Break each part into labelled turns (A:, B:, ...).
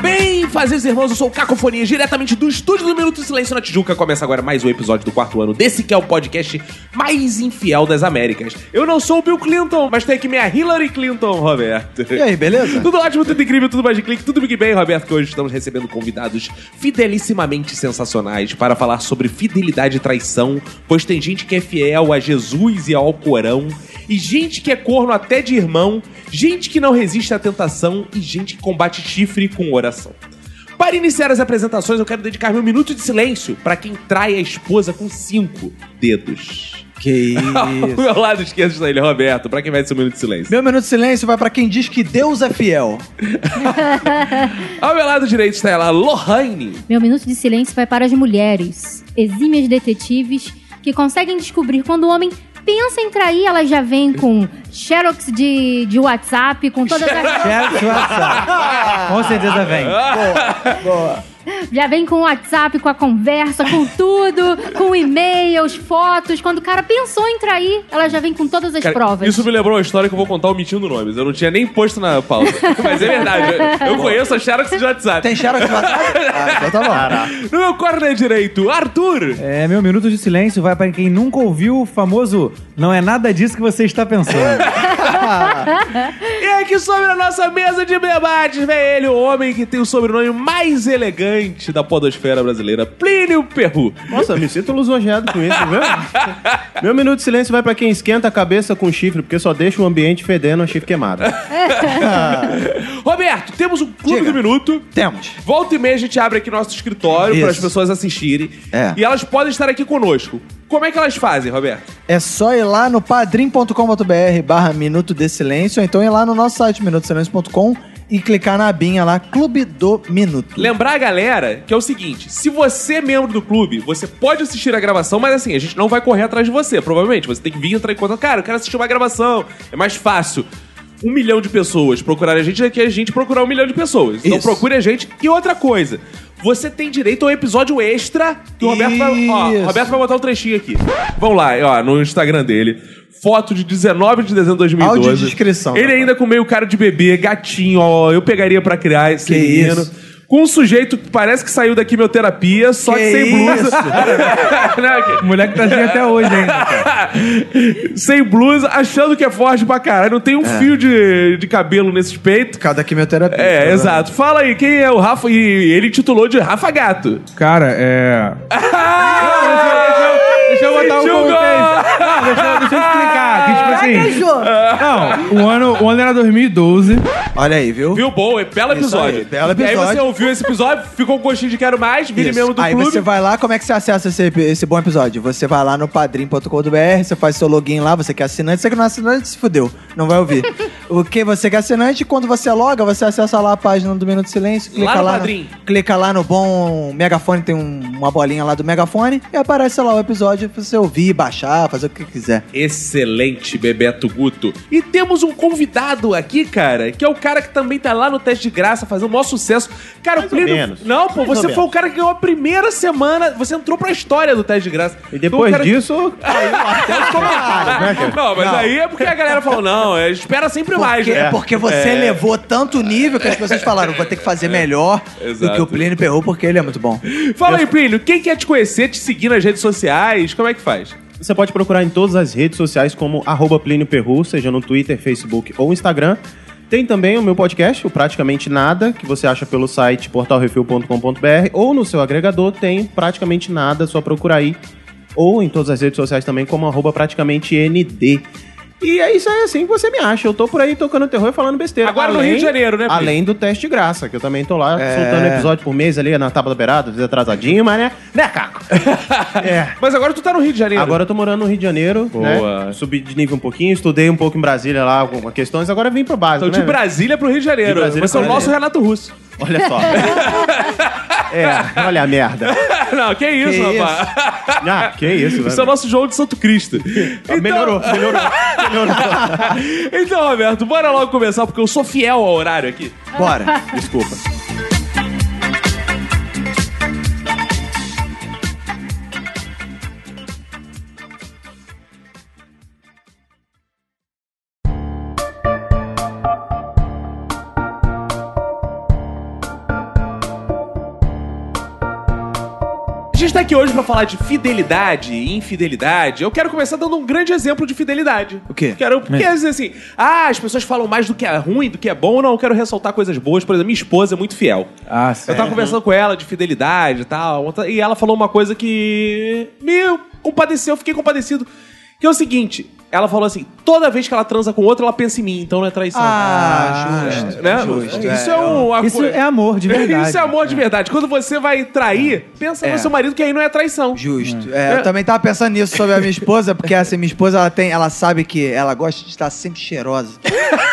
A: Bem, fazeres irmãos, eu sou o Cacofonia, diretamente do estúdio do Minuto de Silêncio na Tijuca. Começa agora mais um episódio do quarto ano desse que é o podcast mais infiel das Américas. Eu não sou o Bill Clinton, mas tem aqui minha Hillary Clinton, Roberto.
B: E aí, beleza?
A: Tudo ótimo, tudo incrível, tudo mais de clique, tudo Big Bang, Roberto, que hoje estamos recebendo convidados fidelissimamente sensacionais para falar sobre fidelidade e traição, pois tem gente que é fiel a Jesus e ao Corão, e gente que é corno até de irmão, gente que não resiste à tentação e gente que combate chifre com oração. Para iniciar as apresentações, eu quero dedicar meu minuto de silêncio para quem trai a esposa com cinco dedos.
B: Que
A: Ao
B: isso.
A: meu lado esquerdo está ele, Roberto, para quem vai ser o minuto de silêncio.
B: Meu minuto de silêncio vai pra quem diz que Deus é fiel.
A: Ao meu lado direito está ela, Lohane.
C: Meu minuto de silêncio vai para as mulheres, exímias detetives, que conseguem descobrir quando o homem pensa em trair, elas já vêm com xerox de, de WhatsApp, com todas as,
B: Quero te WhatsApp. Com certeza vem.
C: já vem com o WhatsApp, com a conversa, com tudo, com e-mails, fotos. Quando o cara pensou em trair, ela já vem com todas as
A: Cara,
C: provas.
A: Isso me lembrou uma história que eu vou contar omitindo nomes. Eu não tinha nem posto na pauta. Mas é verdade. eu- Eu conheço a Xerox de WhatsApp.
B: Tem xerox de WhatsApp? Ah, então tá bom.
A: No meu corner direito, Arthur.
D: É, meu minuto de silêncio vai para quem nunca ouviu o famoso Não é nada disso que você está pensando.
A: E aqui sobre a nossa mesa de debates, vem ele, o homem que tem o sobrenome mais elegante da podosfera brasileira, Plínio Perru.
E: Nossa, me sinto lisonjeado com isso, viu? Meu minuto de silêncio vai pra quem esquenta a cabeça com chifre, porque só deixa o ambiente fedendo a chifre queimada.
A: Roberto, temos um clube
B: Diga.
A: do minuto.
B: Temos.
A: Volta e meia a gente abre aqui nosso escritório
B: Isso.
A: para as pessoas assistirem.
B: É.
A: E elas podem estar aqui conosco. Como é que elas fazem, Roberto?
B: É só ir lá no padrim.com.br barra Minuto de Silêncio, ou então ir lá no nosso site minutosilêncio.com e clicar na abinha lá, Clube do Minuto.
A: Lembrar a galera que é o seguinte: se você é membro do clube, você pode assistir a gravação, mas assim, a gente não vai correr atrás de você, provavelmente. Você tem que vir entrar em conta. Cara, eu quero assistir uma gravação, é mais fácil. Um milhão de pessoas procurarem a gente do que a gente procurar um milhão de pessoas. Então
B: Isso.
A: procure a gente. E outra coisa, você tem direito a um episódio extra que o Roberto vai. Ó,
B: Isso.
A: Roberto vai botar um trechinho aqui. Vamos lá, ó, no Instagram dele. Foto de 19 de dezembro de 2012.
B: Audiodescrição,
A: Ele
B: rapaz.
A: ainda com meio cara de bebê, gatinho, ó. Eu pegaria pra criar esse
B: Que
A: menino.
B: isso.
A: Com um sujeito que parece que saiu da quimioterapia, só que,
B: Que
A: sem
B: isso?
A: blusa. Né?
D: O moleque tá assim até hoje ainda. cara.
A: sem blusa, achando que é forte pra caralho. Não tem um
B: É.
A: fio de, de cabelo nesse peito.
B: Cada quimioterapia.
A: É,
B: tá
A: exato. Fala aí, quem é o Rafa? E ele titulou de Rafa Gato.
D: Cara, é. Deixa eu botar o
A: Sentiu
D: contexto. Não, deixa, eu- deixa eu explicar. Que, tipo assim. Não, o ano, o ano era 2012.
B: vendo? Olha aí, viu?
A: Viu? Bom, é belo
B: Isso
A: episódio.
B: aí, belo
A: E aí você
B: episódio.
A: ouviu esse episódio, ficou com um gostinho de quero mais, vire
B: Isso.
A: mesmo do
B: Aí
A: clube.
B: você vai lá, como é que você acessa esse, esse bom episódio? Você vai lá no padrim.com.br, você faz seu login lá, você quer assinante, você que não é assinante, se fudeu, não vai ouvir. o que você quer assinante, quando você loga, você acessa lá a página do Minuto de Silêncio, clica
A: Lá no
B: lá,
A: Padrim.
B: clica lá no bom megafone, tem um- uma bolinha lá do megafone, e aparece lá o episódio pra você ouvir, baixar, fazer o que quiser.
A: Excelente, Bebeto Guto. E temos um convidado aqui, cara, que é o cara que também tá lá no teste de graça fazendo o maior sucesso. Cara, o
E: Mais ou
A: Plínio.
E: menos.
A: Não, pô,
E: Mais ou
A: você foi
E: menos.
A: o cara que ganhou a primeira semana, você entrou pra história do teste de graça.
E: E depois
A: Então, o cara-
E: disso, caiu até os comentários, né, cara?
A: Não, mas aí é porque a galera falou, não, é, espera sempre mais,
B: Porque,
E: é
A: né?
B: porque você levou tanto nível que as pessoas falaram, vou ter que fazer melhor do que
A: É. Exato.
B: o Plínio Perrou, porque ele é muito bom.
A: Fala aí, Plínio, quem quer te conhecer, te seguir nas redes sociais, como é que faz?
E: Você pode procurar em todas as redes sociais como arroba Plínio Perru, seja no Twitter, Facebook ou Instagram. Tem também o meu podcast, o Praticamente Nada, que você acha pelo site portalrefil.com.br ou no seu agregador tem Praticamente Nada, só procurar aí. Ou em todas as redes sociais também como arroba praticamente ND. E é isso aí, assim que você me acha. Eu tô por aí tocando terror e falando besteira.
A: Agora no Rio de Janeiro, né, Plínio?
E: Além do teste de graça, que eu também tô lá soltando episódio por mês ali na tábua da beirada, às vezes atrasadinho, mas né, né, Caco? é.
A: Mas agora tu tá no Rio de Janeiro.
E: Agora eu tô morando no Rio de Janeiro,
A: Boa.
E: né? Subi de nível um pouquinho, estudei um pouco em Brasília lá, algumas questões, agora vim pro básico,
A: Então, de
E: né?
A: Brasília pro Rio de Janeiro. é
E: De Brasília
A: Você é o
E: pro Rio
A: nosso
E: de
A: Renato Russo.
E: Olha só. É, olha a merda.
A: Não, que isso,
B: Que isso?
A: rapaz.
E: Ah, que isso,
A: Isso é o
E: velho. Ah,
A: nosso jogo de Santo Cristo. Então-
E: Melhorou, melhorou, melhorou.
A: então, Roberto, bora logo começar, porque eu sou fiel ao horário aqui.
B: Bora.
E: Desculpa.
A: A gente tá aqui hoje pra falar de fidelidade e infidelidade. Eu quero começar dando um grande exemplo de fidelidade.
B: O quê?
A: Quero, porque dizer assim, ah, as pessoas falam mais do que é ruim, do que é bom. Não, eu quero ressaltar coisas boas. Por exemplo, minha esposa é muito fiel.
D: Ah,
A: Eu tava conversando com ela de fidelidade e tal, outra- e ela falou uma coisa que me compadeceu, eu fiquei compadecido. Que é o seguinte, ela falou assim, toda vez que ela transa com outro, ela pensa em mim, então não é traição.
B: Ah,
A: Ah,
B: justo,
A: né?
B: justo,
A: Isso é,
B: é,
A: um...
D: Isso é amor, de verdade.
A: Isso é amor de verdade. Quando você vai trair, pensa no seu marido, que aí não é traição.
B: Justo. É, eu também tava pensando nisso sobre a minha esposa, porque assim, minha esposa, ela tem, ela sabe que ela gosta de estar sempre cheirosa.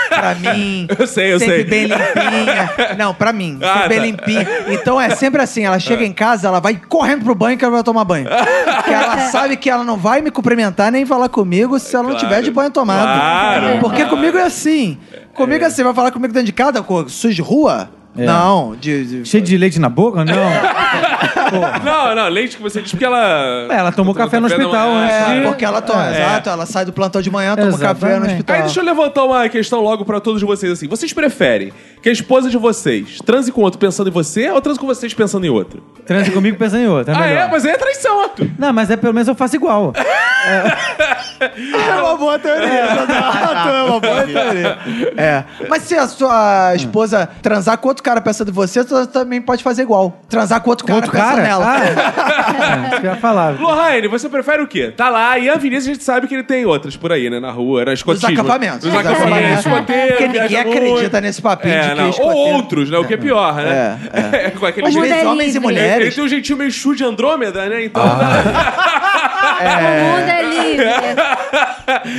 B: Pra mim.
A: Eu sei, eu
B: sempre
A: sei.
B: bem limpinha. Não, pra mim.
A: Ah,
B: sempre
A: tá.
B: bem limpinha. Então é sempre assim, ela chega em casa, ela vai correndo pro banho que ela vai tomar banho. Porque ela sabe que ela não vai me cumprimentar nem falar comigo se ela não
A: Claro.
B: tiver de banho tomado.
A: Claro,
B: porque
A: claro.
B: comigo é assim. Comigo é assim, vai falar comigo dentro de casa, com sujo de rua? Não, de- de
D: É. Cheio de leite na boca? Não.
A: Não, não, leite que você diz porque ela...
D: É, Ela tomou café no hospital
A: da manhã.
D: antes.
B: É,
D: de-
B: porque ela toma, exato, ela sai do plantão de manhã, toma
D: Exatamente.
B: café no
A: Aí
B: hospital.
A: deixa eu levantar uma questão logo pra todos vocês assim. Vocês preferem que a esposa de vocês transe com outro pensando em você ou transe com vocês pensando em outro?
D: Transe comigo pensando em outra. É
A: ah, é?
D: melhor.
A: Mas aí é traição, Arthur.
D: Não, mas é pelo menos eu faço igual.
B: É uma boa teoria, exato, é uma boa teoria. É. Mas se a sua esposa transar com outro cara pensando em você, você também pode fazer igual. Transar com outro
D: Com
B: cara
D: outro
B: pensando
D: cara?
B: nela.
D: Ah, é. isso que eu ia falar.
A: Lohane, você prefere o quê? Tá lá, Ian Vinícius, a gente sabe que ele tem outras por aí, né? Na rua, na
B: Nos
A: escotismo.
B: acampamentos.
A: Nos
B: Nos
A: acampamentos,
B: acampamentos.
A: escoteiro.
B: É. Porque ninguém
A: viaja muito.
B: acredita nesse papinho
A: É,
B: de que
A: não.
B: escoteiro-
A: Ou outros, né? O que é pior, né? É, com aquele
C: Mas
B: Às
A: jeito-
C: mulher
B: vezes
C: é
B: homens e
C: livre.
A: Ele
B: mulheres. Ah.
A: tem um jeitinho meio chu de Andrômeda, né? Então.
C: O mundo é livre.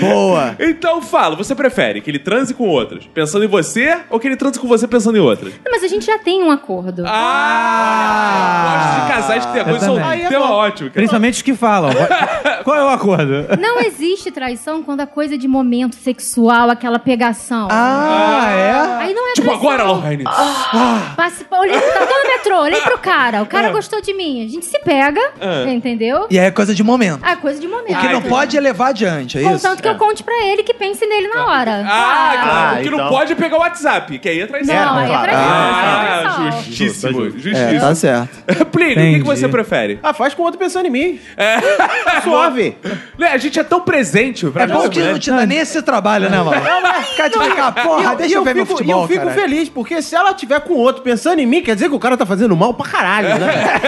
B: Boa.
A: Então fala, você prefere que ele transe com outras pensando em você ou que ele transe com você pensando em outras?
C: Não, Mas a gente já tem um acordo.
A: Ah! Eu Gosto de casais que tem acordo, são
D: também.
A: um tema ótimo, cara.
D: é Principalmente os que falam. Qual é o acordo?
C: Não existe traição quando a coisa é de momento sexual, aquela pegação.
B: Ah, é?
C: Aí não é
A: Tipo,
C: traição.
A: agora, Lohane.
C: Passe, olhei, tá todo metrô, olhei pro cara. O
A: É.
C: cara gostou de mim. A gente se pega, entendeu?
B: E aí é coisa de momento.
C: Ah, coisa de momento.
B: Que
A: Ah,
B: não
A: entendi.
B: pode levar adiante, é isso?
C: Contanto que eu conte pra ele que pense nele na hora.
A: Ah, claro.
E: Ah,
A: O que não
E: então.
A: pode é pegar o WhatsApp, que aí é traição.
C: Não, aí é
B: Ah,
E: claro.
C: traição.
B: tá.
C: aí é
A: Ah,
C: traição.
A: justíssimo.
E: Justo,
A: Justíssimo.
B: É, tá
A: Plínio,
B: certo.
A: o que que,
D: Entendi.
A: você prefere?
E: Ah, faz com o outro pensando em mim. Suave.
A: Né, É. A gente é tão presente pra né?
B: É bom
A: nossa
B: que
A: mulher.
B: não te dá nem esse trabalho, né, mano? Cara, de ficar,
E: É E
B: porra, deixa eu ver
E: fico,
B: meu futebol,
E: e eu fico
B: caralho.
E: feliz, porque se ela tiver com o outro pensando em mim, quer dizer que o cara tá fazendo mal pra caralho, né?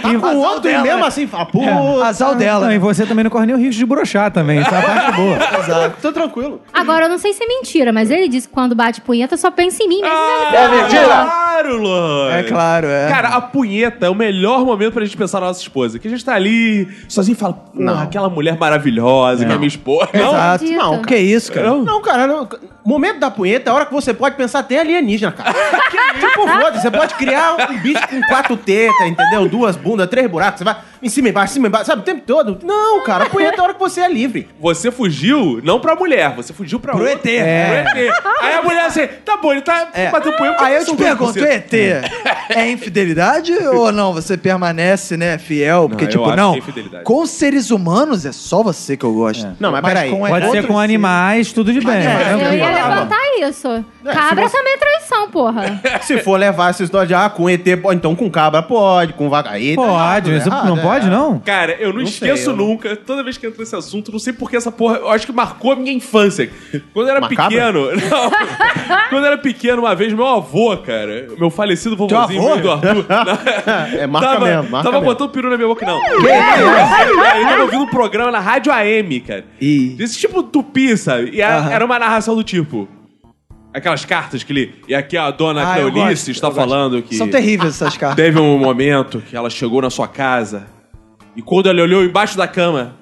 E: tá com o outro
B: dela,
E: e mesmo
B: né?
E: assim fala, pô,
B: Azar o dela.
D: É. Não, e você também não corre nem o risco de broxar também. Essa é a parte boa.
B: Exato.
E: tô tranquilo.
C: Agora, eu não sei se é mentira, mas ele disse que quando bate punheta só pensa em mim mesmo.
A: Ah,
B: É mentira.
A: Claro, Luan.
B: É claro, é.
A: Cara, a punheta é o melhor momento pra gente pensar na nossa esposa. Que a gente tá ali, sozinho e fala, "Porra, aquela mulher maravilhosa que é minha esposa. Não,
B: Exato.
C: acredito.
B: Não, que isso, cara?
E: Não, é cara, não. momento da punheta é a hora que você pode pensar até alienígena, cara. tipo, foda você pode criar um bicho com quatro tetas, entendeu? Duas bundas, três buracos, você vai em cima e embaixo, em cima e embaixo, sabe, o tempo todo. Não, cara, a punheta é a hora que você é livre.
A: Você fugiu não pra mulher, você fugiu pra
B: Pro
A: outra.
B: ET. É.
A: Pro ET. Aí a mulher assim, tá bom, ele tá
B: É.
A: batendo punheta. por que
B: Aí eu
A: são
B: te
A: dois
B: pergunto,
A: por cento?
B: ET, é infidelidade ou não? Você permanece, né, fiel? Porque,
A: eu acho
B: tipo,
A: que
B: não,
A: é infidelidade.
B: com seres humanos é só você que eu gosto.
E: Não, mas peraí,
B: com é
D: Pode ser
B: outros
D: com
B: seres-
D: animais, tudo de bem.
B: Animais,
C: Eu
D: É, tranquilo.
C: ia levantar Então tá isso. Cabra também é traição, porra.
E: Se for levar essa história de, ah, com ET pode, então com cabra pode, com vaca... Aí tá
D: Pode,
E: errado,
D: isso
E: errado,
D: não
E: é.
D: pode, não?
A: Cara, eu não,
E: sei,
A: esqueço
E: eu não-
A: nunca, toda vez que entra nesse assunto, não sei por que essa porra, eu acho que marcou a minha infância. Quando eu era
E: Macabra?
A: pequeno, não, quando eu era pequeno, uma vez, meu avô, cara, meu falecido vovôzinho,
B: avô?
A: meu do Arthur,
E: É, marca
A: tava,
E: mesmo, marca
A: tava
E: mesmo.
A: botando peru na minha boca, não. Ele tava ouvindo um programa na Rádio AM, cara.
B: Ih.
A: Desse tipo tupi, sabe? E a- era uma narração do tipo... Aquelas cartas que ele... E aqui a dona
B: Ah, eu
A: Cleonice
B: gosto,
A: está
B: eu gosto.
A: falando que...
B: São terríveis essas cartas.
A: Teve um momento que ela chegou na sua casa e quando ela olhou embaixo da cama,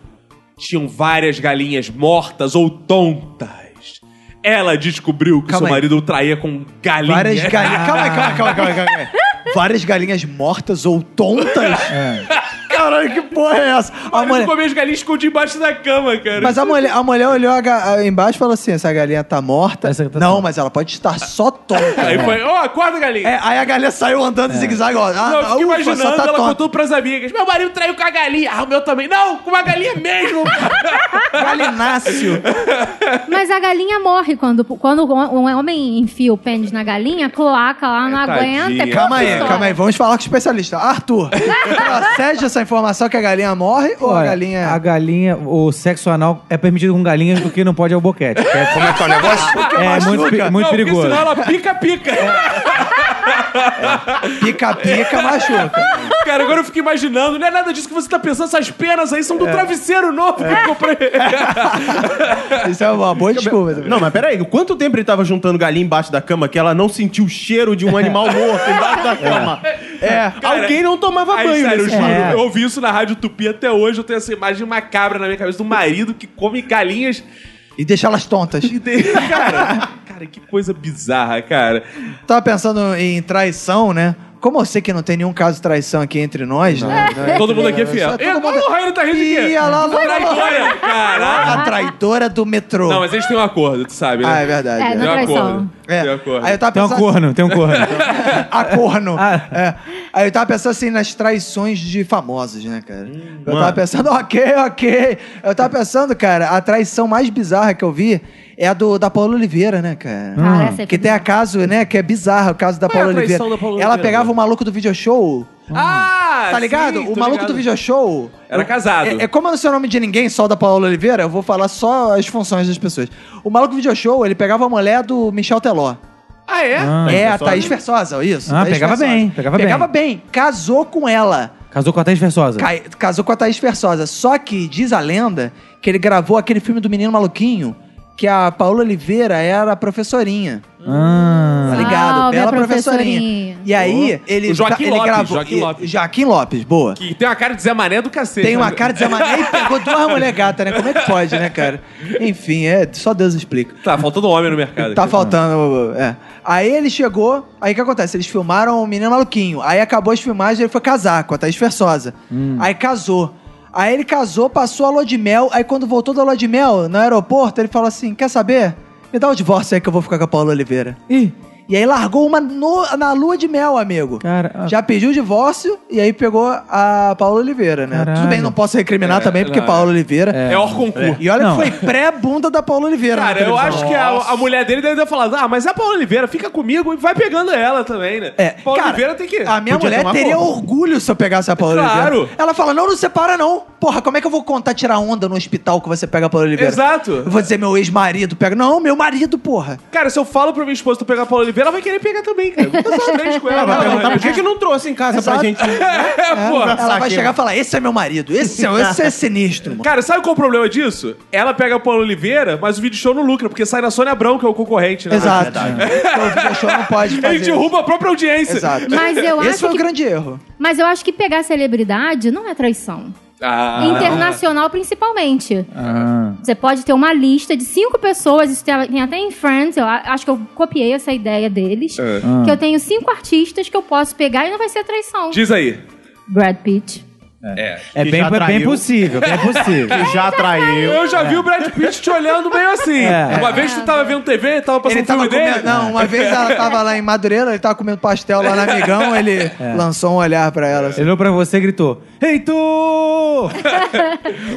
A: tinham várias galinhas mortas ou tontas. Ela descobriu que
B: Calma
A: seu
B: aí.
A: marido o traía com galinha.
B: Várias galinhas. Calma aí, calma aí, calma aí, calma aí. calma aí. várias galinhas mortas ou tontas. Caralho, que porra é essa? A
A: Olha,
B: mulher,
A: eu comi as galinhas escondidas embaixo da cama, cara.
B: mas a mulher, a mulher olhou a ga- a- embaixo e falou assim: essa galinha tá morta.
D: Essa tá
B: Não,
D: tonta.
B: mas ela pode estar só tonta.
A: Aí
B: né?
A: foi, ó, acorda, galinha. É.
B: É, aí a galinha saiu andando em zigue-zague, ó. Ah,
A: Não, eu fiquei
B: ufa, só
A: imaginando,
B: tá
A: ela
B: tonta.
A: contou pras amigas. Meu marido traiu com a galinha. Ah, o meu também. Não, com uma galinha mesmo.
B: Galináceo.
C: Mas a galinha morre quando, quando um homem enfia o pênis na galinha, cloaca lá, não
A: É, tadinha.
C: aguenta. é
B: Calma aí,
C: confuso.
B: calma aí. Vamos falar com o especialista. Arthur, procede essa informação que a galinha morre ou a
D: Olha,
B: galinha...
D: A galinha, o sexo anal é permitido com galinhas, o que não pode é o boquete. que é-
F: Como é que é o negócio? É.
D: é muito, pe- muito
A: não, porque
D: perigoso.
A: senão ela pica-pica.
B: Pica-pica machuca.
A: Cara, agora eu fico imaginando. Não é nada disso que você tá pensando. Essas penas aí são do travesseiro novo que eu comprei.
B: Isso é uma boa desculpa. também.
E: Não, mas peraí, quanto tempo ele tava juntando galinha embaixo da cama que ela não sentiu o cheiro de um animal morto embaixo
F: É.
E: da cama? É,
A: Cara,
E: alguém não tomava
A: Aí,
E: banho
A: sério, eu,
E: nesse
A: juro,
D: É.
A: eu ouvi isso na Rádio Tupi até hoje. Eu tenho essa imagem macabra na minha cabeça do marido que come galinhas.
B: E deixar elas tontas.
A: E de... cara, cara, que coisa bizarra, cara.
B: Tava pensando em traição, né? Como eu sei que não tem nenhum caso de traição aqui entre nós, né?
A: Todo mundo aqui é fiel.
B: Só todo
A: É,
B: mundo-
A: Porra, ele tá rindo de quê?
B: Ih, olha lá, olha lá.
A: Traidora, caralho.
B: A traidora do metrô.
A: Não, mas eles têm um acordo, tu sabe, né?
B: Ah, é verdade.
C: É,
B: né?
C: não
A: Tem um
C: traição.
A: acordo.
B: É.
A: Tem um acordo.
B: Aí eu tava
D: Tem um
B: pensando...
D: corno, tem um corno.
B: A corno.
D: Ah.
B: É. Aí eu tava pensando assim nas traições de famosos, né, cara? eu tava pensando, ok, ok. Eu tava pensando, cara, a traição mais bizarra que eu vi é a do, da Paula Oliveira, né, cara?
C: Cara, essa é
B: Que tem a caso, né, que é bizarra o caso da
A: Qual é a
B: Paula
A: traição
B: Oliveira.
A: da Paula
B: Ela
A: Oliveira,
B: pegava
A: cara?
B: o maluco do video show,
A: Ah,
B: tá ligado?
A: sim,
B: o
A: tô
B: maluco
A: ligado.
B: do video show.
A: Era casado.
B: É, é como eu não sei o nome de ninguém, só da Paula Oliveira, eu vou falar só as funções das pessoas. O maluco do video show, ele pegava a mulher do Michel Teló.
A: Ah, é?
D: Ah,
B: É, a Thaís Versosa, isso.
D: Ah,
B: Thaís
D: pegava
B: Versosa.
D: bem, pegava bem.
B: Pegava bem, casou com ela.
D: Casou com a Thaís Versosa.
B: Cai- casou com a Thaís Versosa. Só que diz a lenda que ele gravou aquele filme do Menino Maluquinho, que a Paula Oliveira era a professorinha.
D: Ah.
B: Tá ligado?
C: Salve,
B: Bela
C: a professorinha.
B: professorinha. E aí, ele,
A: O Joaquim
B: ele
A: Lopes,
B: gravou.
A: Joaquim Lopes.
B: Joaquim Lopes, boa.
A: Que tem uma cara de Zé Mané do cacete.
B: Tem uma
A: né?
B: cara de Zé Mané e pegou duas mulher gata, né? Como é que pode, né, cara? Enfim, é, só Deus explica.
A: Tá, faltando homem no mercado.
B: Tá
A: aqui.
B: faltando. É. Aí ele chegou, aí o que acontece? Eles filmaram o menino maluquinho. Aí acabou as filmagens, ele foi casar com a Thaís Versosa.
D: Hum.
B: Aí casou. Aí ele casou, passou a lua de mel. Aí quando voltou da lua de mel no aeroporto, ele falou assim: Quer saber? Me dá o divórcio aí que eu vou ficar com a Paula Oliveira.
D: Ih,
B: E aí largou uma no- na lua de mel, amigo.
D: cara. ah,
B: Já pediu o divórcio e aí pegou a Paula Oliveira, né?
D: Caralho.
B: Tudo bem, não posso recriminar
A: É,
B: também, porque
A: não,
B: Paula Oliveira.
A: É Orconcu.
B: E olha
D: Não.
B: que foi pré-bunda da Paula Oliveira. né, na
A: Cara, eu
B: televisão.
A: acho que a, a mulher dele deve ter falado: Ah, mas é a Paula Oliveira, fica comigo e vai pegando ela também, né?
B: É,
A: Paula
B: cara,
A: Oliveira tem que.
B: A minha
E: Podia
B: mulher
E: tomar
B: teria
E: porra.
B: orgulho se eu pegasse a Paula
A: Claro.
B: Oliveira. Ela fala: não, não separa, não. Porra, como é que eu vou contar tirar onda no hospital que você pega a Paula Oliveira?
A: Exato.
B: Eu vou dizer, meu ex-marido pega. Não, meu marido, porra.
A: Cara, se eu falo pra minha esposa tu pegar a Paula Oliveira, ela vai querer pegar também, cara. Vou passar os três com ela.
E: Ela vai
A: ela
E: perguntar
A: vai-
E: por que, que não trouxe em casa
B: Exato.
E: pra gente.
A: É, pô.
B: Ela vai
E: saquei.
B: chegar e falar: esse é meu marido, esse é, esse é sinistro, mano.
A: Cara, sabe qual é o problema disso? Ela pega a Paula Oliveira, mas o vídeo show não lucra, porque sai na Sônia Abrão, que é o concorrente, né?
B: Exato. Então, o video show não pode fazer.
A: Ele derruba a própria audiência.
B: Exato.
C: Mas eu
B: Esse
C: acho
B: foi o
C: que-
B: grande erro.
C: Mas eu acho que pegar celebridade não é traição.
A: Ah.
C: Internacional, principalmente.
D: ah.
C: Você pode ter uma lista de cinco pessoas, isso tem tem até em Friends, eu a- acho que eu copiei essa ideia deles.
A: É.
C: Que eu tenho cinco artistas que eu posso pegar e não vai ser traição.
A: Diz aí.
C: Brad Pitt.
D: É
E: Que
D: bem,
E: já
D: é bem
E: traiu.
D: possível, bem possível.
E: Que já traiu.
A: Eu já vi o Brad Pitt te olhando meio assim.
D: É.
A: Uma vez tu tava vendo TV, tava passando
B: Ele
A: o filme
B: tava
A: dele.
B: comendo. Não, uma vez ela tava lá em Madureira, ele tava comendo pastel lá na Amigão, ele
A: É.
B: lançou um olhar pra ela. assim.
D: É. Ele olhou pra você e gritou: Heitor!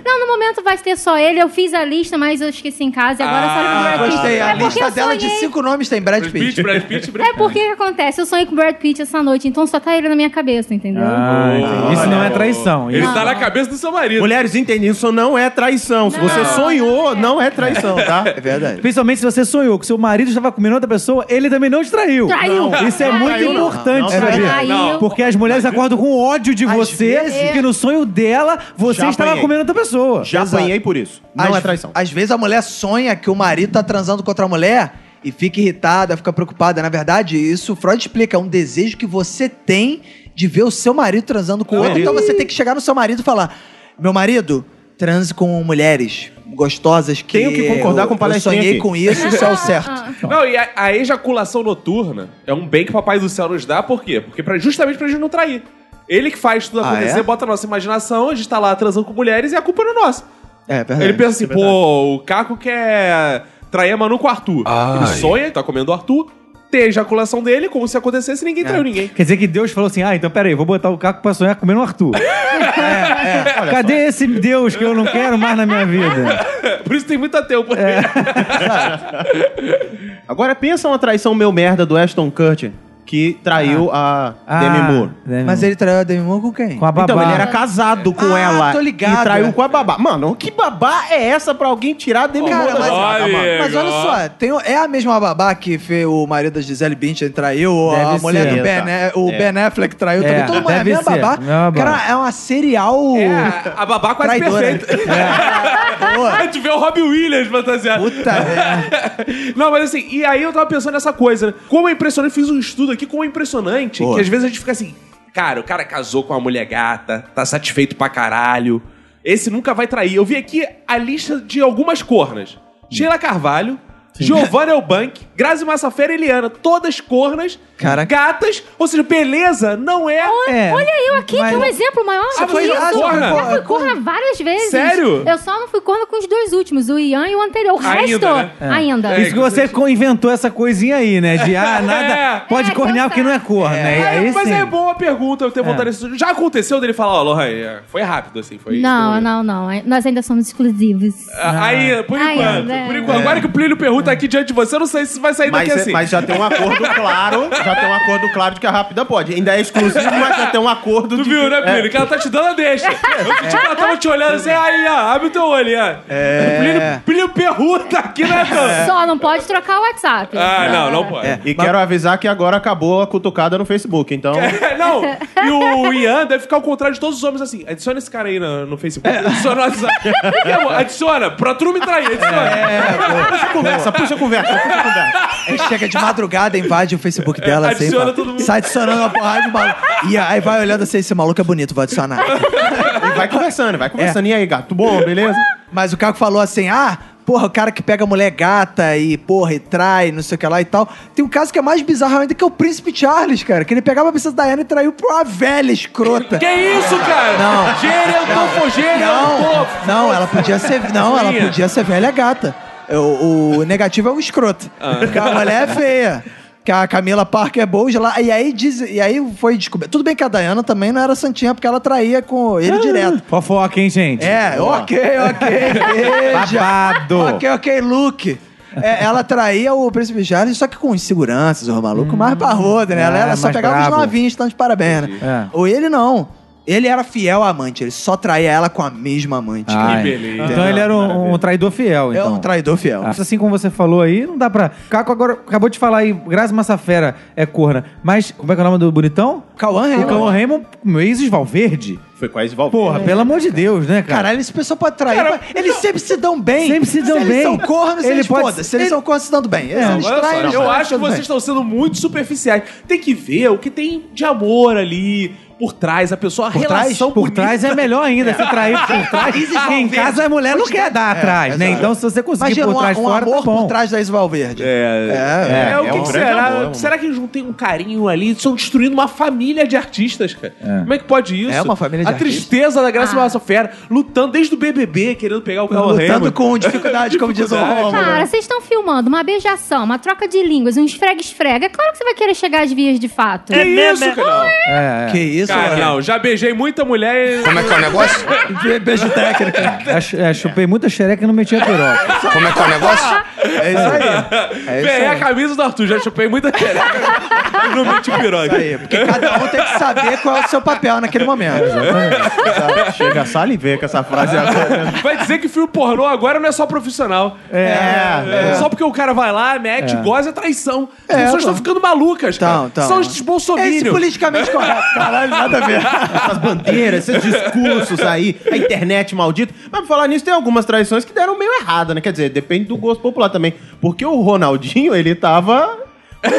C: Não, no momento vai ter só ele. Eu fiz a lista, mas eu esqueci em casa e agora
A: Ah,
C: só tem o Brad Pitt.
B: Gostei.
C: é
B: A
C: porque
B: lista
C: eu
B: dela de
C: sonhei.
B: cinco nomes tem Brad
A: Brad Pitt,
B: Pitt.
A: Brad Pitt, Brad
C: É porque que acontece? Eu sonhei com o Brad Pitt essa noite, então só tá ele na minha cabeça, entendeu?
A: É.
D: Ah, entendi. Isso não é traição.
A: Ele
D: Isso...
A: tá na cabeça do seu marido.
E: Mulheres, entendem, isso não é traição. Se você sonhou, não é traição, tá?
B: É verdade.
D: Principalmente se você sonhou que seu marido estava comendo outra pessoa, ele também não te traiu.
C: Traiu.
D: Não, Isso é
C: Traiu.
D: muito
C: Não,
D: importante,
E: não,
D: sabia?
C: traiu. Não.
D: Porque as mulheres acordam com ódio de
B: Às
D: você,
B: vezes-
D: que no sonho dela, você
E: Já
D: estava
E: apanhei.
D: comendo outra pessoa.
E: Já
B: Exato.
E: apanhei por isso. Não
B: às,
E: é traição.
B: Às vezes a mulher sonha que o marido tá transando com outra mulher e fica irritada, fica preocupada. Na verdade, isso Freud explica. É um desejo que você tem de ver o seu marido
E: é.
B: transando com outro. Então você tem que chegar no seu marido e falar: Meu marido, transe com mulheres. gostosas que.
E: Tenho que concordar com o
B: Eu
E: palestrinha
B: sonhei
E: aqui.
B: com isso, isso é o certo.
A: Não, e a, a ejaculação noturna é um bem que o Papai do Céu nos dá, por quê? Porque pra, justamente pra gente não trair. Ele que faz tudo
B: Ah,
A: acontecer,
B: é?
A: bota a nossa imaginação, a gente tá lá transando com mulheres e a culpa não é nossa.
B: É, verdade.
A: Ele pensa assim, pô, o Caco quer trair a Manu com o Arthur. Ele sonha, que tá comendo o Arthur, tem a ejaculação dele, como se acontecesse,
B: É.
A: ninguém
E: É.
A: traiu ninguém.
D: Quer dizer que Deus falou assim: ah, então peraí, vou botar o Caco pra sonhar comendo o Arthur.
B: É,
A: É,
D: Cadê esse Deus que eu não quero mais na minha vida?
A: Por isso tem muito ateu. Porque...
B: é.
E: Agora pensa uma traição meu merda do Ashton Kutcher, que traiu a Demi Moore.
D: Ah. Demi
B: Mas ele traiu a Demi Moore com quem?
D: É. Com a babá.
E: Então, ele era casado com
B: Ah,
E: ela
B: tô ligado.
E: e traiu com a babá. Mano, que babá é essa pra alguém tirar a Demi
B: Cara,
E: Moore da
B: mas-
E: jogada,
A: Olha.
E: mano?
B: Mas olha só, tem o- é a mesma babá que fez o marido da Gisele Bündchen traiu, ou a
D: Deve ser.
B: mulher do
E: É,
B: ben,
E: tá.
B: né, o
E: É.
B: Ben Affleck traiu
D: É,
B: também. Todo mundo é a
D: deve
B: mesma
D: ser.
B: babá.
D: Mesma babá.
B: Cara, é uma serial
A: É, a babá quase
B: traidora.
A: perfeita.
B: É. Boa.
A: A gente vê o Robbie Williams fantasiado.
B: Puta merda.
A: Não, mas assim, e aí eu tava pensando nessa coisa, né? Como é impressionante, fiz um estudo aqui, como é impressionante
B: Boa.
A: que às vezes a gente fica assim, cara, o cara casou com uma mulher gata, tá satisfeito pra caralho, esse nunca vai trair. Eu vi aqui a lista de algumas cornas.
B: Hum.
A: Sheila Carvalho, Giovanna Elbank, Grazi Massafera e Eliana, todas cornas,
B: Caraca.
A: gatas, ou seja, beleza não é...
D: É.
C: Olha eu aqui,
D: Mas-
C: que é um exemplo maior.
A: Você
C: que
A: foi-
C: isso.
A: ah, você
B: foi
C: Eu fui
B: corna-
C: corna várias vezes.
A: Sério?
C: Eu só não fui corna com os dois últimos, o Ian e o anterior. O
A: Ainda,
C: resto,
A: né?
C: ainda.
A: É.
D: Isso que você co- inventou essa coisinha aí, né? De ah, nada.
A: É.
D: Pode
C: É,
D: cornear
C: então
D: porque não é cor, né? E aí
A: mas
D: sim.
A: é boa pergunta, eu tenho vontade de... Já aconteceu dele falar, ó, Lohan, é, foi rápido, assim, foi...
C: Não,
A: foi-
C: não, não. Nós ainda somos exclusivos.
A: Ah, Aí, por
C: Aí,
A: enquanto.
C: né?
A: Por enquanto. Agora que o Plínio pergunta aqui diante de você, eu não sei se vai sair
E: É. Mas,
A: daqui
E: é-
A: assim.
E: mas já tem um acordo claro, já tem um acordo claro de que a rápida pode. Ainda é exclusivo, mas já tem um acordo
A: Tu
E: de
A: viu,
E: que-
A: né, Plínio?
E: é.
A: Que ela tá te dando a deixa. Eu que tipo, ela tava te olhando assim, aí, ó, abre o teu olho, ó. É. Plínio, Plínio pergunta aqui, né, Dan?
C: Só não pode trocar o WhatsApp.
A: Ah, não, não pode.
B: É.
E: E quero avisar que agora acabou a cutucada no Facebook, então...
A: É, Não, e o Ian deve ficar ao contrário de todos os homens assim. Adiciona esse cara aí no, no Facebook.
E: É.
A: Adiciona no WhatsApp. Que amor, Adiciona, pra tu não me trair, adiciona.
E: puxa a conversa, É, puxa a conversa, puxa a conversa.
B: Aí chega de madrugada, invade o Facebook dela. assim,
A: Adiciona
B: fala,
A: todo mundo.
B: Sai adicionando uma porrada de maluco. E aí vai olhando assim, esse maluco é bonito, vou adicionar.
E: E vai conversando, vai conversando. E aí, gato, bom, beleza?
B: É. Mas o Caco falou assim, ah... Porra, o cara que pega a mulher gata e, porra, e trai, não sei o que lá e tal. Tem um caso que é mais bizarro ainda, que é o Príncipe Charles, cara. Que ele pegava a princesa Diana e traiu pra uma velha escrota.
A: Que isso, cara?
B: Não.
A: Gênio, eu tô com gênio, eu
B: Não,
A: tô.
B: não, ela podia ser. Não, ela podia ser velha gata. O, o negativo é um escroto.
A: Ah.
B: Porque a mulher é feia. Que a Camila Parker é boa lá. E aí, diz, e aí foi descoberto. Tudo bem que a Dayana também não era santinha, porque ela traía com
E: Ah.
B: ele direto.
D: Fofoca, hein, gente?
B: É, ok, ok, veja.
D: Babado.
B: ok, ok, Luke. É, ela traía o Príncipe Charles, só que com inseguranças, o maluco mais parrudo, né? Ela,
D: Hum. É,
B: ela só
D: mais
B: pegava os
D: brabo.
B: novinhos, então de parabéns, né?
D: É.
B: Ou ele não. Ele era fiel à amante, ele só traía ela com a mesma amante.
D: Ai.
A: Que beleza.
D: Então ele era um, um traidor fiel,
B: É
D: então.
B: um traidor fiel.
D: Ah. Assim como você falou aí, não dá pra. Caco agora acabou de falar aí, Grazi Massafera é corna. Mas como é que é o nome do bonitão? O
B: Cauã Raymond.
D: Cauã Raymond, meu ex-Valverde.
E: Foi quase Valverde.
D: Porra, pelo amor de Deus, né, cara?
B: Caralho, esse pessoal pode trair.
A: Cara,
B: mas eles sempre se dão bem.
D: Sempre se dão
B: Eles
D: bem.
B: são cornos,
D: Ele
B: eles
D: pode-
B: foda. Se eles
D: ele-
B: são cornos, se dão bem. Eles,
D: Não,
B: eles
A: Olha só,
B: traem,
A: eu
B: eles
A: acho que
B: tudo bem.
A: vocês estão sendo muito superficiais. Tem que ver o que tem de amor ali por trás, a pessoa, a
D: Por trás,
A: relação
D: por trás é melhor ainda. Se trair por trás. Porque em casa a mulher não quer dar atrás, né? Então, se você conseguir
B: É, Imagina
D: por
B: um,
D: trás
B: um
D: fora,
B: amor
D: tá bom.
B: por trás da Isa Valverde.
A: É,
B: É,
A: é, o
E: é
A: que,
E: um
A: que
E: grande
A: será?
E: amor, mano.
A: será que eles não têm um carinho ali? Eles Estão destruindo uma família de artistas, cara. Como é que pode isso?
B: É uma família de
A: A
B: artistas.
A: tristeza da Graça
C: Ah.
A: ah. Fera, lutando desde o BBB, querendo pegar o carro
B: Lutando com dificuldade, como diz o
A: Dificuldade.
B: Romulo.
C: Cara, vocês estão filmando uma beijação, uma troca de línguas, um esfrega-esfrega. É claro que você vai querer chegar às vias de fato.
A: Que isso, cara?
D: É,
B: Que isso,
A: Cara,
B: cara.
A: não, já beijei muita mulher.
F: Como é que é o negócio?
B: Beijo técnico.
D: é. É, chu- é, chupei muita xereca e não meti a piroca.
F: Como é que é o negócio?
B: É isso aí. É isso
A: Peguei a
B: aí.
A: camisa do Arthur, já chupei muita xereca. E não meti
B: Isso
A: piroca.
B: aí, Porque cada um tem que saber qual é o seu papel naquele momento.
E: É, né? Chega a salivei com essa frase agora.
A: Vai dizer que filme pornô agora não é só profissional. É, Só porque o cara vai lá, mete, goza, é traição. As
B: É,
A: pessoas
B: pô.
A: estão ficando malucas,
B: Então,
A: cara.
B: então.
A: São esses
B: É isso
A: bolsominions.
B: politicamente correto. Caralho, nada a ver.
E: Essas bandeiras, esses discursos aí, a internet maldita. Mas pra falar nisso, tem algumas traições que deram meio errada, né? Quer dizer, depende do gosto popular também. Porque o Ronaldinho, ele tava com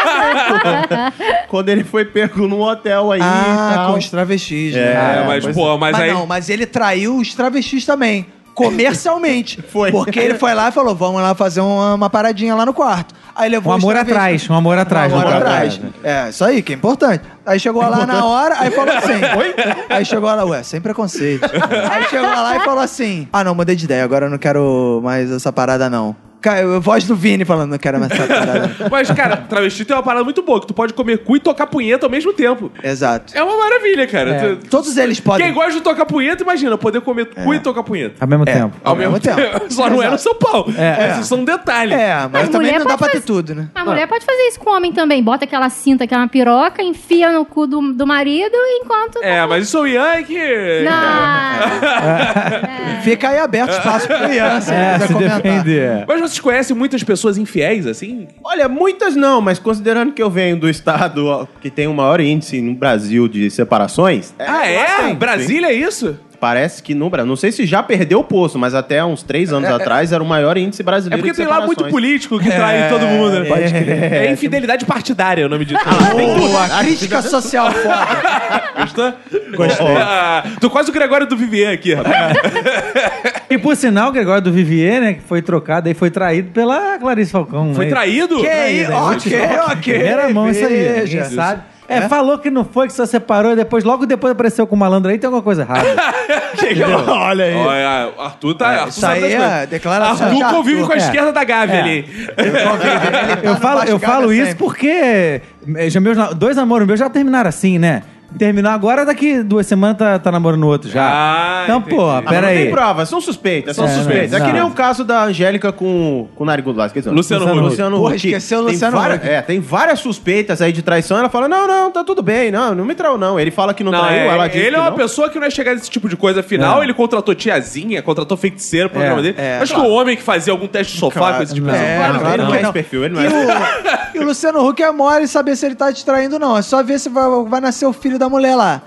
E: relacionamento. Quando ele foi pego num hotel aí e
B: Ah,
E: tal.
B: com os travestis,
E: É,
B: né?
A: É, mas,
E: Pois
A: pô,
B: Mas,
A: mas aí...
B: não, mas ele traiu os travestis também. comercialmente.
E: Foi.
B: Porque ele foi lá e falou: vamos lá fazer um, uma, uma paradinha lá no quarto. Aí levou
D: Um
B: os
D: amor
B: travestis-
D: atrás, um amor atrás.
B: uma
D: não
B: hora
D: tá?
B: atrás. É, isso aí, que é importante. Aí chegou
D: É
B: lá na hora, aí falou assim. Oi? Aí chegou lá, ué, sem preconceito. aí chegou lá e falou assim: Ah, não, mudei de ideia, agora eu não quero mais essa parada, não. Cara, voz do Vini falando, não quero mais essa parada. não."
A: Mas, cara, travesti tem uma parada muito boa, que tu pode comer cu e tocar punheta ao mesmo tempo.
B: Exato.
A: É uma maravilha, cara.
D: É.
A: Tu-
B: Todos eles podem.
A: Quem gosta de tocar punheta, imagina, poder comer cu e tocar punheta.
D: Ao mesmo
B: É.
D: tempo.
B: Ao mesmo tempo.
A: Só não é no São Paulo.
D: É.
A: Esses são detalhes.
B: É, mas
C: Mas
B: também
C: mulher
B: não dá
C: pode
B: pra ter
C: fazer-
B: tudo, né?
C: A
A: Ah.
C: mulher pode fazer isso com o homem também. Bota aquela cinta, aquela piroca, enfia no cu do, do marido enquanto.
A: É, mas isso é o Ian é que.
C: Não.
B: Fica aí aberto espaço pra criança. se
D: É,
B: quiser
D: se
B: comentar.
D: defender.
A: Mas vocês conhecem muitas pessoas infiéis, assim?
E: Olha, muitas não, mas considerando que eu venho do estado ó, que tem o maior índice no Brasil de separações.
A: ah, é?
E: bastante, hein?
A: Brasília é isso?
E: Parece que no Brasil. Não sei se já perdeu o posto, mas até uns três anos atrás era o maior índice
A: É
E: brasileiro.
A: porque
E: de
A: tem lá muito
E: separações.
A: político que trai
D: É.
A: todo mundo, né? Pode crer. É infidelidade partidária é o nome disso.
E: Ah,
B: Boa, crítica social forte.
A: Gostou? Gostei. Ah, tô quase o Gregório do Vivier aqui, rapaz.
D: E por sinal, Gregório do Vivier, né, que foi trocado e foi traído pela Clarice Falcão.
A: Foi
D: né?
A: traído?
B: Que aí,
D: né?
B: ok, ok.
D: Primeira mão isso aí,
B: Veja.
D: ninguém sabe. É, falou que não foi, que só separou e depois, logo depois apareceu com o malandro aí, tem alguma coisa errada.
A: Olha aí. Olha, Arthur tá. Arthur
B: Ah, isso
A: sabe
B: aí
A: das coisas.
B: é declaração
A: Arthur
B: de Arthur,
A: convive com a
D: é.
A: esquerda da Gavi
D: É.
A: ali.
B: Ele
D: eu
B: tá
D: falo,
B: no
D: eu
B: Vasco Gaga
D: falo isso
B: sempre.
D: porque eh, já meus, na- dois namoros meus já terminaram assim, né? Terminar agora, daqui duas semanas tá, tá namorando outro já.
A: Ah,
D: então,
A: entendi.
D: pô,
E: Ah, mas
D: pera
E: não tem
D: aí.
E: prova, são suspeitas, são
D: É,
E: suspeitas.
D: não,
E: é que nem
D: não.
E: o caso da Angélica com, com o Narigudo Lá, esqueci. o nome.
A: Luciano Huck.
E: Luciano
B: Porra,
E: Huck.
B: esqueceu o
E: Tem
B: Luciano
E: várias-
B: Huck.
E: É, tem várias suspeitas aí de traição. Ela fala, não, não, tá tudo bem, não, não me traiu não. Ele fala que não,
A: Não,
E: traiu,
A: é,
E: ela diz
A: ele
E: que
A: é uma
E: não.
A: pessoa que não ia chegar nesse tipo de coisa. Afinal,
D: É.
A: ele contratou tiazinha, contratou feiticeiro pro programa dele.
B: é,
A: Acho que o homem que fazia algum teste de sofá com esse tipo de
D: não.
A: pessoa.
B: É,
E: Claro,
B: claro
E: ele não,
B: que
E: é esse
B: não.
E: perfil, ele não
B: E
E: é.
B: o, e o Luciano Huck é mole saber se ele tá te traindo ou não. É só ver se vai, vai nascer o filho da mulher lá.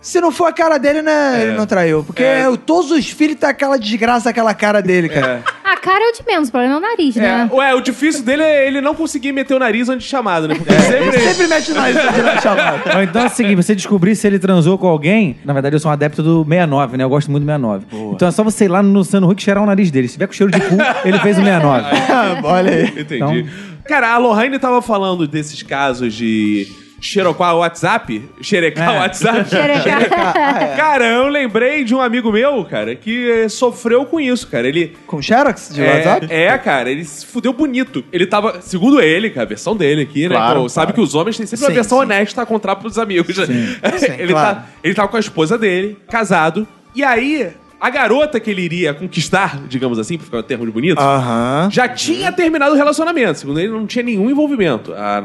B: Se não for a cara dele, né?
A: É.
B: Ele não traiu. Porque eu- todos os filhos tá aquela desgraça, aquela cara dele, cara.
C: A cara é o de menos, o problema é o nariz, né?
A: É, ué, o difícil dele é ele não conseguir meter o nariz antes de chamado, né? Porque
B: É, Ele
A: sempre.
B: sempre mete o nariz de lá chamado.
D: Ou então é o seguinte, você descobrir se ele transou com alguém. Na verdade, eu sou um adepto do 69, né? Eu gosto muito do 69. Então é só você ir lá no Luciano Huck e cheirar o nariz dele. Se tiver com cheiro de cu, ele fez o 69.
B: Ah,
F: Ah,
E: Olha aí.
A: Entendi.
D: Então,
B: Então-
A: Cara, a Lohane tava falando desses casos de xerocar o WhatsApp, xerecar o
D: É.
A: WhatsApp.
C: Xereca.
B: é.
A: Cara, eu lembrei de um amigo meu, cara, que eh, sofreu com isso, cara. Ele
B: Com Xerox de
A: é,
B: WhatsApp?
A: É, cara, ele se fudeu bonito. Ele tava, segundo ele, cara, a versão dele aqui, né?
E: Claro,
A: pô, Sabe
E: claro.
A: que os homens têm sempre uma
B: Sim,
A: versão
B: sim.
A: honesta a contar pros amigos. né?
B: sim,
A: ele,
B: claro.
A: tá, ele tava com a esposa dele, casado, e aí a garota que ele iria conquistar, digamos assim, pra ficar um termo de bonito,
B: Aham.
A: já tinha terminado o relacionamento. Segundo ele, não tinha nenhum envolvimento. Ah,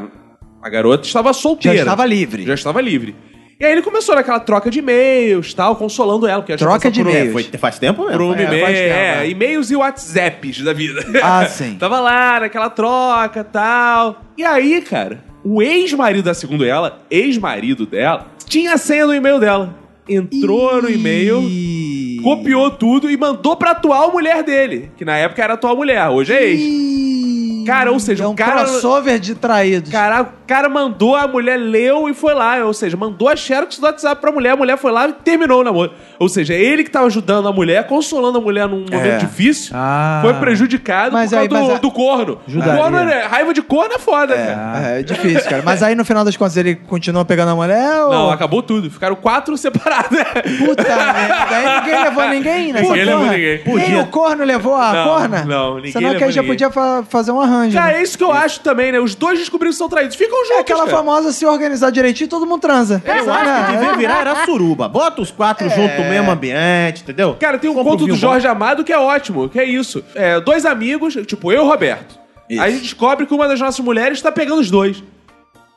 A: A, a garota estava solteira.
B: Já estava livre.
A: Já estava livre. E aí ele começou naquela troca de e-mails, tal, consolando ela. Porque ela tinha
B: Troca
A: passado
B: de
A: por um-
B: e-mails.
E: Foi, faz tempo mesmo.
A: por um
B: É,
A: e-mail,
B: faz tempo,
A: é,
B: é.
A: e-mails e WhatsApps da vida.
B: Ah, sim.
A: né? Tava lá naquela troca tal. E aí, cara, o ex-marido da segundo ela, ex-marido dela, tinha a senha do e-mail dela. Entrou no e-mail,
B: E-
A: copiou tudo e mandou pra atual mulher dele, que na época era atual mulher, hoje é ex.
B: E-
A: Cara, ou seja,
B: é
A: o
B: um
A: cara-
B: crossover de traídos.
A: Cara, o cara mandou, a mulher leu e foi lá. Ou seja, mandou a xerox do WhatsApp pra mulher, a mulher foi lá e terminou o namoro. Ou seja, é ele que tava ajudando a mulher, consolando a mulher num momento Um
B: É.
A: difícil,
D: é. Ah.
A: foi prejudicado
B: Mas
A: por causa
B: aí- mas
A: do,
B: a-
A: do corno.
D: Ajudaria.
A: Corno, né? Raiva de corno é foda, cara.
B: É, é difícil, cara. Mas aí no final das contas ele continua pegando a mulher
A: Não,
B: ou.
A: acabou tudo. Ficaram quatro separados.
B: Puta merda. Aí ninguém levou ninguém, né?
A: Ninguém levou ninguém.
B: Nem o corno levou a
A: Não,
B: corna?
A: não, ninguém
B: Senão que
A: levou
B: aí já
A: ninguém.
B: podia fa- fazer um arranjo.
A: Cara,
B: né?
A: é isso que eu acho também, né? Os dois descobriram que são traídos. Ficam juntos,
B: é aquela
A: cara.
B: famosa se organizar direitinho, todo mundo transa.
E: É,
D: É.
E: Eu acho que devia virar era suruba. Bota os quatro junto no mesmo ambiente, entendeu?
A: Cara, tem um
E: Compra
A: conto do
E: vinho bom.
A: Jorge Amado que é ótimo, que é isso. É, dois amigos, tipo, eu e o Roberto. Aí a gente descobre que uma das nossas mulheres tá pegando os dois.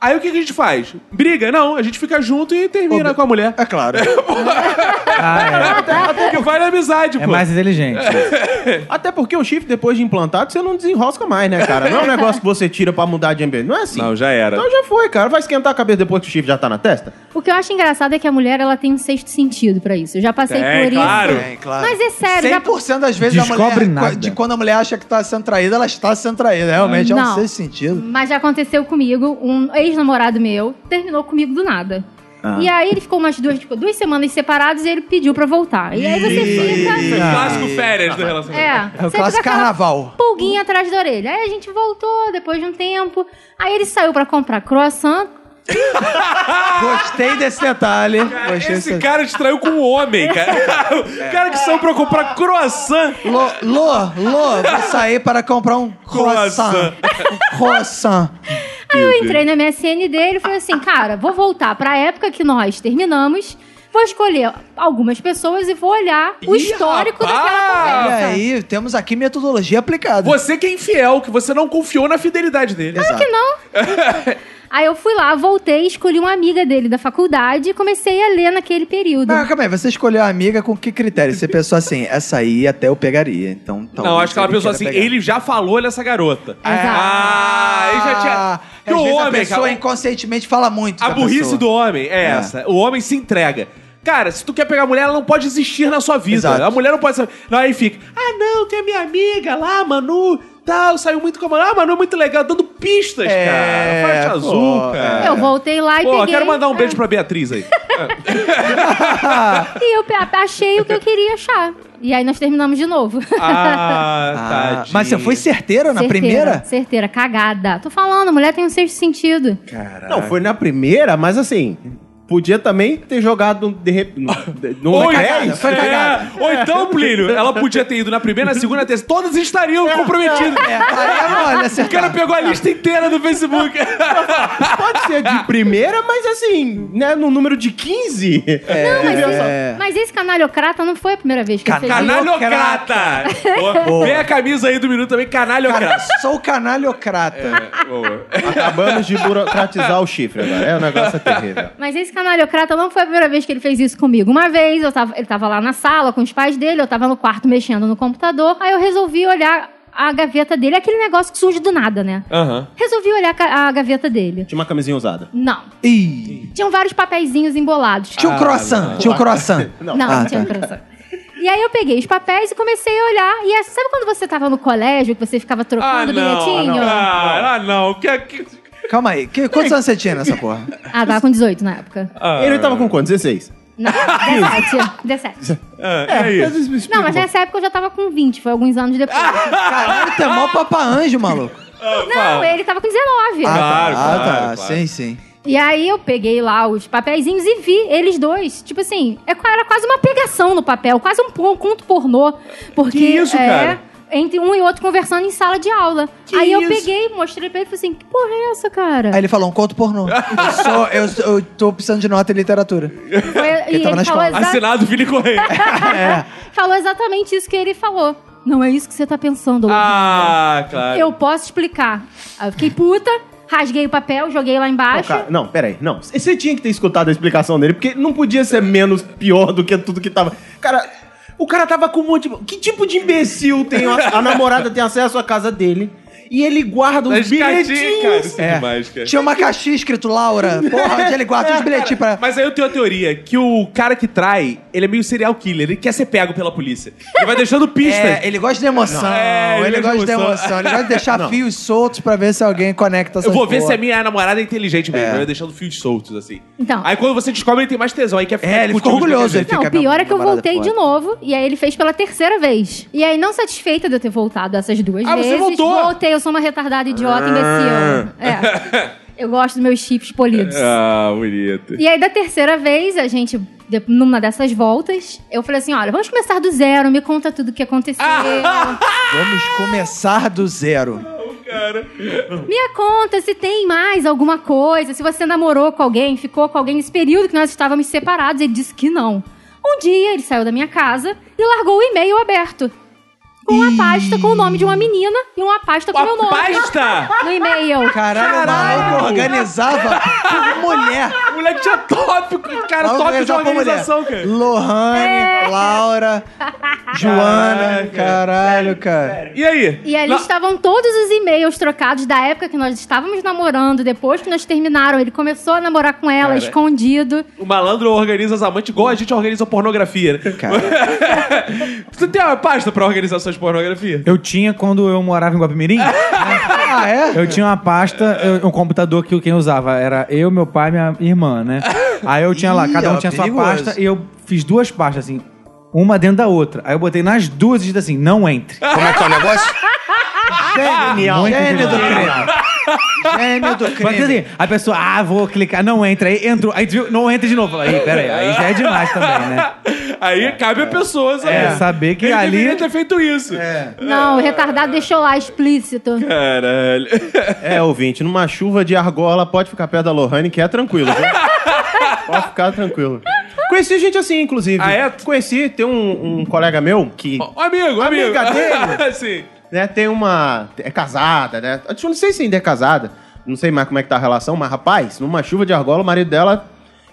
A: Aí o que, que a gente faz? Briga? Não, a gente fica junto e termina
B: Ob-
A: com a mulher.
B: É claro.
D: Ah,
A: Até que vale a amizade,
D: é.
A: pô.
D: É mais inteligente.
E: Até porque o chifre, depois de implantado, você não desenrosca mais, né, cara? Não é um negócio que você tira pra mudar de ambiente. Não é assim.
A: Não, já era.
E: Então já foi, cara. Vai esquentar a cabeça depois que o chifre já tá na testa?
C: O que eu acho engraçado é que a mulher ela tem um sexto sentido pra isso. Eu já passei
A: Tem,
C: por isso.
A: claro.
B: É, claro.
C: Mas é sério, já-
B: 100% das vezes a
D: Descobre
B: mulher,
D: nada.
B: de quando a mulher acha que tá sendo traída, ela está sendo traída. Realmente é um
C: Não.
B: sexto sentido.
C: Mas já aconteceu comigo, um ex-namorado meu terminou comigo do nada.
B: Ah.
C: E aí ele ficou umas duas, tipo, duas semanas separados e ele pediu pra voltar. E aí você fica. assim.
A: Clássico férias do relacionamento.
C: É,
B: É
C: você fica
B: o
C: com
B: clássico
C: aquela
B: carnaval.
C: Pulguinha um atrás da orelha. Aí a gente voltou depois de um tempo. Aí ele saiu pra comprar croissant.
B: Gostei desse detalhe.
A: Cara,
B: Gostei
A: Esse
B: desse...
A: cara distraiu com o homem,
E: É.
A: cara. O É. cara que saiu pra comprar croissant.
B: Lô, Lô, Lô, vou sair para comprar um croissant. Um croissant.
C: Aí eu entrei na MSN dele e falei assim, cara, vou voltar pra época que nós terminamos. Vou escolher algumas pessoas e vou olhar o
A: Ih,
C: histórico
A: rapaz!
C: daquela
B: E
C: conversa.
B: aí, temos aqui metodologia aplicada.
A: Você que é infiel, que você não confiou na fidelidade dele.
B: Exato.
C: Aí eu fui lá, voltei, escolhi uma amiga dele da faculdade e comecei a ler naquele período.
A: Ah,
B: Mas calma aí, você escolheu a amiga com que critério? Você pensou assim, essa aí até eu pegaria. Então,
A: Não, acho que ela pensou
B: pessoa
A: assim, ele já falou dessa garota.
C: É. Exato.
A: Ah, ele já tinha... Que
B: Às
A: o
B: vezes a
A: homem,
B: pessoa
A: cara,
B: inconscientemente fala muito.
A: a
B: da
A: burrice
B: pessoa.
A: do homem é, essa. O homem se entrega. Cara, se tu quer pegar a mulher, ela não pode existir na sua vida.
B: Exato.
A: A mulher não pode... ser- Não, aí fica... Ah, não, tem a minha amiga lá, Manu... Tal, saiu muito com a Manu. Ah, Manu é muito legal, dando pistas,
B: É,
A: cara. Faixa
B: pô,
A: azul, cara.
C: Eu voltei lá e
A: Pô,
C: peguei... É.
A: quero mandar um beijo pra Beatriz aí.
C: E eu pe- achei o que eu queria achar. E aí nós terminamos de novo.
A: Ah,
B: Ah,
A: tadinha.
B: mas você foi certeiro na
C: Certeira,
B: primeira?
C: Certeira, cagada. Tô falando, a mulher tem um sexto sentido.
E: Não, foi na primeira, mas assim, podia também ter jogado de re... no
A: Ou,
E: dez.
B: foi cagada.
A: é, ou então, Plínio, ela podia ter ido na primeira, na segunda, na terceira. Todas estariam comprometidas.
B: É, aí, olha,
A: O cara
B: acertaram.
A: pegou a lista inteira do Facebook.
E: Pode ser de primeira, mas assim, né, no número de 15.
C: Não, mas,
B: É.
C: esse, mas esse canalhocrata não foi a primeira vez que ele fez isso.
A: Canalhocrata! Boa. Vem a camisa aí do minuto também, canalhocrata.
B: Sou canalhocrata.
A: Boa.
E: Acabamos de burocratizar o chifre agora. É um negócio terrível.
C: Mas esse canalhocrata não foi a primeira vez que ele fez isso comigo. Uma vez, eu tava, ele tava lá na sala com os pais dele, eu tava no quarto mexendo no computador, aí eu resolvi olhar a gaveta dele. É Aquele negócio que surge do nada, né?
A: Aham.
C: Resolvi olhar a ca- a gaveta dele.
E: Tinha uma camisinha usada.
C: Não.
B: Ih,
C: Tinham vários papeizinhos embolados.
E: Ah,
B: tinha um croissant, tinha um croissant.
C: Não, não
B: Ah,
C: tinha
B: tá.
C: trança. E aí eu peguei os papéis e comecei a olhar. E é- sabe quando você tava no colégio, que você ficava
A: Ah,
C: trocando
A: não.
C: bilhetinho?
A: Ah, não. Que, que...
B: Calma aí, que, quantos anos você tinha nessa porra?
C: Ah, tava com 18 na época.
A: Ah.
B: Ah.
E: Ele tava com quanto? 16?
C: Não, 17. 17.
A: Ah,
E: É,
A: e aí?
C: Não, mas nessa época eu já tava com 20, foi alguns anos depois.
A: Ah,
B: Caralho, tu é mó papa anjo, maluco.
C: não, ele tava com 19.
A: Claro,
B: tá, ah,
A: claro,
B: tá,
A: claro.
B: sim, sim.
C: E aí eu peguei lá os papeizinhos e vi eles dois. Tipo assim, é qua- era quase uma pegação no papel, quase um po- um conto pornô. Porque
A: Que isso,
C: é,
A: cara?
C: entre um e outro conversando em sala de aula. aí eu peguei, mostrei pra ele e falei assim: que porra é essa, cara?
B: Aí ele falou, um conto pornô. Eu, sou- eu, eu tô precisando de nota em literatura.
C: Foi- e
B: tava na
C: ele falou,
B: escola.
C: exa-
A: Assinado Vini Correia.
C: falou exatamente isso que ele falou. Não é isso que você tá pensando, Lourinho.
A: Ah, claro.
C: Eu posso explicar. Aí eu fiquei puta, rasguei o papel, joguei lá
E: Não,
C: embaixo.
E: cara, não, peraí. Não. Você tinha que ter escutado a explicação dele, porque não podia ser menos pior do que tudo que tava. Cara, o cara tava com um monte de. Que tipo de imbecil tem. A, a namorada tem acesso à casa dele e ele guarda os
A: Mas, Tá cara, cara,
E: bilhetinhos.
A: isso é demais, cara.
B: Tinha uma caixinha escrito Laura. Porra, onde ele guarda os bilhetinhos pra...
A: Mas aí eu tenho a teoria que o cara que trai, ele é meio serial killer, ele quer ser pego pela polícia. Ele vai deixando pistas.
B: É, ele gosta de emoção.
A: É,
B: ele, gosta de emoção. Ele gosta de deixar fios soltos pra ver se alguém conecta
A: Eu
B: essas
A: vou ver
B: porra.
A: se a minha namorada é inteligente mesmo. Eu deixando fios soltos, assim.
C: Então.
A: Aí quando você descobre, ele tem mais tesão. Aí quer ficar
B: É, ele
A: com o
B: ficou
A: tipo de
B: orgulhoso.
A: qualquer
B: Ele
C: Não,
B: fica,
C: o pior é que eu
B: "Minha namorada
C: voltei de
B: foda."
C: novo, e aí ele fez pela terceira vez. E aí, não satisfeita de eu ter voltado essas duas
A: Ah, você
C: vezes.
A: voltou? Ah.
C: Voltei, eu sou uma retardada idiota, imbecil. É. Eu gosto dos meus chips polidos.
A: jeito. Ah, bonito.
C: E aí, da terceira vez, a gente, de- numa dessas voltas, eu falei assim: olha, vamos começar do zero, me conta tudo o que aconteceu.
B: Vamos começar do zero.
C: Minha conta, se tem mais alguma coisa, se você namorou com alguém, ficou com alguém nesse período que nós estávamos separados, ele disse que não. Um dia ele saiu da minha casa e largou o e-mail aberto. Com uma pasta com o nome de uma menina e uma pasta com o meu
A: Uma
C: nome.
A: pasta!
C: No e-mail.
B: Caralho, o
A: Ah,
B: maluco organizava por mulher.
A: O moleque tinha tópico, cara,
B: Maluco
A: tópico de
B: organizava por
A: organização,
B: mulher.
A: cara.
B: Lohane,
C: É.
B: Laura, Joana. Caralho, cara.
A: E aí?
C: E ali
A: Lá-
C: estavam todos os e-mails trocados da época que nós estávamos namorando, depois que nós terminaram. Ele começou a namorar com ela,
A: Cara.
C: escondido.
A: O malandro organiza as amantes igual a gente organiza pornografia, né? Você tem uma pasta pra organizações de pornografia?
D: Eu tinha quando eu morava em Guapimirim.
B: Ah, é?
D: Eu tinha uma pasta, eu- um computador que quem usava era eu, meu pai e minha irmã, né? Aí eu tinha lá,
B: Ih,
D: cada um
B: ó,
D: tinha sua
B: perigoso.
D: pasta e eu fiz duas pastas, assim, uma dentro da outra. Aí eu botei nas duas e disse assim, não entre.
F: Como é que é o negócio?
B: Gênio,
D: Muito
B: é? gênio do
D: genial.
B: crime. Gênio do
D: Mas
B: crime.
D: assim, a pessoa, ah, vou clicar, não entra, aí entrou, aí viu, não entra de novo. Aí, peraí, aí já é demais também, né?
A: Aí cabe a pessoa É, saber. É.
D: É, saber que
A: Ele
D: ali-
A: deveria ter feito isso.
C: Não, o retardado deixou lá explícito.
A: Caralho.
E: É, ouvinte, numa chuva de argola, pode ficar perto da Lohane, que é tranquilo, viu? pode ficar tranquilo. Conheci gente assim, inclusive.
A: Ah, é?
E: Conheci, tem um, um colega meu que
A: Ó, Amigo, amigo. Assim,
E: Amiga dele?
A: Sim.
E: né, tem uma... é casada, né? Eu não sei se ainda é casada, não sei mais como é que tá a relação, mas, rapaz, numa chuva de argola, o marido dela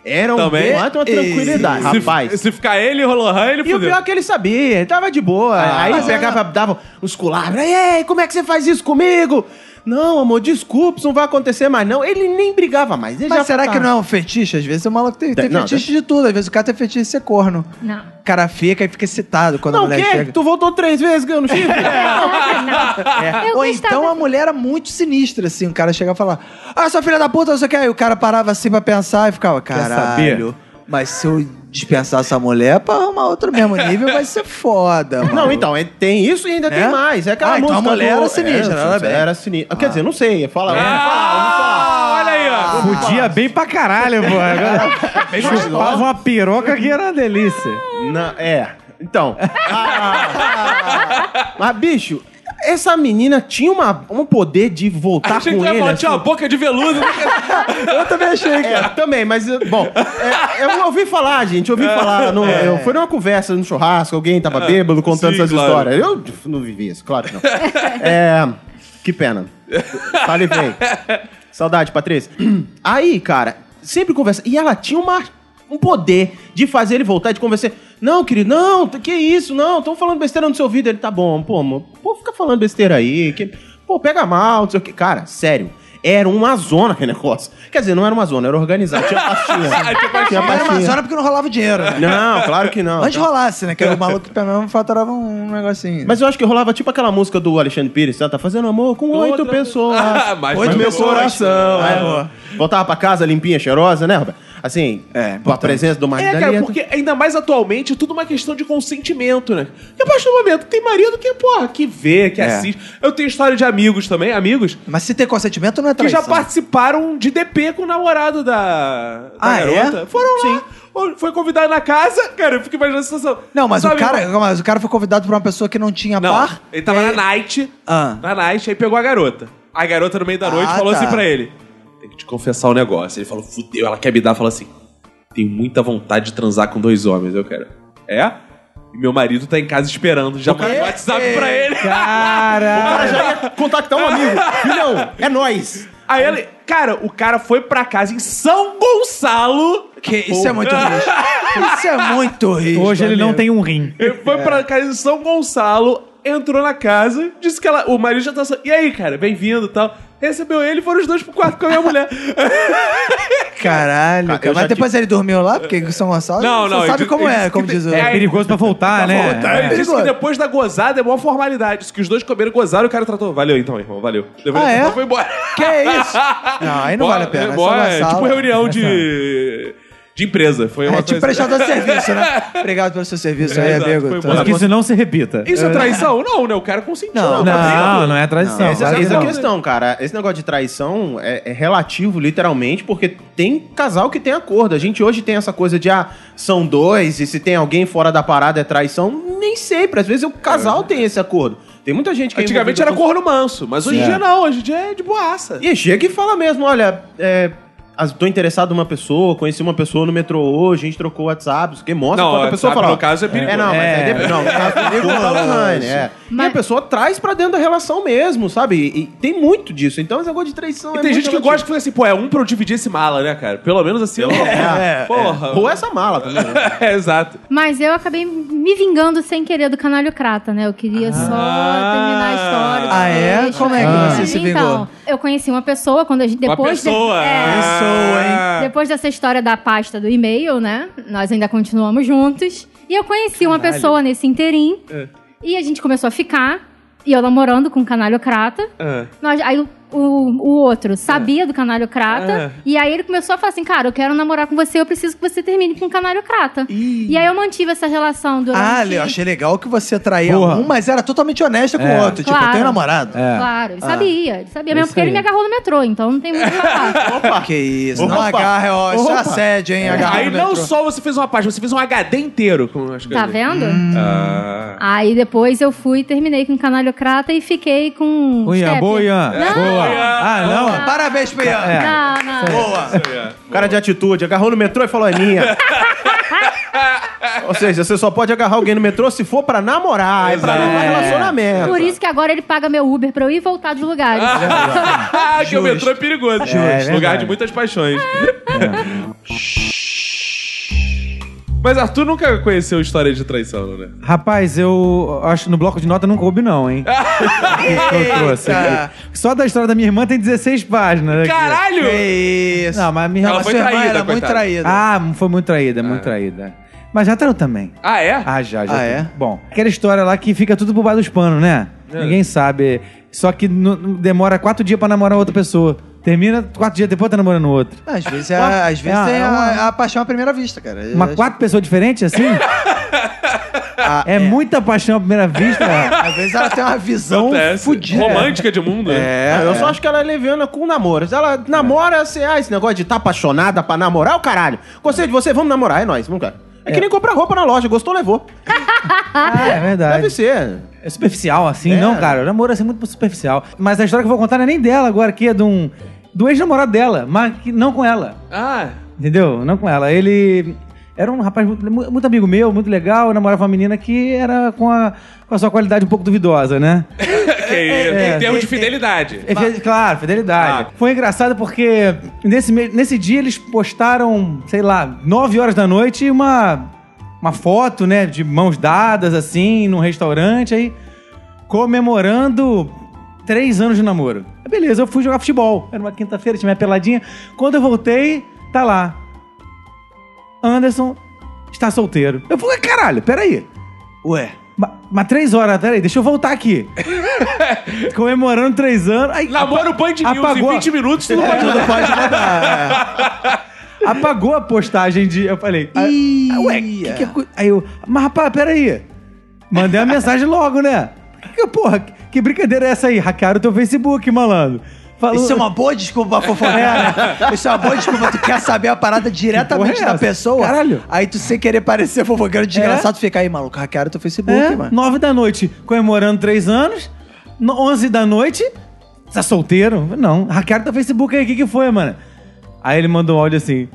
E: era um...
A: Também?
E: uma uma tranquilidade,
A: Se-
E: rapaz.
A: Se, ficar ele e o Lohan, ele
E: E o
A: fudeu.
E: pior é que ele sabia, ele tava de boa.
B: Ah,
E: aí pegava, dava uns culabros. Ei, como é que você faz isso comigo? Não, amor, desculpa, isso não vai acontecer mais, não. Ele nem brigava mais. Ele já
B: Mas será
E: ficava-
B: que não é um fetiche? Às vezes o maluco tem, tem
E: Não,
B: fetiche de tudo. Às vezes o cara tem fetiche de ser corno.
C: Não.
B: O cara fica e fica excitado quando a
E: Não, o
B: mulher
E: quê?
B: chega.
E: Tu voltou três vezes ganhando chifre?
B: É.
C: Eu
B: Ou
C: gostava-
B: então a mulher era muito sinistra, assim. O cara chegava e falava, ah, sua filha da puta, não sei o que. Aí o cara parava assim pra pensar e ficava, caralho. Mas se eu dispensar essa mulher é pra arrumar outro mesmo nível, vai ser foda, mano.
E: não, então, é- tem isso e ainda
B: Né?
E: tem mais. É aquela
B: Ah, então
E: música
B: a É. mulher
E: do-
B: era sinistra,
E: é,
B: ela era bem.
E: Era sinistra. Quer dizer, não sei, fala.
A: Ah, olha aí, ó.
D: Podia bem pra caralho, pô. Agora, chupava uma piroca que era uma delícia.
E: um Não, é. Então. Ah. mas, bicho, essa menina tinha uma, um poder de voltar
A: Achei que
E: com
A: tu ia
E: ele.
A: falar, tinha
E: assim.
A: uma boca de veludo.
B: eu também achei,
E: É, também, mas, bom, é, eu ouvi falar, gente, eu ouvi falar. No, eu, foi numa conversa, num churrasco, alguém tava bêbado contando
A: Ah. Sim,
E: essas
A: claro.
E: histórias. Eu não vivi isso, claro que não. É, que pena. Salivei. Saudade, Patrícia. Aí, cara, sempre conversa. E ela tinha uma, um poder de fazer ele voltar, de conversar. Não, querido, não, que isso, não, estão falando besteira no seu ouvido. Ele tá bom, pô, amor, pô, fica falando besteira aí. Que, pô, pega mal, não sei o que. Cara, sério. Era uma zona aquele negócio. Quer dizer, não era uma zona, era organizado. Tinha pastinha. tinha
B: Era uma
E: pastinha.
B: zona porque não rolava dinheiro, né?
E: Não, claro que não. tá?
B: Antes rolasse, né? Que o maluco pelo menos faturava um negocinho.
E: Mas eu acho que rolava tipo aquela música do Alexandre Pires, tá? Tá fazendo amor com oito
A: Outra-
E: pessoas.
A: Ah, mas-
E: oito
A: mas-
E: meu
A: pessoas.
E: coração.
B: Ah,
E: é.
B: boa.
E: Voltava pra casa limpinha, cheirosa, né, Roberto? Assim,
B: É,
E: com a
B: importante.
E: presença do marido
A: É,
E: ali.
A: cara, porque ainda mais atualmente é tudo uma questão de consentimento, né? E a partir do momento que tem marido que, porra, que vê, que
B: É.
A: assiste. Eu tenho história de amigos também, amigos,
B: Mas se tem consentimento, não é
A: que
B: traição.
A: já participaram de DP com o namorado da, da
B: Ah, é?
A: garota. Foram lá. ou- Foi convidado na casa, cara, eu fico imaginando a situação.
B: Não, mas o,
A: Sabe,
B: cara, mas o cara foi convidado por uma pessoa que não tinha
A: Não,
B: par.
A: ele tava na night.
B: é. Ah.
A: Na night, aí pegou a garota. A garota, no meio da
B: Ah,
A: noite, falou
B: tá.
A: assim pra ele: Tem que te confessar o negócio. Ele falou: Fudeu, ela quer me dar. Falou assim: Tenho muita vontade de transar com dois homens. Eu quero. É? E meu marido tá em casa esperando. Já mandou um WhatsApp pra ele.
E: O
D: Cara,
E: cara já ia contactar um amigo. Filhão, é nós.
A: Aí ele. Cara, o cara foi pra casa em São Gonçalo.
B: Que isso é muito risco. Isso é muito risco.
D: hoje ele não
B: amigo.
D: tem um rim.
A: Ele foi
B: É.
A: pra casa em São Gonçalo, entrou na casa, disse que ela. O marido já tá. sa- E aí, cara, bem-vindo e tal. Recebeu ele e foram os dois pro quarto com a minha mulher.
B: Caralho, cara.
E: eu já
B: Mas depois ele dormiu lá, porque em São Gonçalo.
A: Não,
B: você
A: não,
B: sabe
A: ele-
B: como
A: ele
B: é,
A: disse
B: como
A: que
B: diz o.
A: tem-
D: É perigoso pra
B: Ah,
D: voltar, né?
A: Aí ele disse que
B: Perigoso.
A: depois da gozada é maior formalidade. Disse que os dois comeram e gozaram, o cara tratou. Valeu então, irmão, valeu. Levou
B: Ah,
A: ele
B: é?
A: então, foi embora.
B: Que é isso? Não, aí não
A: Bora,
B: vale a pena. É
A: bora,
B: São Gonçalo.
A: tipo reunião de. de empresa. Foi uma
B: É tipo
A: coisa-
B: prestador de serviço, né? Obrigado pelo seu serviço aí,
A: Exato, foi
B: amigo. tá
A: bom.
B: Tô-
D: Mas que isso não se repita.
A: Isso é traição? Não, né? O cara consentiu.
B: Não,
A: tá
D: Não,
A: vendo?
D: não é tradição.
E: Essa,
D: claro que
E: essa é a
D: não.
E: questão, cara. Esse negócio de traição é, é relativo, literalmente, porque tem casal que tem acordo. A gente hoje tem essa coisa de, ah, são dois, e se tem alguém fora da parada é traição. Nem sempre. Às vezes o casal tem esse acordo. Tem muita gente que...
A: É.
E: é
A: Antigamente
E: envolvida
A: era
E: com-
A: corno manso, mas hoje em
D: Sim.
A: dia não, hoje em dia é de boaça.
E: E chega e fala mesmo, olha, é, as- tô interessado numa pessoa, conheci uma pessoa no metrô hoje, a gente trocou WhatsApp, isso que mostra
A: Não,
E: quando a pessoa
A: WhatsApp,
E: fala.
A: no
E: ó,
A: caso, é perigoso.
E: É, não, mas é,
D: É.
E: de- não, no caso é perigoso, tá online, é. E a
C: Mas-
E: pessoa traz pra dentro da relação mesmo, sabe? E, e tem muito disso. Então esse negócio de traição
A: E
E: é
A: tem
E: muito
A: gente que
E: relativo.
A: gosta que foi assim, pô, é um pra eu dividir esse mala, né, cara? Pelo menos assim, eu.
E: É, é,
A: Porra.
E: Ou essa mala também. né?
A: É, exato.
C: Mas eu acabei me vingando sem querer do canalhocrata, né? Eu queria só terminar a história.
B: Ah, é?
C: deixa,
B: Como é que
C: né?
B: você se vingou?
C: Então, eu conheci uma pessoa quando a gente
A: Uma
C: depois... de-
A: pessoa.
C: é,
B: Pessoa, hein?
A: Ah.
C: Depois dessa história da pasta do e-mail, né? Nós ainda continuamos juntos. E eu conheci uma pessoa nesse interim. E a gente começou a ficar. E eu namorando com um canalhocrata.
A: Ah.
C: Nós, aí o, o outro
B: É.
C: sabia do canalhocrata. E aí ele começou a falar assim: cara, eu quero namorar com você, eu preciso que você termine com o canalhocrata. E aí eu mantive essa relação durante.
B: Ah, Leo, achei legal que você traía
D: Porra.
B: um, mas era totalmente honesta com o
D: É. Ah.
B: outro. Tipo,
C: Claro.
B: eu tenho namorado.
C: Claro, ele sabia, ele sabia mesmo,
D: Isso
C: porque ele
D: aí.
C: me agarrou no metrô, então não tem muito o que falar.
B: Que isso,
E: Opa.
B: não agarra, ó, isso é
E: Opa.
B: assédio, hein? Agarrar
A: Aí
B: no
A: não
B: metrô.
A: só você fez uma página, você fez um HD inteiro com as
C: Tá
A: coisas.
C: vendo?
B: É.
A: Ah.
C: Aí depois eu fui, terminei com o canalhocrata e fiquei com. um
D: O Ian,
C: Step.
D: boa, Ian.
C: Não.
D: Boa. Ah, não.
B: Parabéns, Pian.
D: É.
C: Não, não.
B: Boa.
E: Cara de atitude, agarrou no metrô e falou: é minha. Ou seja, você só pode agarrar alguém no metrô se for pra namorar, é pra
A: Exato.
E: namorar relacionamento.
C: Por isso que agora ele paga meu Uber pra eu ir e voltar dos lugares.
A: Ah, que o metrô é perigoso.
D: Justo.
A: Lugar
D: verdade.
A: de muitas paixões. Mas Arthur nunca conheceu história de traição, né?
D: Rapaz, eu acho que no bloco de nota não coube, não, hein? Que eu trouxe aqui. Só da história da minha irmã tem 16 páginas. aqui.
A: Caralho!
B: Que isso.
D: Não, mas minha
A: Ela
D: irmã.
B: a
A: foi
B: sua irmã
A: traída,
B: era muito
A: coitada. É.
B: traída.
D: Ah, foi muito traída, muito traída. Mas já traiu também.
A: Ah, é?
D: Ah, já, já.
B: Ah,
D: tem.
B: é?
D: Bom, aquela história lá que fica tudo por baixo dos panos, né?
A: É.
D: Ninguém sabe. Só que no- demora quatro dias pra namorar outra pessoa. Termina quatro dias depois tá namorando outro.
B: Às vezes, é, a- às vezes
D: Ah,
B: tem
D: é
B: a,
D: uma-
B: a paixão à primeira vista, cara. É.
D: Uma
B: Eu-
D: quatro pessoas diferentes, assim?
B: Ah,
D: é, muita paixão à primeira vista.
B: né? Às vezes ela tem uma visão
A: Acontece.
B: fodida.
A: Romântica de mundo. né?
E: É, eu só acho que ela é leviana com namoros. Ela namora, assim, ah, esse negócio de tá apaixonada pra namorar, o caralho. Gostei de você, vamos namorar, é nóis, vamos, cara. É, que nem comprar roupa na loja, gostou, levou.
D: Ah, é verdade.
E: Deve ser.
D: É superficial, assim,
E: É.
D: não, cara. O namoro é assim, muito superficial. Mas a história que eu vou contar não é nem dela agora, aqui é de um. Do ex-namorado dela, mas que- não com ela.
A: Ah,
D: Entendeu? Não com ela. Ele era um rapaz muito, mu- muito amigo meu, muito legal. Eu namorava uma menina que era com a, com a sua qualidade um pouco duvidosa, né?
A: que
D: é,
A: em termos
D: é,
A: de fidelidade.
D: É, fe- Claro, fidelidade. Foi engraçado porque nesse, me- nesse dia eles postaram, sei lá, 9 horas da noite, uma, uma foto, né, de mãos dadas, assim, num restaurante, aí comemorando três anos de namoro. Beleza, eu fui jogar futebol. Era uma quinta-feira, tinha minha peladinha. Quando eu voltei, tá lá. Anderson está solteiro. Eu falei, caralho, peraí.
B: Ué.
D: Ma- Mas três horas, peraí, deixa eu voltar aqui. Comemorando três anos. Aí,
A: Namoro Band News
D: apagou. É,
A: em 20 minutos, tudo pode
B: Tudo pode mudar.
D: Apagou a postagem de. Eu falei. ah,
B: Ih,
D: ah, ué, que que é co- Aí eu. Mas rapaz, peraí. Mandei uma mensagem logo, né? Que, porra, que- que brincadeira é essa aí? Hackearam o teu Facebook, malandro. Falou, né?
B: Isso é uma boa desculpa pra fofocar. Isso é uma boa desculpa. Tu quer saber a parada
D: porra é
B: diretamente da
D: essa?
B: pessoa.
D: Caralho.
B: Aí tu sem querer parecer fofoqueiro desgraçado, tu fica aí, maluco, hackearam teu Facebook,
D: É,
B: mano.
D: nove da noite, comemorando três anos. No, onze da noite, tá solteiro? Não, hackearam teu Facebook aí, o que, que foi, mano? Aí ele mandou um áudio assim.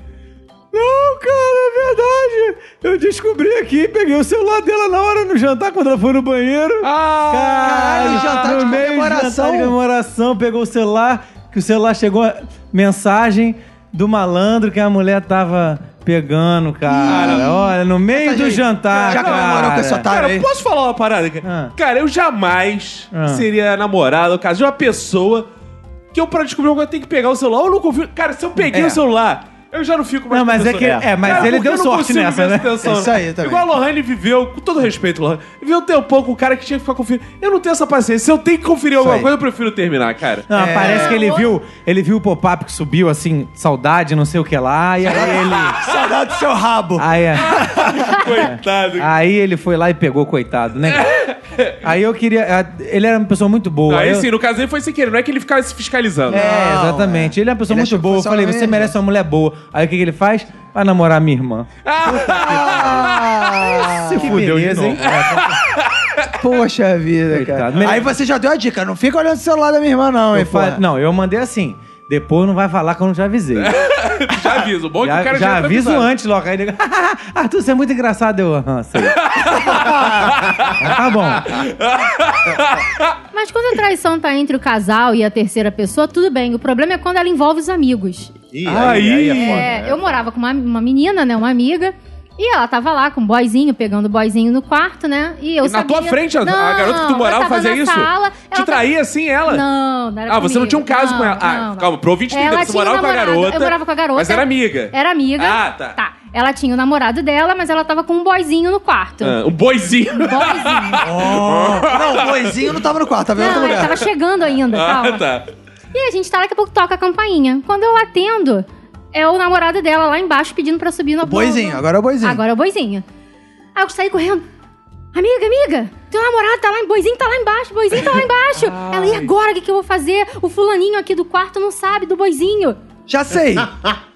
D: Não, cara, é verdade. Eu descobri aqui, peguei o celular dela na hora no jantar, quando ela foi no banheiro.
B: Ah, Caralho, jantar de
D: no meio
B: comemoração.
D: Jantar de comemoração, pegou o celular, que o celular chegou a mensagem do malandro que a mulher tava pegando, cara. Olha, no meio do jantar,
B: Já comemorou
D: cara.
B: com esse otário
A: Cara,
B: aí.
A: posso falar uma parada? cara?
D: tá Ah.
A: Cara, eu jamais
D: Ah.
A: seria namorado, caso de uma pessoa que eu, pra descobrir alguma coisa, tenho que pegar o celular. Eu não confio. Cara, se eu peguei
D: É.
A: o celular, eu já não fico mais
D: Não,
A: com a
D: mas é
A: pessoa.
D: que- é, mas ele
A: porque
D: deu
A: eu não
D: sorte
A: consigo
D: nessa,
A: ver
D: né?
A: essa tensão.
B: Isso aí também.
A: Igual a Lohane viveu, com todo respeito, Lohane, viveu um tempão com o cara que tinha que ficar conferindo. Eu não tenho essa paciência. Se eu tenho que conferir alguma
B: aí.
A: coisa, eu prefiro terminar, cara.
D: Não,
B: É.
D: parece que ele viu, ele viu o pop-up que subiu assim, saudade, não sei o que lá, e aí ele.
B: Saudade do seu rabo.
D: aí, é.
A: Coitado.
D: aí ele foi lá e pegou, coitado, né? Aí eu queria. ah, Ele era uma pessoa muito boa.
A: Aí
D: eu-
A: sim, no caso dele foi sem querer, não é que ele ficava se fiscalizando.
D: É,
B: Não,
D: exatamente. Ele é uma pessoa
B: Ele
D: muito
B: tipo achou que
D: boa. Eu
B: fosse
D: falei,
B: uma
D: você
B: merda."
D: merece uma mulher boa. Aí o que, que ele faz? Vai namorar minha irmã.
B: Ah,
D: Se fudeu de
A: É,
D: novo.
B: poxa vida,
D: Coitado.
B: cara.
D: Melhor-
B: Aí você já deu a dica, não fica olhando o celular da minha irmã, não, hein,
D: Eu fa-
B: porra.
D: Não, eu mandei assim. Depois não vai falar que eu não te avisei.
A: Já aviso. O bom é que o
D: já
A: cara
D: já
A: tá
D: aviso
A: avisado.
D: antes logo. Aí ele... Arthur, você é muito engraçado. Eu, aham, sei. tá bom.
C: Mas quando a traição tá entre o casal e a terceira pessoa, tudo bem. O problema é quando ela envolve os amigos.
E: Ih,
A: Aí. né?
C: É, eu morava com uma, uma menina, né? Uma amiga. E ela tava lá com um boyzinho, pegando o boyzinho no quarto, né? E eu
A: E na
C: sabia...
A: tua frente, a, a garota que tu
C: eu
A: morava
C: tava na
A: fazia isso?
C: Sala,
A: Te
C: ela tá
A: traía assim ela?
C: Não, não era
A: Ah, você não
C: comigo.
A: tinha um caso
C: Não,
A: com ela. Ah,
C: não, não.
A: calma, pro ouvinte
C: Ela
A: entender, você
C: tinha um
A: morava com a
C: namorado,
A: garota.
C: Eu morava com a garota.
A: Mas era amiga.
C: Era amiga.
A: Ah, tá.
C: Ela tinha o namorado dela, mas ela tava com um boyzinho no quarto.
A: Ah, um boizinho.
C: Boyzinho.
B: Oh. Não, o um boizinho não tava no quarto, tava em outro
C: Não, ela
B: lugar.
C: tava chegando ainda,
A: Ah,
C: calma.
A: tá.
C: E a gente tá, daqui a pouco toca a campainha. Quando eu atendo, é o namorado dela lá embaixo pedindo pra subir no
B: O boizinho, agora é o boizinho.
C: Agora é o boizinho. Aí eu saí correndo. Amiga, amiga, teu namorado tá lá em boizinho, tá lá embaixo, boizinho tá lá embaixo. Ela, e agora? O que, que eu vou fazer? O fulaninho aqui do quarto não sabe do boizinho.
B: Já sei.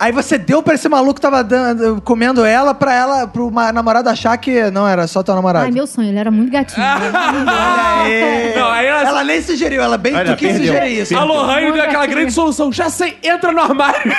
B: Aí você deu pra esse maluco que tava dando- comendo ela, pra ela, pro ma- namorado achar que não era só teu namorado.
C: Ai, meu sonho, ele era muito gatinho.
A: Olha aí. tá Não, aí ela...
B: Ela nem sugeriu, ela bem
E: Olha,
B: tu quis
E: perdeu.
B: sugerir isso.
A: A Lohane deu
C: Muito
A: aquela
C: gatinho.
A: grande solução. Já sei, entra no armário.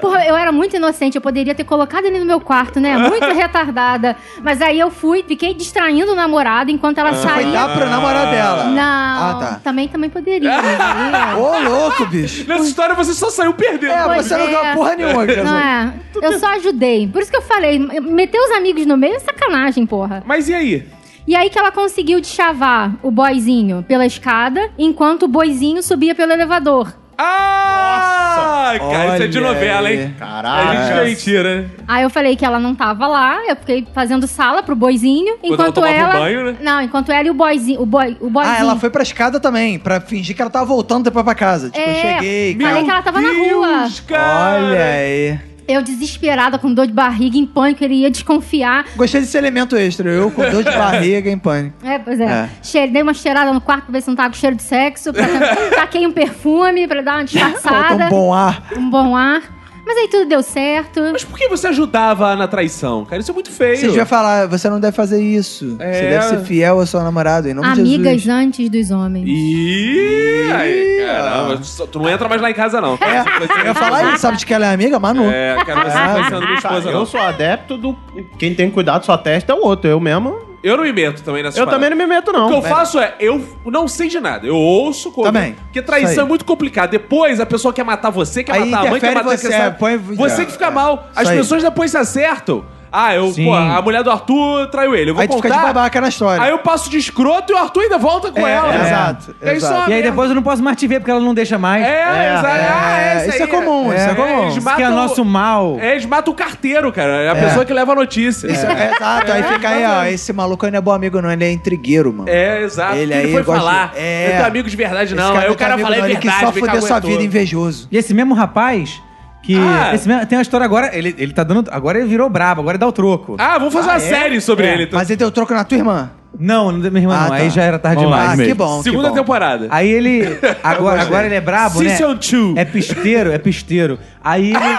C: Porra, eu era muito inocente, eu poderia ter colocado ele no meu quarto, né? Muito retardada. Mas aí eu fui, fiquei distraindo o namorado enquanto ela
B: Ah. Foi
C: saía.
B: dar pro namorado dela.
C: Não,
B: Ah, tá.
C: também, também poderia. né?
B: Ô, louco, bicho.
A: Nessa história você só saiu perdendo.
B: É,
C: Pois
B: você não
C: é.
B: deu uma porra nenhuma, cara.
C: Não é? Eu só ajudei. Por isso que eu falei, meter os amigos no meio é sacanagem, porra.
A: Mas e aí?
C: E aí que ela conseguiu deschavar o boizinho pela escada, enquanto o boizinho subia pelo elevador.
A: Ah! cara, isso é de
B: Olha
A: novela,
B: aí.
A: hein?
E: Caraca.
A: É mentira, né?
C: Aí eu falei que ela não tava lá, eu fiquei fazendo sala pro boizinho, enquanto
A: ela tomava
C: ela.
A: um banho, né?
C: Não, enquanto ela e o boizinho. O, boy, o boizinho.
B: Ah, ela foi pra escada também, pra fingir que ela tava voltando depois pra casa. Tipo,
C: É,
B: cheguei,
C: Falei
B: cara.
C: que ela tava na rua.
A: Deus, cara.
B: Olha aí.
C: Eu desesperada, com dor de barriga, em pânico, ele ia desconfiar.
B: Gostei desse elemento extra. Eu com dor de barriga em pânico.
C: É, pois é.
B: É.
C: Cheirei- dei uma cheirada no quarto pra ver se não tava com cheiro de sexo. pra- Taquei um perfume pra dar uma
B: Faltou
C: disfarçada.
B: um bom ar.
C: um bom ar. Mas aí tudo deu certo.
A: Mas por que você ajudava na traição, cara? Isso é muito feio.
B: Você devia falar, você não deve fazer isso. Você
A: É.
B: deve ser fiel ao seu namorado, em nome de
C: Amigas né?
B: Jesus.
C: antes dos homens.
A: Ih, aí, caramba, só- tu não entra mais lá em casa, não. tá?
B: É, eu ia falar isso, sabe de que ela é amiga? Manu.
A: É, cara, você não
B: É.
A: tá sendo minha esposa,
E: eu
A: não.
E: sou adepto do. É, Quem tem cuidado da sua testa é o outro. Eu mesmo.
A: Eu não me meto também nessa
E: Eu também não me meto, não.
A: O que eu faço é, eu não sei de nada. Eu ouço coisa.
B: Também.
A: Porque traição é muito complicado. Depois a pessoa quer matar você, quer
B: Aí
A: matar a mãe, quer
B: interfere
A: matar
B: você,
A: quer sabe?
B: põe-
A: Você que fica
B: é,
A: mal. As
B: isso aí.
A: pessoas depois se acertam. Ah, eu,
D: Sim.
A: pô, a mulher do Arthur traiu ele. Eu vou
B: Aí tu
A: contar.
B: fica de babaca na história.
A: Aí eu passo de escroto e o Arthur ainda volta com
B: É,
A: ela.
B: é, exato,
A: É isso
B: exato.
A: uma
D: E aí
A: merda.
D: depois eu não posso mais te ver porque ela não deixa mais.
A: É, exato.
B: é,
A: Ah, essa
B: isso é
A: aí
B: comum, isso é comum.
A: eles
D: Isso que é
A: matam-
D: nosso mal.
A: É, eles matam o carteiro, cara. É a pessoa que leva a notícia.
B: Isso- é, Exato, aí fica aí, ó. Esse maluco aí não é bom amigo, não. Ele é intrigueiro, mano.
A: É, exato.
B: Ele
A: Ele, ele
B: aí
A: foi
B: gosta-
A: falar. tá
B: É.
A: Eu tô amigo de verdade,
B: Esse
A: não. Aí
B: não
A: o
B: é
A: cara
B: teu
A: fala, é
B: amigo, não,
A: verdade.
B: Ele que
A: me
B: só fudeu
A: caguetou.
B: sua vida, invejoso.
D: E esse mesmo rapaz que.
A: Ah.
D: Esse mesmo- tem uma história agora. Ele, ele tá dando. Agora ele virou brabo, agora ele dá o troco. é?
A: Ah, vamos fazer uma série sobre ele. então.
B: Mas ele deu troco na tua irmã?
D: Não, não, minha irmã,
B: Ah,
D: não.
B: tá.
D: Aí já era tarde
E: Bom,
D: demais.
B: ah,
E: mesmo.
B: que bom. que
A: Segunda
B: bom.
A: temporada.
D: Aí ele. Agora, agora ele é brabo, né?
A: Season two.
D: É pisteiro, é pisteiro. Aí ele.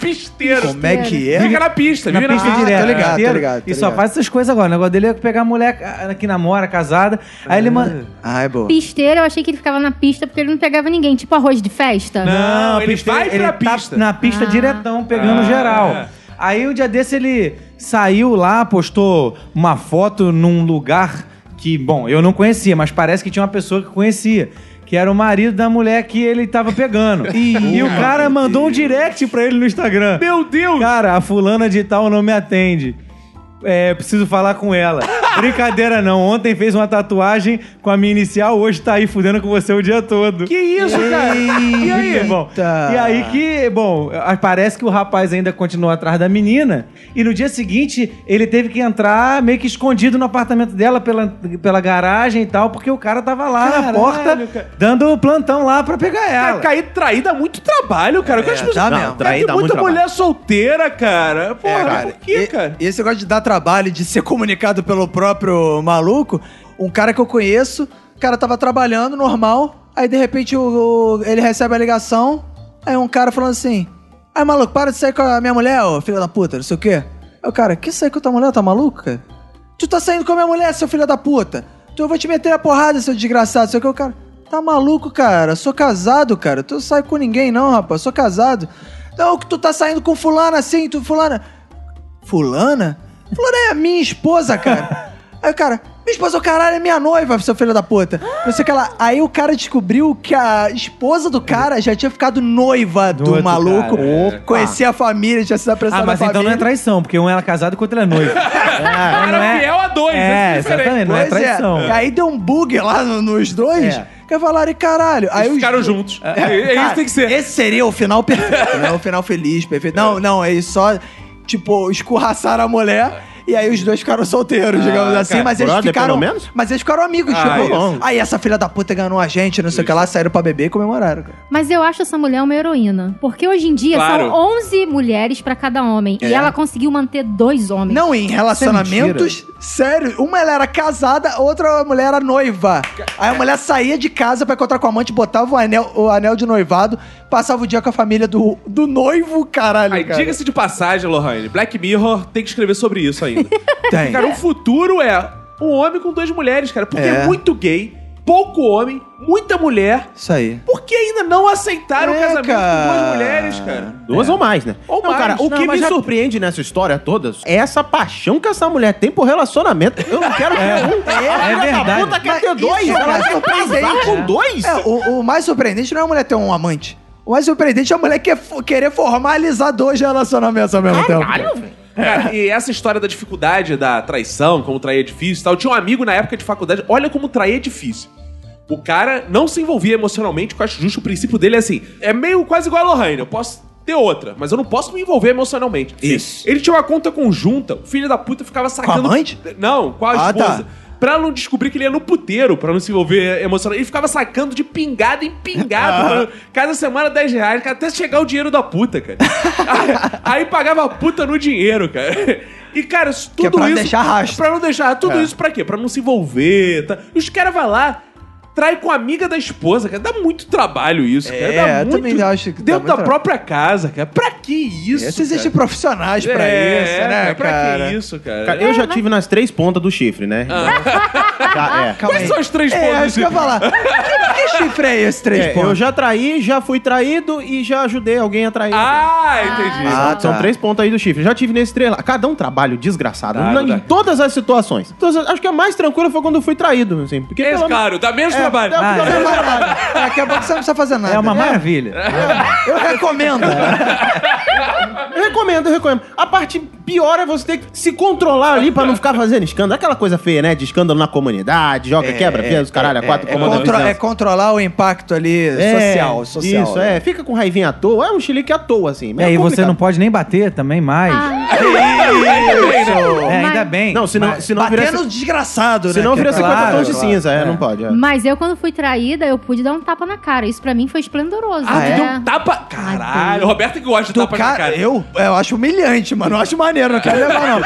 A: Pisteiro.
B: Como é que é?
A: Fica na pista,
D: na
A: vive na pista.
D: pista
B: Ah,
A: Tá
D: direto.
B: tô ligado,
D: pisteiro,
B: tô ligado, tô
D: E só
B: ligado.
D: faz essas coisas agora. O negócio dele é pegar a mulher ca- que namora, casada. Aí ele manda.
B: Ai, boa.
C: Pisteiro, eu achei que ele ficava na pista porque ele não pegava ninguém. Tipo arroz de festa.
A: Não, ele
D: pisteiro,
A: vai pra
D: tá
A: pista.
D: na pista
C: Ah.
D: diretão, pegando
A: Ah.
D: geral. Aí um dia desse ele saiu lá, postou uma foto num lugar que, bom, eu não conhecia, mas parece que tinha uma pessoa que conhecia. Que era o marido da mulher que ele tava pegando. e o cara mandou um direct pra ele no Instagram.
A: Meu Deus.
D: Cara, a fulana de tal não me atende. É, preciso falar com ela. Brincadeira não, ontem fez uma tatuagem com a minha inicial, hoje tá aí fudendo com você o dia todo.
A: Que isso, cara?
D: E aí, bom?
B: Eita.
D: E aí que, bom, a- parece que o rapaz ainda continuou atrás da menina. E no dia seguinte, ele teve que entrar meio que escondido no apartamento dela pela, pela garagem e tal, porque o cara tava lá na
A: Caralho,
D: porta
A: cara.
D: dando plantão lá pra pegar
A: Cara,
D: ela.
A: cair traída dá muito trabalho, cara. É,
B: dá
E: Tá, Não,
B: mesmo.
E: trair
A: tem
E: dá muito
A: muita
E: trabalho.
A: mulher solteira, cara. Porra,
B: É, cara.
A: por que,
B: E-
A: cara?
B: E esse negócio de dar trabalho, de ser comunicado pelo próprio maluco, um cara que eu conheço, o cara tava trabalhando normal, aí de repente o, o- ele recebe a ligação, aí um cara falando assim: Ai, maluco, para de sair com a minha mulher, ô filho da puta, não sei o quê. Aí o cara, que sair com a tua mulher? Tá maluco, cara? Tu tá saindo com a minha mulher, seu filho da puta. Tu, eu vou te meter a porrada, seu desgraçado, sei o que, o cara. Tá maluco, cara? Sou casado, cara. Tu não sai com ninguém, não, rapaz. Sou casado. Não, que tu tá saindo com fulana assim, tu, fulana. Fulana? Fulana é a minha esposa, cara. Aí o cara, minha esposa, o caralho, é minha noiva, seu filho da puta. Não sei o que lá. Aí o cara descobriu que a esposa do cara já tinha ficado noiva do,
D: outro
B: maluco.
D: cara. é.
B: Opa. Conhecia a família, tinha sido apresentado
D: Ah, mas
B: à
D: então não
B: família.
D: é traição, porque um era casado e o outro era noivo. é,
A: Era fiel a dois,
D: É,
A: é diferente.
D: exatamente, não é
B: Pois
D: traição.
B: E aí deu um bug lá no- nos dois.
D: É.
B: Que falaram, e caralho. Aí
A: Eles
B: os
A: ficaram
B: dois-
A: juntos. É,
B: Cara,
A: isso tem que ser. É.
B: Esse seria o final é perfeito, né? O final feliz, perfeito. Não, não, eles só, tipo, escorraçaram a mulher E aí os dois ficaram solteiros, digamos assim.
E: cara,
B: mas eles
E: brother,
B: ficaram.
E: pelo menos?
B: Mas eles ficaram amigos,
A: Ah,
B: tipo.
E: isso.
B: Aí essa filha da puta enganou a gente, não sei o que lá, saíram pra beber e comemoraram. cara.
C: Mas eu acho essa mulher uma heroína. Porque hoje em dia
A: Claro.
C: são 11 mulheres pra cada homem.
B: É.
C: E ela conseguiu manter dois homens. é
B: Não,
A: é
B: em relacionamentos sérios. Uma ela era casada, outra mulher era noiva. Aí a mulher saía de casa pra encontrar com a amante, botava o anel, o anel de noivado, passava o dia com a família do, do noivo, caralho.
A: Aí,
B: cara.
A: diga-se de passagem, Lohane, Black Mirror tem que escrever sobre isso ainda.
B: Tem.
A: Cara, o futuro é um homem com duas mulheres, cara. Porque é,
B: É.
A: muito gay, pouco homem, muita mulher.
B: Isso aí.
A: Por que ainda não aceitaram o
B: É,
A: casamento com
B: cara. É.
A: duas mulheres, cara?
E: Duas ou mais, né?
A: Ou
E: Não,
A: mais.
E: cara, o
A: Não,
E: que
A: mas
E: me
A: já-
E: surpreende nessa história toda é essa paixão que essa mulher tem por relacionamento. Eu não quero ter um. Ela,
D: é
E: filha da
D: verdade.
E: puta, quer
B: Mas
E: ter
B: isso
E: dois.
B: é
E: Ela
B: mais
A: um
E: quer
B: surpreendente.
E: casar com dois.
B: É, o, o mais surpreendente não é a mulher ter um amante. O mais surpreendente é a mulher que- querer formalizar dois relacionamentos ao mesmo tempo.
A: Cara, e essa história da dificuldade da traição, como trair é difícil e tal. Eu tinha um amigo na época de faculdade, olha como trair é difícil. O cara não se envolvia emocionalmente, que eu acho justo. O princípio dele é assim: é meio quase igual a Lohane, eu posso ter outra, mas eu não posso me envolver emocionalmente.
B: Isso.
A: Ele tinha uma conta conjunta, o filho da puta ficava sacando.
B: amante?
A: Não, com a
B: Ah,
A: esposa.
B: tá.
A: Pra não descobrir que ele ia no puteiro, pra não se envolver emocionalmente. Ele ficava sacando de pingado em pingado. Cada semana 10 reais, cara, até chegar o dinheiro da puta, cara. aí, aí pagava a puta no dinheiro, cara. E, cara, isso-
B: Que é
A: tudo
B: pra
A: isso.
B: deixar rastro.
A: Pra não deixar. Tudo
B: É.
A: isso pra quê? Pra não se envolver. Tá? E os caras vão lá. Trai com a amiga da esposa, cara. Dá muito trabalho isso, cara.
B: É,
A: Dá
B: eu
A: muito...
B: também acho que dá
A: Dentro
B: muito
A: da
B: trabalho.
A: própria casa, cara. Pra que isso?
B: Isso existem
A: cara?
B: profissionais pra
E: É,
B: isso, né,
A: pra
B: cara? é, né? Ah.
A: que isso, cara?
E: Cara, eu já tive nas três pontas do chifre, né? Já, é.
B: Calma
A: Quais são as três
B: É,
A: pontas
B: acho que eu ia
A: do
B: falar. que, que chifre é esse três
E: É,
B: pontos?
E: eu já traí, já fui traído e já ajudei alguém a trair.
A: Ah, entendi.
E: Ah,
B: tá.
E: São três pontos aí do chifre. Já tive nesse três lá. Cada um trabalho desgraçado.
A: Claro,
E: Na- em
A: cara.
E: todas as situações. Todas as- acho que a mais tranquila foi quando eu fui traído, assim. Porque
A: É,
E: pelo- é
A: claro, dá menos trabalho.
E: dá- dá-
D: Ah,
E: dá-
B: é. Daqui a pouco você não precisa fazer nada.
D: É uma maravilha.
B: Eu recomendo.
E: É. Eu recomendo, eu recomendo. A parte pior é você ter que se controlar ali pra não ficar fazendo escândalo. Aquela coisa feia, né? De escândalo na comunidade, joga, quebra, pega os caralho, a quatro
B: É,
E: comanda
B: contro-
E: vizinhança.
B: é controlar o impacto ali social, social.
E: Isso, é. Fica com raivinha à toa. É um chilique à toa, assim.
D: E
E: mas
D: aí você
E: complicado.
D: não pode nem bater também mais.
C: Ah,
D: É, ainda
C: Mas-
D: bem.
E: Não, senão, senão vira...
B: Bater no desgraçado, né?
E: Senão
B: que é
E: vira 50
B: claro,
E: tons de
B: claro.
E: cinza. É, não pode. é.
C: Mas eu, quando fui traída, eu pude dar um tapa na cara. Isso pra mim foi esplendoroso.
A: Ah,
C: né?
A: tu deu um tapa. Caralho,
C: Deus.
A: Roberto que gosta de
B: Do
A: tapa na cara.
B: cara, eu, É, eu acho humilhante, mano. Eu acho maneiro, não quero levar, não.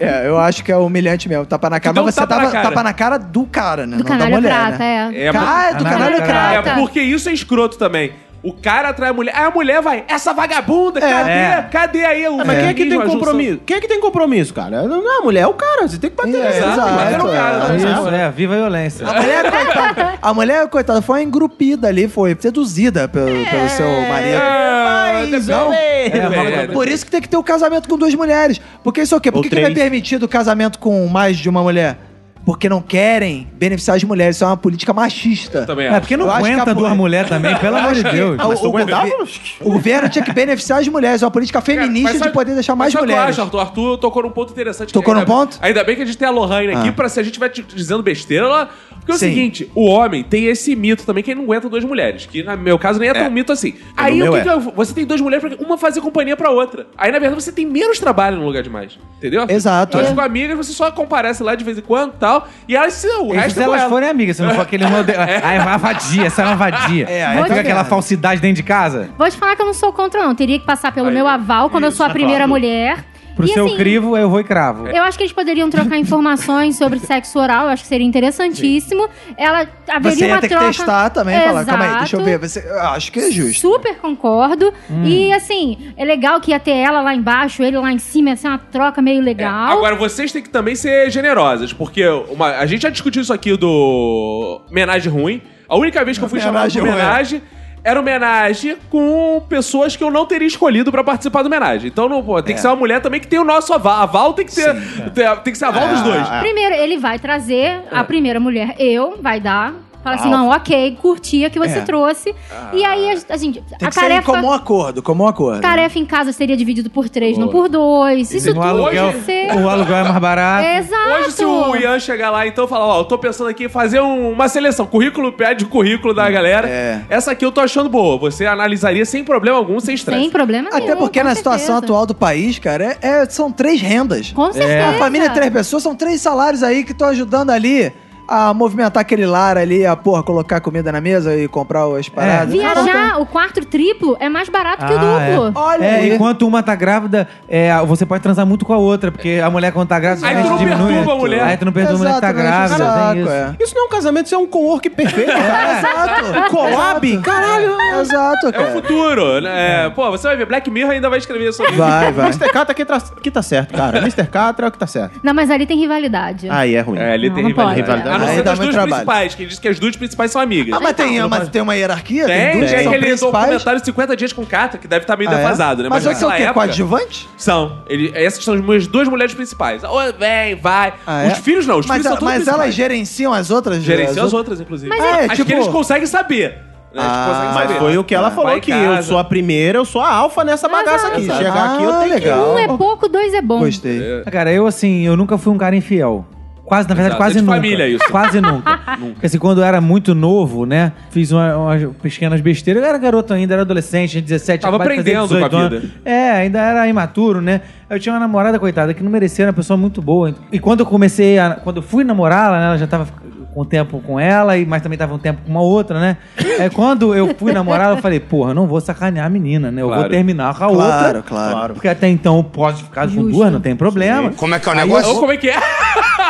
B: É, eu acho que é humilhante mesmo. Tapa na cara,
A: Dá um
B: mas você
A: tapa na
B: tapa,
A: cara.
B: tapa na cara do cara, né?
C: Do
B: não da
C: canalha
B: mulher,
C: prata,
B: né?
C: é.
A: É, porque-
B: Ah, é do
D: Canalha
B: canalha
C: prata.
B: prata.
A: é, porque isso é escroto também. O cara atrai a mulher. Aí a mulher vai, essa vagabunda, cadê?
D: É.
A: Cadê aí o.
E: Ah, Mas quem é que tem
A: a junção?
E: compromisso? Quem é que tem compromisso, cara? Não é a mulher, é o cara. Você tem que bater
B: É,
E: nele.
A: Exato,
B: Exato,
A: bater no cara.
B: é.
A: né?
D: Isso, é, viva a violência.
B: A mulher, coitada, a mulher, coitada, foi engrupida ali, foi seduzida pelo, pelo seu marido.
C: Ah,
A: É, mas
B: não.
A: depende,
D: É,
A: é,
B: Por isso que tem que ter o casamento com duas mulheres. Porque isso é o quê? Por
E: Ou
B: que, que não é
E: três.
B: permitido o casamento com mais de uma mulher? Porque não querem beneficiar as mulheres. Isso é uma política machista.
A: Também
D: É
A: acho.
D: porque
B: Eu
D: não
B: acho que a
D: aguenta duas
B: mulher-
D: mulheres também, pelo amor de Deus.
B: Ah, o-
E: Mas tu
B: o
E: aguentava?
B: gover- O governo tinha que beneficiar as mulheres. É uma política
A: Cara, mas
B: feminista
A: sabe-
B: de poder deixar
A: mas
B: mais
A: sabe o que
B: mulheres.
A: Eu acho, Arthur? Arthur tocou num ponto interessante.
B: Tocou
A: Ainda
B: num
A: bem-
B: ponto?
A: Ainda bem que a gente tem a Lohane aqui
B: Ah.
A: pra se a gente vai te dizendo besteira, ela... Porque é o
B: Sim.
A: seguinte, o homem tem esse mito também que ele não aguenta duas mulheres. Que no meu caso nem é tão mito assim. Aí
E: meu
A: o que,
E: é.
A: que eu- Você tem duas mulheres pra uma fazer companhia pra outra. Aí na verdade você tem menos trabalho no lugar de mais. Entendeu?
B: Exato.
A: Elas
B: É.
A: ficam amigas, você só comparece lá de vez em quando e tal. E elas se. O
D: Isso
A: resto
D: se
A: é com
D: elas
A: ela.
D: forem amigas, se não for aquele modelo. Ah, é uma vadia, essa é uma vadia.
B: É, aí
D: aí
B: tá
D: fica aquela
B: merda.
D: falsidade dentro de casa.
C: Vou te falar que eu não sou contra, não. Teria que passar pelo
A: Aí,
C: meu aval quando eu sou a primeira mulher.
D: Pro
C: E,
D: seu
C: assim,
D: crivo, eu vou e cravo.
A: É.
C: Eu acho que eles poderiam trocar informações sobre sexo oral, eu acho que seria interessantíssimo. Ela haveria
B: Você
C: uma
B: ia ter que
C: troca.
B: testar também. Falar, calma aí, deixa eu
C: Exato.
B: ver. Hum. Você, eu acho que é justo.
C: Super concordo. E assim, é legal que ia ter ela lá embaixo, ele lá em cima, ia ser uma troca meio
A: É,
C: legal.
A: Agora, vocês têm que também ser generosas, porque uma- a gente já discutiu isso aqui do homenagem ruim. A única vez que eu fui chamado de
B: Homenagem ruim.
A: homenagem era homenagem com pessoas que eu não teria escolhido pra participar do homenagem. Então, não, pô,
D: É.
A: tem que ser uma mulher também que tem o nosso aval. Aval tem que ser,
D: É,
A: tem, tem que ser aval dos dois. É.
C: Primeiro, ele vai trazer a primeira mulher, eu, vai dar. Fala assim, não, ok, curti a que você
B: É.
C: trouxe.
A: Ah.
C: E aí, a, a gente...
B: Tem
C: a
B: que ser em
C: tarefa,
B: comum acordo, comum acordo.
C: tarefa em casa seria dividido por três, não por dois. Isso
D: no
C: tudo
D: aluguel,
C: pode ser...
D: o aluguel é mais barato.
C: Exato!
A: Hoje, se o Ian chegar lá então e falar, ó, eu tô pensando aqui em fazer um- uma seleção, currículo pede o currículo
D: Hum,
A: da galera.
B: É.
A: Essa aqui eu tô achando boa. Você analisaria sem problema algum, sem estresse.
C: Sem problema
B: Até
C: nenhum,
B: porque
C: com
B: na situação
C: certeza.
B: atual do país, cara, é- é- são três rendas.
C: Com certeza.
B: A família é três pessoas, são três salários aí que estão ajudando ali a movimentar aquele lar ali, a porra, colocar comida na mesa e comprar
A: É.
B: as paradas.
C: Viajar, o quarto triplo é mais barato que o
D: Ah, é.
C: duplo.
B: Olha
D: É,
B: aí.
D: enquanto uma tá grávida, é, você pode transar muito com a outra, porque a mulher quando tá grávida...
A: Aí tu não
D: diminui,
A: perturba a mulher.
D: Aí tu não perturba a mulher que tá
B: Exato, não enche o
D: grávida,
B: saco,
D: tem isso.
B: é.
E: Isso não é um casamento, isso é um co-work perfeito.
B: Exato.
E: Collab? Caralho.
B: Exato,
A: É o
B: cara.
A: futuro, né? É, Pô, você vai ver, Black Mirror ainda vai escrever sobre isso.
B: Vai, vai.
E: Mr. Catra que tá, que tá certo, cara. Mr. Catra é o que tá certo.
C: Não, mas ali tem rivalidade.
E: Aí é ruim.
A: É, ele
C: Não,
A: tem
C: não pode.
A: rivalidade. A não
B: Aí
A: ser
B: dá
A: das
B: muito
A: duas
B: trabalho.
A: principais, que ele diz que as duas principais são amigas. Então,
B: Ah, mas
C: então.
B: tem, mas tem uma hierarquia?
A: Tem,
B: duas
A: tem
B: que são
A: aquele
B: principais?
A: documentário 50 dias com Catra, que deve estar meio
B: Ah, é?
A: defasado, né?
B: Mas,
A: naquela
B: são o quê?
A: época-
B: Coadjuvante?
A: São. Ele, essas são as minhas duas mulheres principais. Ou vem, vai.
B: Ah, é?
A: Os filhos não, os
B: Mas,
A: filhos são
B: mas
A: todos
B: elas
A: principais.
B: gerenciam as outras?
A: Gerenciam as outras, inclusive.
B: Mas é,
A: Acho
B: tipo-
A: que eles conseguem saber. né? Eles
B: Ah,
A: conseguem
E: Mas
A: saber. né?
E: foi o que ela
A: Vai
E: falou
A: em
E: que eu
A: casa.
E: sou a primeira, eu sou a alfa nessa bagaça aqui.
B: Exato.
E: Chegar aqui eu
B: Ah,
E: tenho
B: legal.
C: é. Um é
E: que...
C: pouco, dois é bom.
B: Gostei.
D: Ah, Cara, eu assim, eu nunca fui um cara infiel. Quase, na verdade,
A: Exato.
D: quase
A: É de
D: nunca.
A: família isso.
D: Quase nunca. Porque assim, quando eu era muito novo, né? Fiz uma- umas pequenas besteiras. Eu era garoto ainda, era adolescente, tinha 17
A: Tava
D: acabado de fazer
A: aprendendo com a
D: 18
A: vida.
D: anos. É, ainda era imaturo, né? Eu tinha uma namorada, coitada, que não merecia, era uma pessoa muito boa. E quando eu comecei a. Quando eu fui namorá-la, né? Ela já tava com tempo com ela, e- mas também tava um tempo com uma outra, né? Aí quando eu fui namorá-la, eu falei, porra, eu não vou sacanear a menina, né? Eu
A: Claro.
D: vou terminar com a outra.
B: Claro, claro.
E: Claro.
D: Porque até então eu posso ficar com
C: Justo.
D: duas, não tem problema.
F: Como é que é o
B: Aí
F: negócio?
A: Ou como é que é?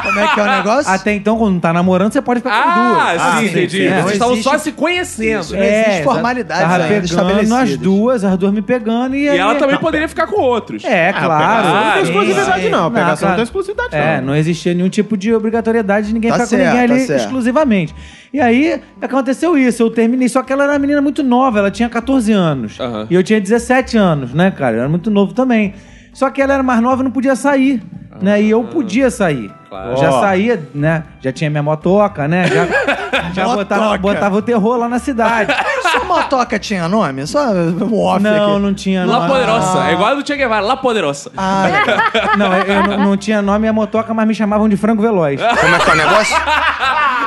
B: Como é que é o negócio?
D: Até então, quando não tá namorando, você pode ficar com duas.
A: Ah, sim,
E: sim,
A: entendi.
E: sim.
A: Vocês
B: Não
A: estavam
B: existe-
A: só se conhecendo.
B: Isso, não existe formalidades
D: É, Tava
B: ainda
D: pegando
B: estabelecidas.
D: as duas, as duas me pegando e,
A: E
D: aí-
A: ela também poderia ficar com outros.
D: É,
B: Ah,
D: claro. Ah,
A: pegação Ah, não tem
E: exclusividade, não. Pegação não
D: claro.
E: tem exclusividade,
D: É,
E: não.
D: não existia nenhum tipo de obrigatoriedade de ninguém
B: Tá
D: ficar
B: certo,
D: com ninguém
B: tá
D: ali
B: certo.
D: exclusivamente. E aí, aconteceu isso. Eu terminei, só que ela era uma menina muito nova. Ela tinha 14 anos.
A: Aham.
D: E eu tinha 17 anos, né, cara? Eu era muito novo também. Só que ela era mais nova e não podia sair. Né? E eu podia sair.
A: Claro.
D: Eu Já
E: Ó.
D: saía, né? Já tinha minha motoca, né? Já, já botava,
B: Motoca.
D: botava o terror lá na cidade.
B: Sua motoca tinha nome? Só um off
D: não,
B: aqui.
D: não tinha
A: La
D: nome.
A: Poderosa. É igual a do Che Guevara. La Poderosa.
B: Ah, legal.
D: é. Não, eu- eu não, não tinha nome e a motoca, mas me chamavam de Frango Veloz.
F: Como é que é o negócio?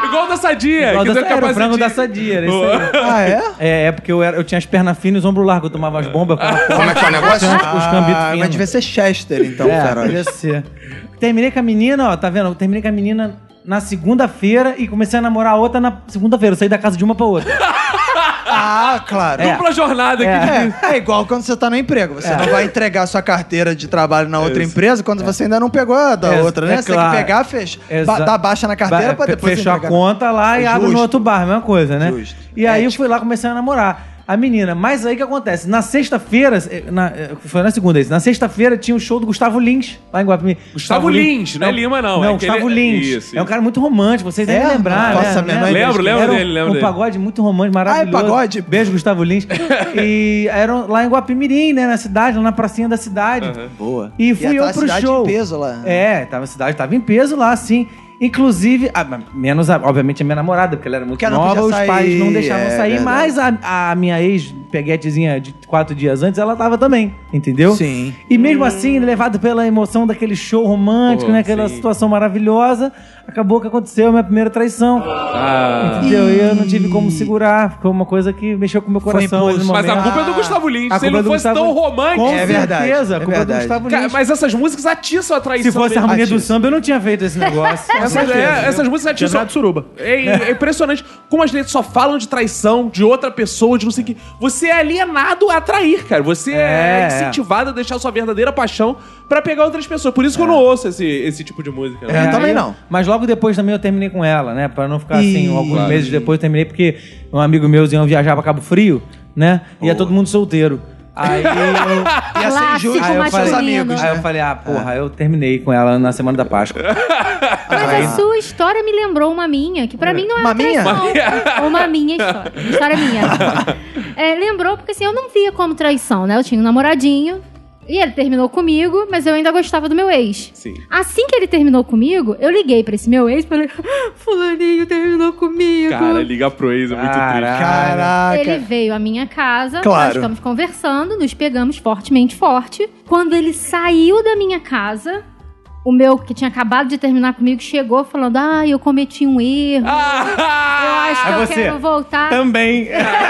A: Igual da
B: É,
A: Sadia.
D: Igual
A: que
D: da-
A: deu
D: era o
A: capacetinho.
D: frango da Sadia, era isso aí.
B: ah é?
D: É, é porque eu, era- eu tinha as pernas finas e os ombros largos, eu tomava as bombas. Como
F: Como é que é o negócio?
D: Os cambitos
B: Ah, mas
D: finos.
B: devia ser Chester, então,
D: é,
B: cara.
D: podia ser. Terminei com a menina, ó, tá vendo? Eu terminei com a menina na segunda-feira e comecei a namorar a outra na segunda-feira. Eu saí da casa de uma pra outra.
B: Ah, claro.
D: É.
A: Dupla jornada aqui.
B: É, é igual quando você tá no emprego. Você não vai entregar sua carteira de trabalho na outra empresa quando você ainda não pegou a da
D: É,
B: outra, né?
D: é
B: você
D: claro.
B: tem que pegar, fecha,
D: Exato.
B: ba- dá baixa na carteira
D: Vai-
B: pra depois
D: Fechou a
B: entregar.
D: conta lá e
B: Justo.
D: abre no outro bar, mesma coisa, né?
B: Justo.
D: E aí eu
B: Ética.
D: fui lá comecei a namorar a menina. Mas aí o que acontece? Na sexta-feira, eh, na- eh, foi na segunda isso, na sexta-feira tinha o show do Gustavo Lins, lá em Guapimi.
A: Gustavo Lins, não é Lima, não,
D: Não,
A: é aquele-
D: Gustavo Lins.
A: Isso,
D: É um
A: isso.
D: cara muito romântico, vocês devem
B: É?
D: lembrar,
B: Nossa, a
D: né?
B: menor
D: Lembra?
A: Lembro, lembro
D: Era um-
A: dele, lembro
D: um
A: dele.
D: pagode muito romântico, maravilhoso.
B: pagode?
D: Beijo, Gustavo Lins. e eram lá em Guapimirim, né? Na cidade, lá na pracinha da cidade.
B: Boa.
D: E fui
B: até
D: eu
B: a
D: pro
B: cidade
D: show.
B: em peso lá.
D: É, tava, a cidade tava em peso lá, assim. Inclusive, a- mas menos, a- obviamente, a minha namorada, porque ela era muito
B: Porque ela não
D: nova,
B: podia
D: os
B: sair,
D: pais não deixavam
B: é
D: sair,
B: verdade.
D: mas a, a minha ex-peguetezinha de quatro dias antes, ela tava também, entendeu?
B: Sim.
D: E mesmo assim, levado pela emoção daquele show romântico,
A: Pô,
D: né? Aquela
A: sim.
D: situação maravilhosa, acabou que aconteceu a minha primeira traição.
A: Ah.
D: Entendeu? E eu não tive como segurar, ficou uma coisa que mexeu com o meu coração.
B: impulso.
D: no
A: Mas a
D: momento.
A: culpa é do Gustavo Lins.
D: né? A
A: Se ele
D: culpa
A: não
D: é do
A: fosse
D: Gustavo
A: tão
D: Lins. Com
A: romântico.
B: É verdade,
D: certeza,
B: é
D: a culpa é do
B: verdade.
D: Gustavo
A: Cara,
D: Lins.
A: Mas essas músicas atiçam a traição.
D: Se fosse a
A: dele.
D: harmonia do
B: Atiça.
D: samba, eu não tinha feito esse negócio.
A: essas, é, essas músicas atiçam.
E: Quebrado suruba.
A: É, é impressionante como as letras só falam de traição, de outra pessoa, de não sei o que. Você é alienado a trair, cara. Você é,
D: É, é.
A: incentivado a deixar sua verdadeira paixão pra pegar outras pessoas. Por
D: É.
A: isso que eu não ouço esse, esse tipo de música. né?
B: É. eu também
D: aí-
B: não.
D: Mas logo depois também eu terminei com ela, né? Pra não ficar assim,
B: Ih.
D: alguns
A: Claro.
D: meses depois eu terminei, porque um amigo meu ia viajar pra Cabo Frio, né? E
B: Oh.
D: é todo mundo solteiro. Aí eu.
B: E assim,
C: Clássico
B: justo
D: Aí eu
B: com seus
D: falei,
B: amigos,
D: aí eu
B: né?
D: falei, ah, porra, eu terminei com ela na semana da Páscoa.
C: Mas é a sua história me lembrou uma minha, que pra mim não é uma
B: Uma minha?
C: traição. Uma minha história. História minha. É, lembrou porque assim, eu não via como traição, né? Eu tinha um namoradinho, E ele terminou comigo, mas eu ainda gostava do meu ex.
A: Sim.
C: Assim que ele terminou comigo, eu liguei pra esse meu ex e falei: "Ah, Fulaninho terminou comigo.
A: Cara, ligar pro ex é muito
D: Caraca.
B: Caraca.
C: Ele veio à minha casa,
B: Claro.
C: nós ficamos conversando, nos pegamos fortemente forte. Quando ele saiu da minha casa, o meu que tinha acabado de terminar comigo chegou falando: Ah, eu cometi um erro,
A: Ah.
C: eu acho que
E: é
C: eu
E: você.
C: quero voltar.
E: Também.
A: triste.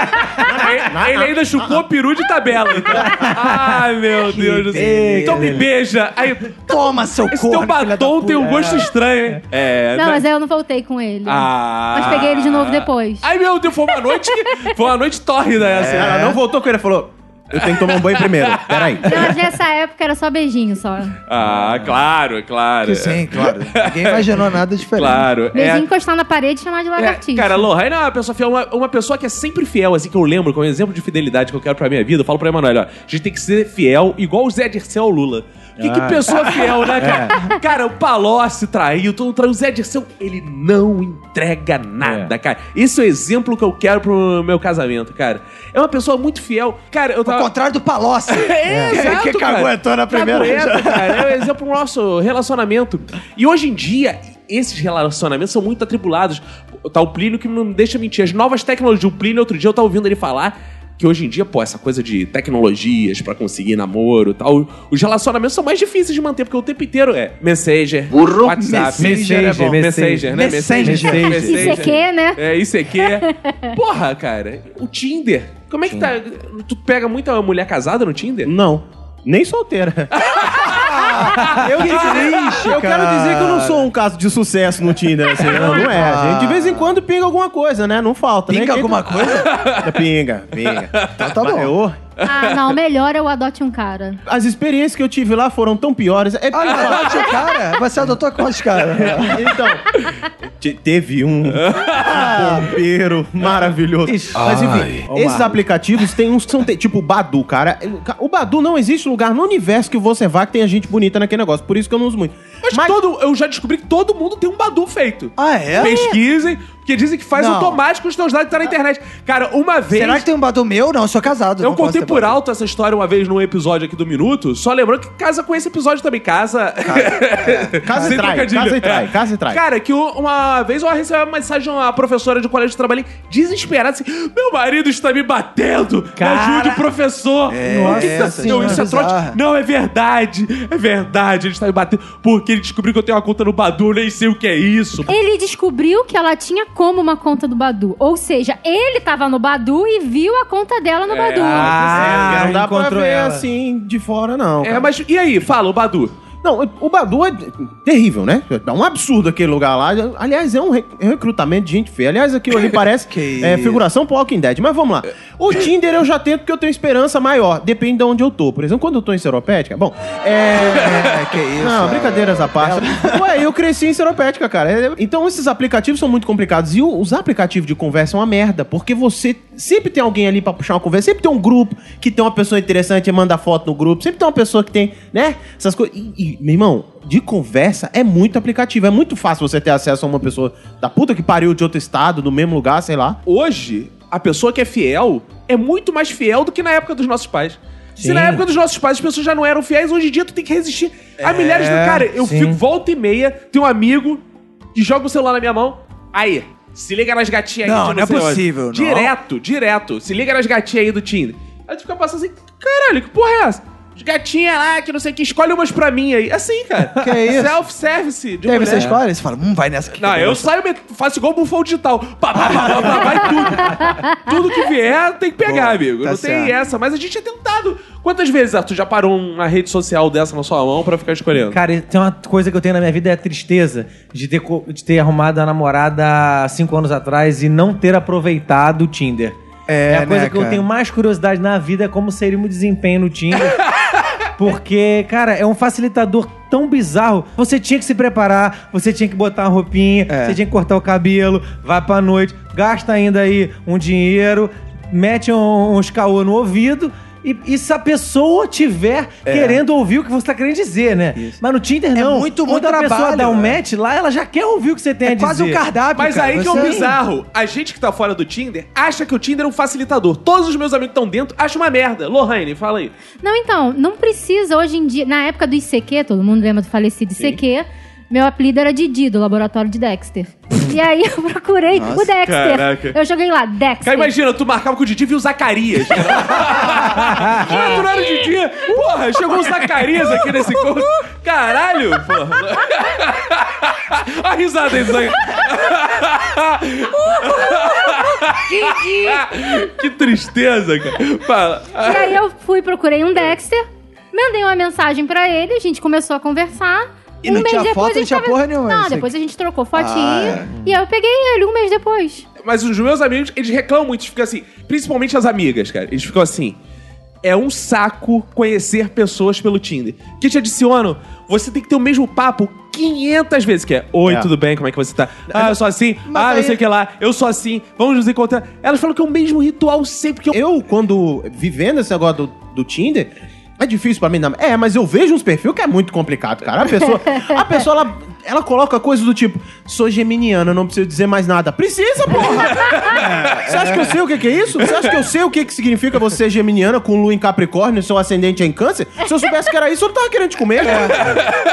A: Ah, Ele ainda
B: Ah.
A: chupou peru de tabela. então. Ai, meu Deus do céu.
B: beleza.
A: Então me beija. Ai,
B: Toma, seu
A: esse
B: corno,
A: teu
B: filha da
A: batom
B: puta.
A: tem um gosto estranho, hein? É,
C: Não, mas aí eu não voltei com ele.
A: Ah.
C: Mas peguei ele de novo depois.
A: Ai, meu Deus, foi uma noite. Foi uma noite tórrida
B: É.
A: essa.
E: né? Assim, Ela não voltou com ele, falou: Eu tenho que tomar um banho primeiro. Peraí.
C: Não, mas nessa época era só beijinho só.
A: Ah, claro, claro.
B: Sim, claro. Ninguém imaginou nada diferente.
A: Claro.
C: Beijinho encostar na parede e chamar de
A: É,
C: lagartixa.
A: cara, a Lohane é uma pessoa fiel, uma, uma pessoa que é sempre fiel, assim, que eu lembro, como exemplo de fidelidade que eu quero pra minha vida, eu falo pra Emanuel, ó, a gente tem que ser fiel igual o Zé Dirceu ao Lula. Que,
B: Ah.
A: que pessoa fiel, né, cara?
B: É.
A: Cara, o Palocci traiu, todo traiu. O Zé Dirceu, ele não entrega nada, cara. Esse é o exemplo que eu quero pro meu casamento, cara. É uma pessoa muito fiel. Cara, eu
B: Ao
A: tava...
B: contrário do Palocci.
A: É, exato,
E: Que caguetou na primeira
D: Tá
A: Cagueta, cara. É o exemplo do nosso relacionamento. E hoje em dia, esses relacionamentos são muito atribulados. Tá o Plínio que não deixa mentir. As novas tecnologias. O Plínio, outro dia, eu tava ouvindo ele falar que hoje em dia, pô, essa coisa de tecnologias pra conseguir namoro e tal, os relacionamentos são mais difíceis de manter, porque o tempo inteiro é Messenger, WhatsApp,
D: Messenger é bom.
A: Messenger, né?
D: Messenger.
C: Messenger. ICQ, né?
A: É, ICQ. Porra, cara, o Tinder. Como é que tá? Tu pega muita mulher casada no Tinder? Ah,
E: Não. Nem solteira.
B: Eu que triste,
E: Eu quero
B: cara.
E: dizer que eu não sou um caso de sucesso no Tinder, assim. Não, não é. A gente de vez em quando pinga alguma coisa, né? Não falta, né?
B: Pinga
E: Quem-
B: alguma coisa?
E: É Pinga, pinga. Então
B: tá bom.
E: Eu,
C: Ah, não, melhor eu adote um cara.
E: as experiências que eu tive lá foram tão piores. É
B: Olha, adote o cara. Você adotou quantos cara?
E: Então, te- teve um bombeiro maravilhoso. Mas enfim, esses aplicativos tem uns que são te- tipo o Badu, cara. O Badu não existe lugar no universo que você vá que tenha gente bonita naquele negócio. Por isso que eu não uso muito.
A: Mas, todo, eu já descobri que todo mundo tem um Badu feito.
B: Ah, é?
A: Pesquisem, porque dizem que faz
B: Não.
A: automático os teus dados que tá na internet. Cara, uma vez.
B: Será que tem um badu meu? Não, eu sou casado.
A: Eu
B: não posso
A: contei
B: ter
A: por
B: badu.
A: alto essa história uma vez num episódio aqui do Minuto, só lembrando que casa com esse episódio também. Casa.
E: é. Casa e
A: Sem
E: trai,
A: trocadilho.
E: casa e trai,
A: É.
E: casa e trai.
A: Cara, que u- uma vez eu recebi uma mensagem de uma professora de um colégio de trabalho desesperada assim: Meu marido está me batendo! Me
D: Cara.
A: ajude, professor!
B: É,
A: Nossa,
B: essa
A: não,
B: senhora
A: isso é trote.
B: bizarra.
A: Não, é verdade! É verdade, ele está me batendo. Porque ele descobriu que eu tenho uma conta no Badu, eu nem sei o que é isso.
C: Ele descobriu que ela tinha como uma conta do Badu. Ou seja, ele tava no Badu e viu a conta dela
A: É.
C: no Badu.
D: Ah,
E: não dá pra
D: encontrou
E: ver
D: ela.
E: assim de fora, não.
A: É,
E: cara.
A: mas e aí? Fala, o Badu.
E: Não, o Badu é terrível, né? É um absurdo aquele lugar lá. Aliás, é um re- recrutamento de gente feia. Aliás, aquilo ali parece
B: Que
E: é,
B: isso.
E: figuração pro Walking Dead. Mas vamos lá. O Tinder eu já tento porque eu tenho esperança maior. Depende de onde eu tô. Por exemplo, quando eu tô em Seropédica... Bom, é...
B: É, que isso.
E: Não,
B: cara.
E: brincadeiras à parte.
A: É
E: Ué, eu cresci em seropédica, cara. É, Então esses aplicativos são muito complicados. E o- os aplicativos de conversa são uma merda, porque você sempre tem alguém ali pra puxar uma conversa, sempre tem um grupo que tem uma pessoa interessante e manda foto no grupo, sempre tem uma pessoa que tem, né? Essas coisas. E, e, meu irmão, de conversa é muito aplicativo. É muito fácil você ter acesso a uma pessoa da puta que pariu de outro estado, do mesmo lugar, sei lá.
A: hoje, a pessoa que é fiel é muito mais fiel do que na época dos nossos pais. Se
D: Sim.
A: na época dos nossos pais as pessoas já não eram fiéis, hoje em dia tu tem que resistir a milhares de.
B: É,
A: Cara, eu
D: sim.
A: fico volta e meia, tem um amigo que joga o celular na minha mão. Aí, se liga nas gatinhas aí.
B: Não,
A: de
B: não é
A: sei onde.
B: possível, não.
A: Direto, direto. Se liga nas gatinhas aí do Tinder. Aí tu fica passando assim, caralho, que porra é essa? As Gatinha lá, que não sei o que, escolhe umas pra mim aí. Assim, cara.
B: Que isso?
A: Self-service. de
B: E aí
A: mulher.
B: você escolhe, você fala, hum, vai nessa aqui.
A: Não, Ah, eu saio, met- faço igual o bufão digital. Pá, pá, pá, pá, pá, vai tudo. Tudo que vier tem que pegar,
B: Boa,
A: amigo.
B: tá
A: Não tem
B: certo.
A: essa. Mas a gente é tentado. Quantas vezes, Arthur, já parou uma rede social dessa na sua mão pra ficar escolhendo?
D: Cara, tem uma coisa que eu tenho na minha vida é a tristeza de ter, co- de ter arrumado a namorada há cinco anos atrás e não ter aproveitado o Tinder.
B: É,
D: a coisa
B: né,
D: que eu
B: cara?
D: tenho mais curiosidade na vida é como seria o meu desempenho no Tinder. Porque, cara, é um facilitador tão bizarro. Você tinha que se preparar, você tinha que botar uma roupinha,
A: É.
D: você tinha que cortar o cabelo, vai pra noite, gasta ainda aí um dinheiro, mete um- uns caô no ouvido. e, e se a pessoa tiver
A: É.
D: querendo ouvir o que você tá querendo dizer, né? Mas no Tinder não.
B: É muito, muito
D: Quando a pessoa
B: trabalho,
D: dá um
B: né?
D: match lá, ela já quer ouvir o que você tem a
B: É
D: dizer.
B: quase um cardápio,
A: Mas
B: cara.
A: aí que é um
B: Você-
A: bizarro. A gente que tá fora do Tinder acha que o Tinder é um facilitador. Todos os meus amigos que estão dentro acham uma merda. Lohane, fala aí.
C: Não, então, não precisa hoje em dia. Na época do ICQ, todo mundo lembra do falecido ICQ. Meu apelido era Didi, do laboratório de Dexter. e aí eu procurei o Dexter.
A: Caraca.
C: Eu joguei lá,
A: Cara,
C: Dexter.
A: imagina, tu marcava com o Didi e viu o Zacarias. Cara, do nada o Didi. Porra, chegou o Zacarias aqui nesse corpo. Caralho, porra. A risada aí, Zang. que tristeza, cara. Fala.
C: E aí eu fui, procurei
B: É.
C: um Dexter, mandei uma mensagem pra ele, a gente começou a conversar. Um
B: E não tinha foto, não tinha porra nenhuma,
C: Não,
B: isso
C: depois a gente trocou fotinho.
B: Ah,
C: E aí eu peguei ele um mês depois.
A: Mas os meus amigos, eles reclamam muito, eles ficam assim, principalmente as amigas, cara. Eles ficam assim. É um saco conhecer pessoas pelo Tinder. Que te adicionam, você tem que ter o mesmo papo 500 vezes, que é Oi,
E: É.
A: tudo bem? Como é que você tá? Ah, eu sou assim. ah,
B: aí-
A: não sei o que lá. Eu sou assim. Vamos nos encontrar. Elas falam que é o mesmo ritual sempre que eu...
E: Eu, quando vivendo esse negócio do, do Tinder, é difícil pra mim. Não. É, mas eu vejo uns perfis que é muito complicado, cara. A pessoa, a pessoa ela, ela coloca coisas do tipo: sou geminiana, não preciso dizer mais nada. Precisa, porra! Você acha que eu sei o que, que é isso? Você acha que eu sei o que, que significa você ser geminiana com lua em Capricórnio e seu ascendente é em Câncer? Se eu soubesse que era isso, eu não tava querendo te comer, cara.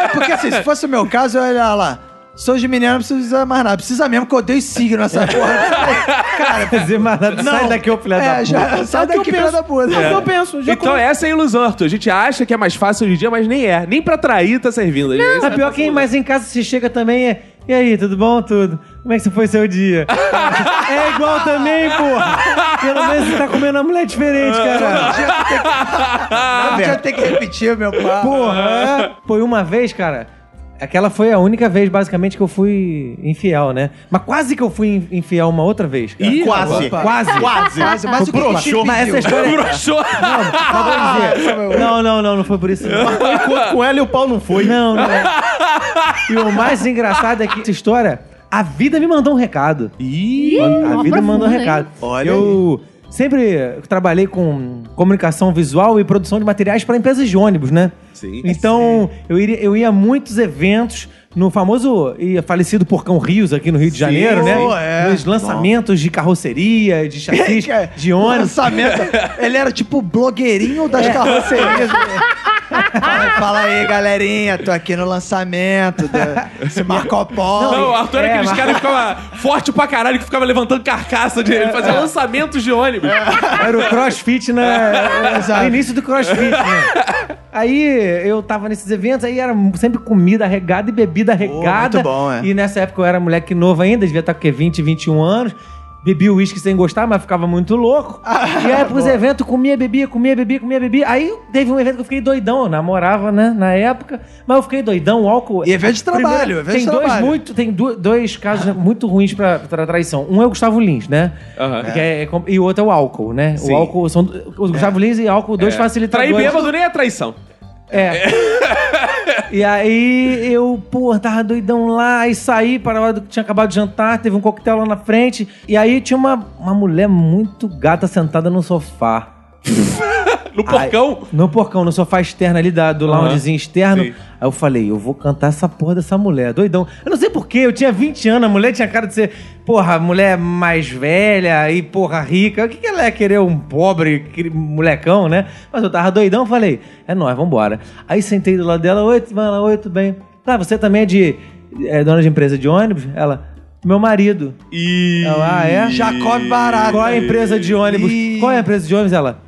B: É porque assim, se fosse o meu caso, eu ia olhar lá. Sou de menino, não precisa mais nada. Precisa mesmo que eu odeio signo essa porra. Cara,
D: Dizer, mas sai daqui, ô filha da
B: é,
D: puta.
B: já, sai
E: Sabe o que
B: daqui,
E: eu
B: filha
E: penso?
B: da puta.
E: É o que eu penso. Já
A: Então essa é a ilusão, Arthur. A gente acha que é mais fácil hoje em dia, mas nem é. Nem pra trair tá servindo. Esse é
D: Não, pior
A: o
D: quem mais em casa se chega também é. E aí, tudo bom? Tudo? Como é que foi seu dia? é igual também, porra! Pelo menos você tá comendo uma mulher diferente, cara.
A: Ah.
B: Eu já tenho que repetir, meu papo.
D: Porra! Foi uma vez, cara. Aquela foi a única vez, basicamente, que eu fui infiel, né? Mas quase que eu fui in- infiel uma outra vez. Cara.
E: Ih, quase.
B: opa.
D: Quase.
E: Quase.
B: Mas, mas o que que
E: Broxou.
B: te
D: Mas essa
B: impediu? Ah,
D: história. é-
A: Broxou.
D: Mas vou dizer, Não, não, não, não foi por isso. Não.
E: Foi encontro com ela e o pau não foi.
D: Não, não. é. E o mais engraçado é que essa história, a vida me mandou um recado.
A: Ih,
D: a vida
C: aprofunda,
D: me mandou um
C: hein?
D: recado.
B: Olha
D: eu sempre trabalhei com comunicação visual e produção de materiais para empresas de ônibus, né?
A: Sim.
D: Então, eu, iria- eu ia a muitos eventos no famoso e falecido Porcão Rios aqui no Rio de Janeiro, né?
B: Oh, é.
D: Nos lançamentos de carroceria, de chassis, de ônibus.
B: Lançamento. Ele era tipo o blogueirinho das carrocerias. Fala, fala aí, galerinha. Tô aqui no lançamento. De, esse Marco Polo.
A: Não, o Arthur era
D: É,
A: aqueles
D: mas-
A: caras que ficava forte pra caralho, que ficava levantando carcaça de ele, fazia lançamentos de ônibus.
D: É.
A: É.
D: Era o é, crossfit
B: É,
D: na, no início do crossfit, né? Aí eu tava nesses eventos, aí era sempre comida regada e bebida regada.
B: muito bom, é.
D: E nessa época eu era moleque novo ainda, devia estar com o quê? 20, 21 anos. Bebia uísque sem gostar, mas ficava muito louco.
B: Ah,
D: e aí pros eventos, comia, bebia, comia, bebia, comia, bebia. Aí teve um evento que eu fiquei doidão, eu namorava, né, na época. Mas eu fiquei doidão, o álcool...
B: E evento de trabalho,
D: Primeiro,
B: evento
D: tem
B: de
D: dois
B: trabalho.
D: muito, Tem du- dois casos muito ruins pra, pra traição. Um é o Gustavo Lins, né?
A: Aham.
D: Que é- é com- e o outro é o álcool, né?
A: Sim. É.
D: O álcool são o Gustavo Lins e álcool dois facilitadores.
A: Trair bêbado nem é traição.
D: É. e aí eu, pô, tava doidão lá, aí saí para a hora do que tinha acabado de jantar, teve um coquetel lá na frente, e aí tinha uma, uma mulher muito gata sentada no sofá.
A: No porcão.
D: Aí, no porcão, no sofá externo ali da, do
A: Aham.
D: loungezinho externo.
A: Sim.
D: Aí eu falei, eu vou cantar essa porra dessa mulher, doidão. Eu não sei porquê, eu tinha 20 anos, a mulher tinha cara de ser, porra, mulher mais velha e porra rica. O que, que ela ia querer um pobre cri- molecão, né? Mas eu tava doidão, falei, é nóis, vambora. Aí sentei do lado dela, oi, mano, oi, tudo bem. Tá, você também é de. é dona de empresa de ônibus? Ela. Meu marido.
A: E.
D: Ela, ah, é?
B: Já come barato.
D: Qual é a empresa de ônibus?
B: Ih.
D: Qual é a empresa de ônibus? Ela.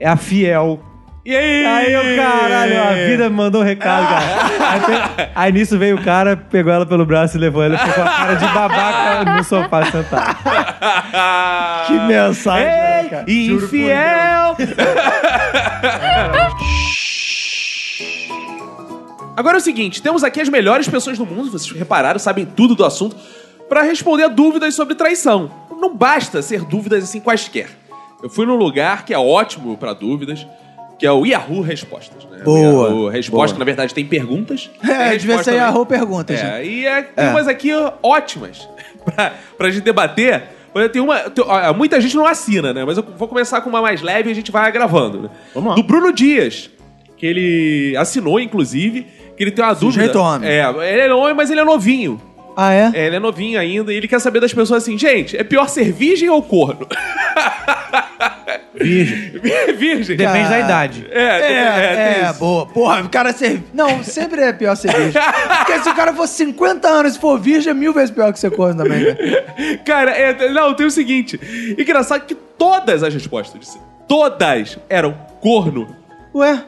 D: É a Fiel.
A: E aí?
D: Aí eu, caralho, a
B: É.
D: vida me mandou um recado, cara. Aí, tem- aí nisso veio o cara, pegou ela pelo braço e levou ela. Ficou com a cara de babaca no sofá sentado.
B: Que mensagem. né, cara?
A: Ei, infiel! Agora é o seguinte, temos aqui as melhores pessoas do mundo, vocês repararam, sabem tudo do assunto, pra responder a dúvidas sobre traição. Não basta ser dúvidas assim quaisquer. Eu fui num lugar que é ótimo pra dúvidas, que é o Yahoo Respostas. Né?
B: Boa,
A: O Yahoo Resposta,
B: boa.
A: na verdade, tem perguntas. tem
B: É, devia
A: resposta
B: ser
A: também.
B: Yahoo Perguntas. né?
A: É, e é, tem umas aqui ó, ótimas pra, pra gente debater. Olha, Tem uma, tem- olha, muita gente não assina, né? Mas eu vou começar com uma mais leve e a gente vai gravando. Né?
E: Vamos lá.
A: Do Bruno Dias, que ele assinou, inclusive, que ele tem uma
B: Sujeito
A: dúvida.
B: homem.
A: É, ele é homem, mas ele é novinho.
B: Ah, é?
A: É, ele é novinho ainda e ele quer saber das pessoas assim, gente, é pior ser virgem ou corno?
D: Virgem.
A: virgem.
D: Depende da idade.
A: É, é,
B: É,
A: tem
B: é,
A: isso.
B: boa. Porra, o cara é ser. Não, sempre é pior ser virgem. Porque se o cara for 50 anos e for virgem, é mil vezes pior que ser corno também, né?
A: Cara, é, não, tem o seguinte. Engraçado que todas as respostas, disse, todas eram corno.
B: Ué?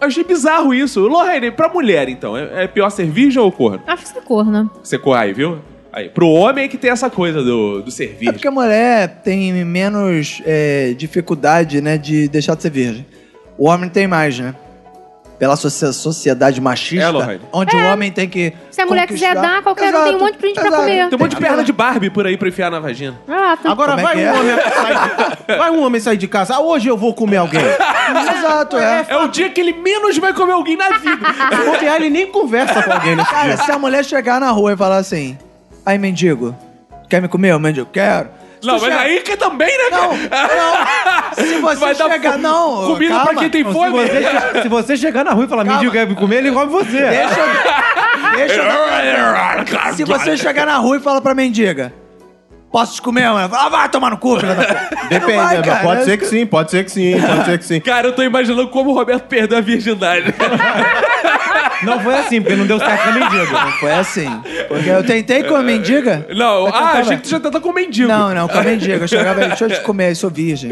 A: Eu achei bizarro isso. Lorraine, pra mulher, então, é, é pior ser virgem ou corno?
C: Acho que isso é corno.
A: Você co- aí, viu? Aí, pro homem é que tem essa coisa do, do ser
B: É
A: virgem.
B: porque a mulher tem menos é, dificuldade, né, de deixar de ser virgem. O homem tem mais, né? Pela socie- sociedade machista,
A: É, Lorraine.
B: onde o homem tem que.
C: Se a mulher quiser
B: conquistar-
C: dar, qualquer um tem um monte pra gente pra comer.
A: Tem um monte de perna de Barbie por aí pra enfiar na vagina.
C: Ah, tá.
E: Agora
B: Como é
E: vai,
B: que
E: um
B: é?
E: homem sair de, vai um homem sair de casa. Ah, hoje eu vou comer alguém.
B: Exato, é.
A: É o dia que ele menos vai comer alguém na vida.
E: Se bobear, ele nem conversa com alguém nesse
B: Cara,
E: dia.
B: se a mulher chegar na rua e falar assim: Aí, mendigo, quer me comer? O mendigo, quero. Se
A: Não,
B: tu
A: mas
B: chegar-
A: aí que também, né,
B: Não, não. Se você
A: Vai dar
B: chegar,
A: fo-
B: não.
A: comida
B: calma.
A: pra quem tem
D: Então,
A: fome.
D: Se você, che- se você chegar na rua e falar, me
B: Calma.
D: diga que comer, ele come você.
B: Deixa eu. Deixa eu dar minha- Se você chegar na rua e falar pra mendiga, posso te comer, mano? Ah, vai tomar no cu, filha da puta.
E: Depende,
B: Não vai,
E: né?
B: cara. é
E: pode ser que sim, pode ser que sim,
B: Então,
E: pode ser que sim.
A: Cara, eu tô imaginando como o Roberto perdeu a virgindade.
D: Não foi assim, porque não deu certo na mendiga.
B: Não foi assim. Porque eu tentei com a mendiga.
A: Não,
B: Eu
A: ah,
B: tentava-
A: achei que tu já tentou com o mendigo.
B: Não, não, com a mendiga. Eu chegava aí, deixa eu te comer aí, sou virgem.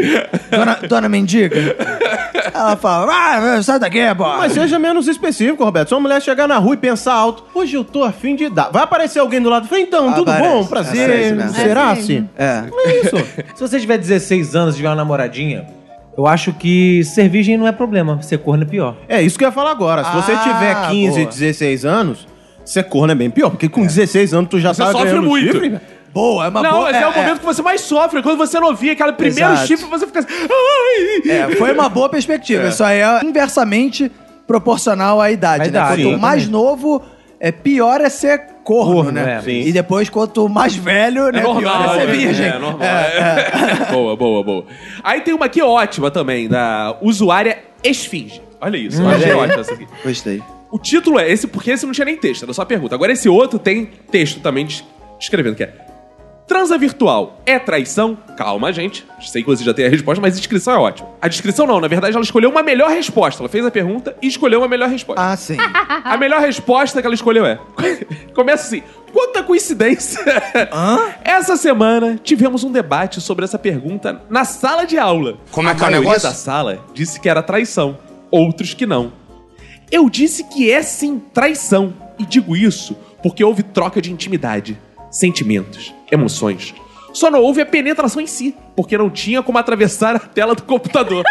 B: Dona, dona mendiga? Ela fala, ah, sai daqui, pô.
E: Mas seja menos específico, Roberto. Se uma mulher chegar na rua e pensar alto, hoje eu tô afim de dar. Vai aparecer alguém do lado e falar, então, tudo
B: Aparece.
E: bom? Prazer.
B: Aparece mesmo.
E: Será
C: Aparece
E: assim?
C: mesmo.
B: É.
E: É isso.
D: Se você tiver 16 anos e tiver uma namoradinha, eu acho que ser virgem não é problema, ser corno é pior.
E: É isso que eu ia falar agora. Se você
B: Ah,
E: tiver 15,
B: boa.
E: 16 anos, ser corno é bem pior, porque com 16 anos tu já
A: Você
E: tá
A: sofre
E: ganhando
A: muito.
E: chifre, velho.
B: Boa, é uma
A: não,
B: boa.
A: esse é, o momento que você mais sofre. Quando você não via aquele primeiro
B: Exato.
A: chifre, você fica assim... Ai!
B: É, foi uma boa perspectiva. Isso aí é inversamente proporcional à idade,
D: À
B: né?
D: idade,
B: quanto
D: sim.
B: mais novo, é pior é ser corno,
D: Corno,
B: né?
D: é,
E: sim.
B: E depois, quanto mais velho, né?
A: É normal,
B: pior é ser
A: né?
B: virgem.
A: É, normal. é. boa, boa, boa. Aí tem uma aqui ótima também, da usuária Esfinge. Olha isso, eu achei
B: Hum. olha aí.
A: ótima essa aqui.
B: Gostei.
A: O título é esse, porque esse não tinha nem texto, era só pergunta. Agora esse outro tem texto também des- descrevendo, que é... Transa virtual é traição? Calma, gente. Sei que você já tem a resposta, mas descrição é ótima. A descrição não, na verdade ela escolheu uma melhor resposta. Ela fez a pergunta e escolheu uma melhor resposta.
B: Ah, sim.
A: A melhor resposta que ela escolheu é. Começa assim. Quanta coincidência! Essa semana tivemos um debate sobre essa pergunta na sala de aula. Como é que a maioria da sala disse que era traição, outros que não. Eu disse que é sim traição e digo isso porque houve troca de intimidade, sentimentos, emoções. Só não houve a penetração em si, porque não tinha como atravessar a tela do computador.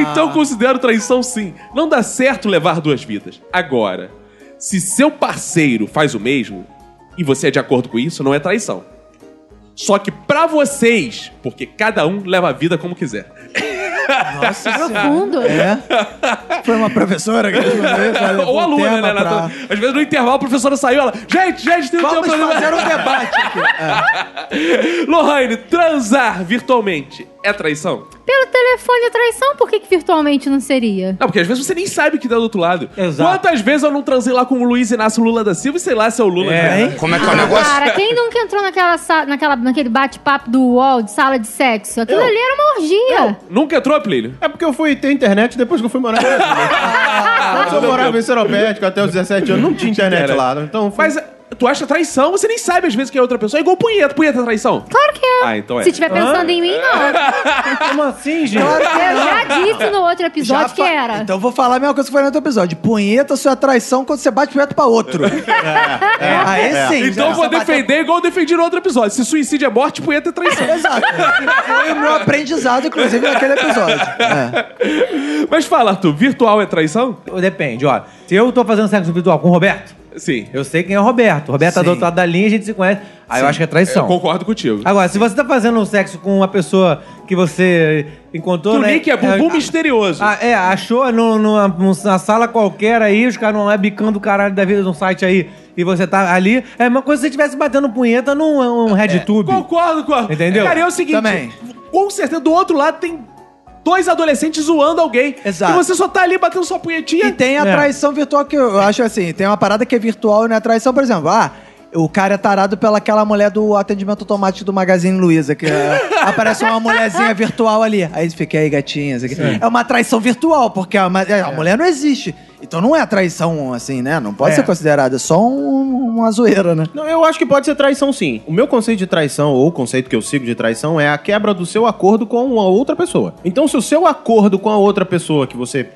A: Então considero traição sim. Não dá certo levar duas vidas. Agora, se seu parceiro faz o mesmo e você é de acordo com isso, não é traição. Só que pra vocês, porque cada um leva a vida como quiser.
B: Nossa senhora.
C: Profundo.
B: É. Foi uma professora que respondeu isso. ela levou
A: Ou
B: um
A: aluna,
B: tema
A: né?
B: pra-
A: Natal? Às vezes no intervalo a professora saiu, ela. Gente, gente, tem um tempo
B: Vamos
A: pra
B: fazer um debate aqui.
C: Ah.
A: Lohane, transar virtualmente é traição?
C: Pelo telefone é traição, por que, que virtualmente não seria?
A: Não, porque às vezes você nem sabe o que tá do outro lado.
D: Exato.
A: Quantas vezes eu não transei lá com o Luiz Inácio Lula da Silva e sei lá se é o Lula
D: É,
A: também.
D: hein?
C: Ah, Cara, quem nunca entrou naquela, sa- naquela, naquele bate-papo do UOL de sala de sexo? Aquilo ali era uma orgia.
A: Nunca entrou, Plínio?
E: É porque eu fui ter internet depois que eu fui morar em Brasília. Antes eu morava em Seropédica até os 17 anos, não tinha internet
A: Era.
E: lá. Então foi...
A: Mas eh, tu acha traição, você nem sabe às vezes que é outra pessoa. É igual punheta. Punheta é traição?
C: Claro que é.
A: Ah, então é.
C: Se estiver pensando em mim, não.
D: Como assim, gente?
C: Eu já disse no outro
B: Já
C: episódio que
B: fa-
C: era.
B: Então eu vou falar a mesma coisa que foi no outro episódio. Punheta só é traição quando você bate punheta pra outro.
E: é.
B: Aí
E: É.
A: Então
B: sim.
A: eu
B: já- tá
A: vou
B: você bateu
A: defender igual eu defendi no outro episódio. Se suicídio é morte, punheta é traição.
B: Exato. Foi o meu aprendizado, inclusive, naquele episódio. É.
A: Mas fala, Arthur, virtual é traição?
D: Depende, ó. Se eu tô fazendo sexo virtual com o Roberto,
A: Sim.
D: Eu sei quem é o Roberto. O Roberto tá do
B: Sim.
D: outro lado da linha, a gente se conhece. Aí eu acho que é traição.
A: Eu concordo contigo.
D: Agora, se você tá fazendo um sexo com uma pessoa que você encontrou,
A: Tu
D: né?
A: nem que é bumbum
D: é,
A: misterioso.
D: Ah, é, achou no, numa, numa sala qualquer aí, os caras não é bicando o caralho da vida num site aí, e você tá ali. É a mesma coisa se você estivesse batendo punheta num um RedTube.
A: É, Concordo, concordo.
D: Entendeu?
A: Cara, é o seguinte.
B: Também.
A: Com certeza, do outro lado tem dois adolescentes zoando alguém.
B: Exato.
A: E você só tá ali batendo sua punhetinha.
B: E tem a
D: É.
B: traição virtual que eu acho assim, tem uma parada que é virtual e não é traição, por exemplo, ah, o cara é tarado pela aquela mulher do atendimento automático do Magazine Luiza, que é, aparece uma mulherzinha virtual ali. Aí ele fica, "E aí, gatinhas. Aqui. É uma traição virtual, porque a, ma- é, a mulher não existe. Então não é traição assim, né? Não pode
D: É. É.
B: ser considerada, é só um- uma zoeira, né?
E: Não, eu acho que pode ser traição sim. O meu conceito de traição, ou o conceito que eu sigo de traição, é a quebra do seu acordo com uma outra pessoa. Então, se o seu acordo com a outra pessoa, que você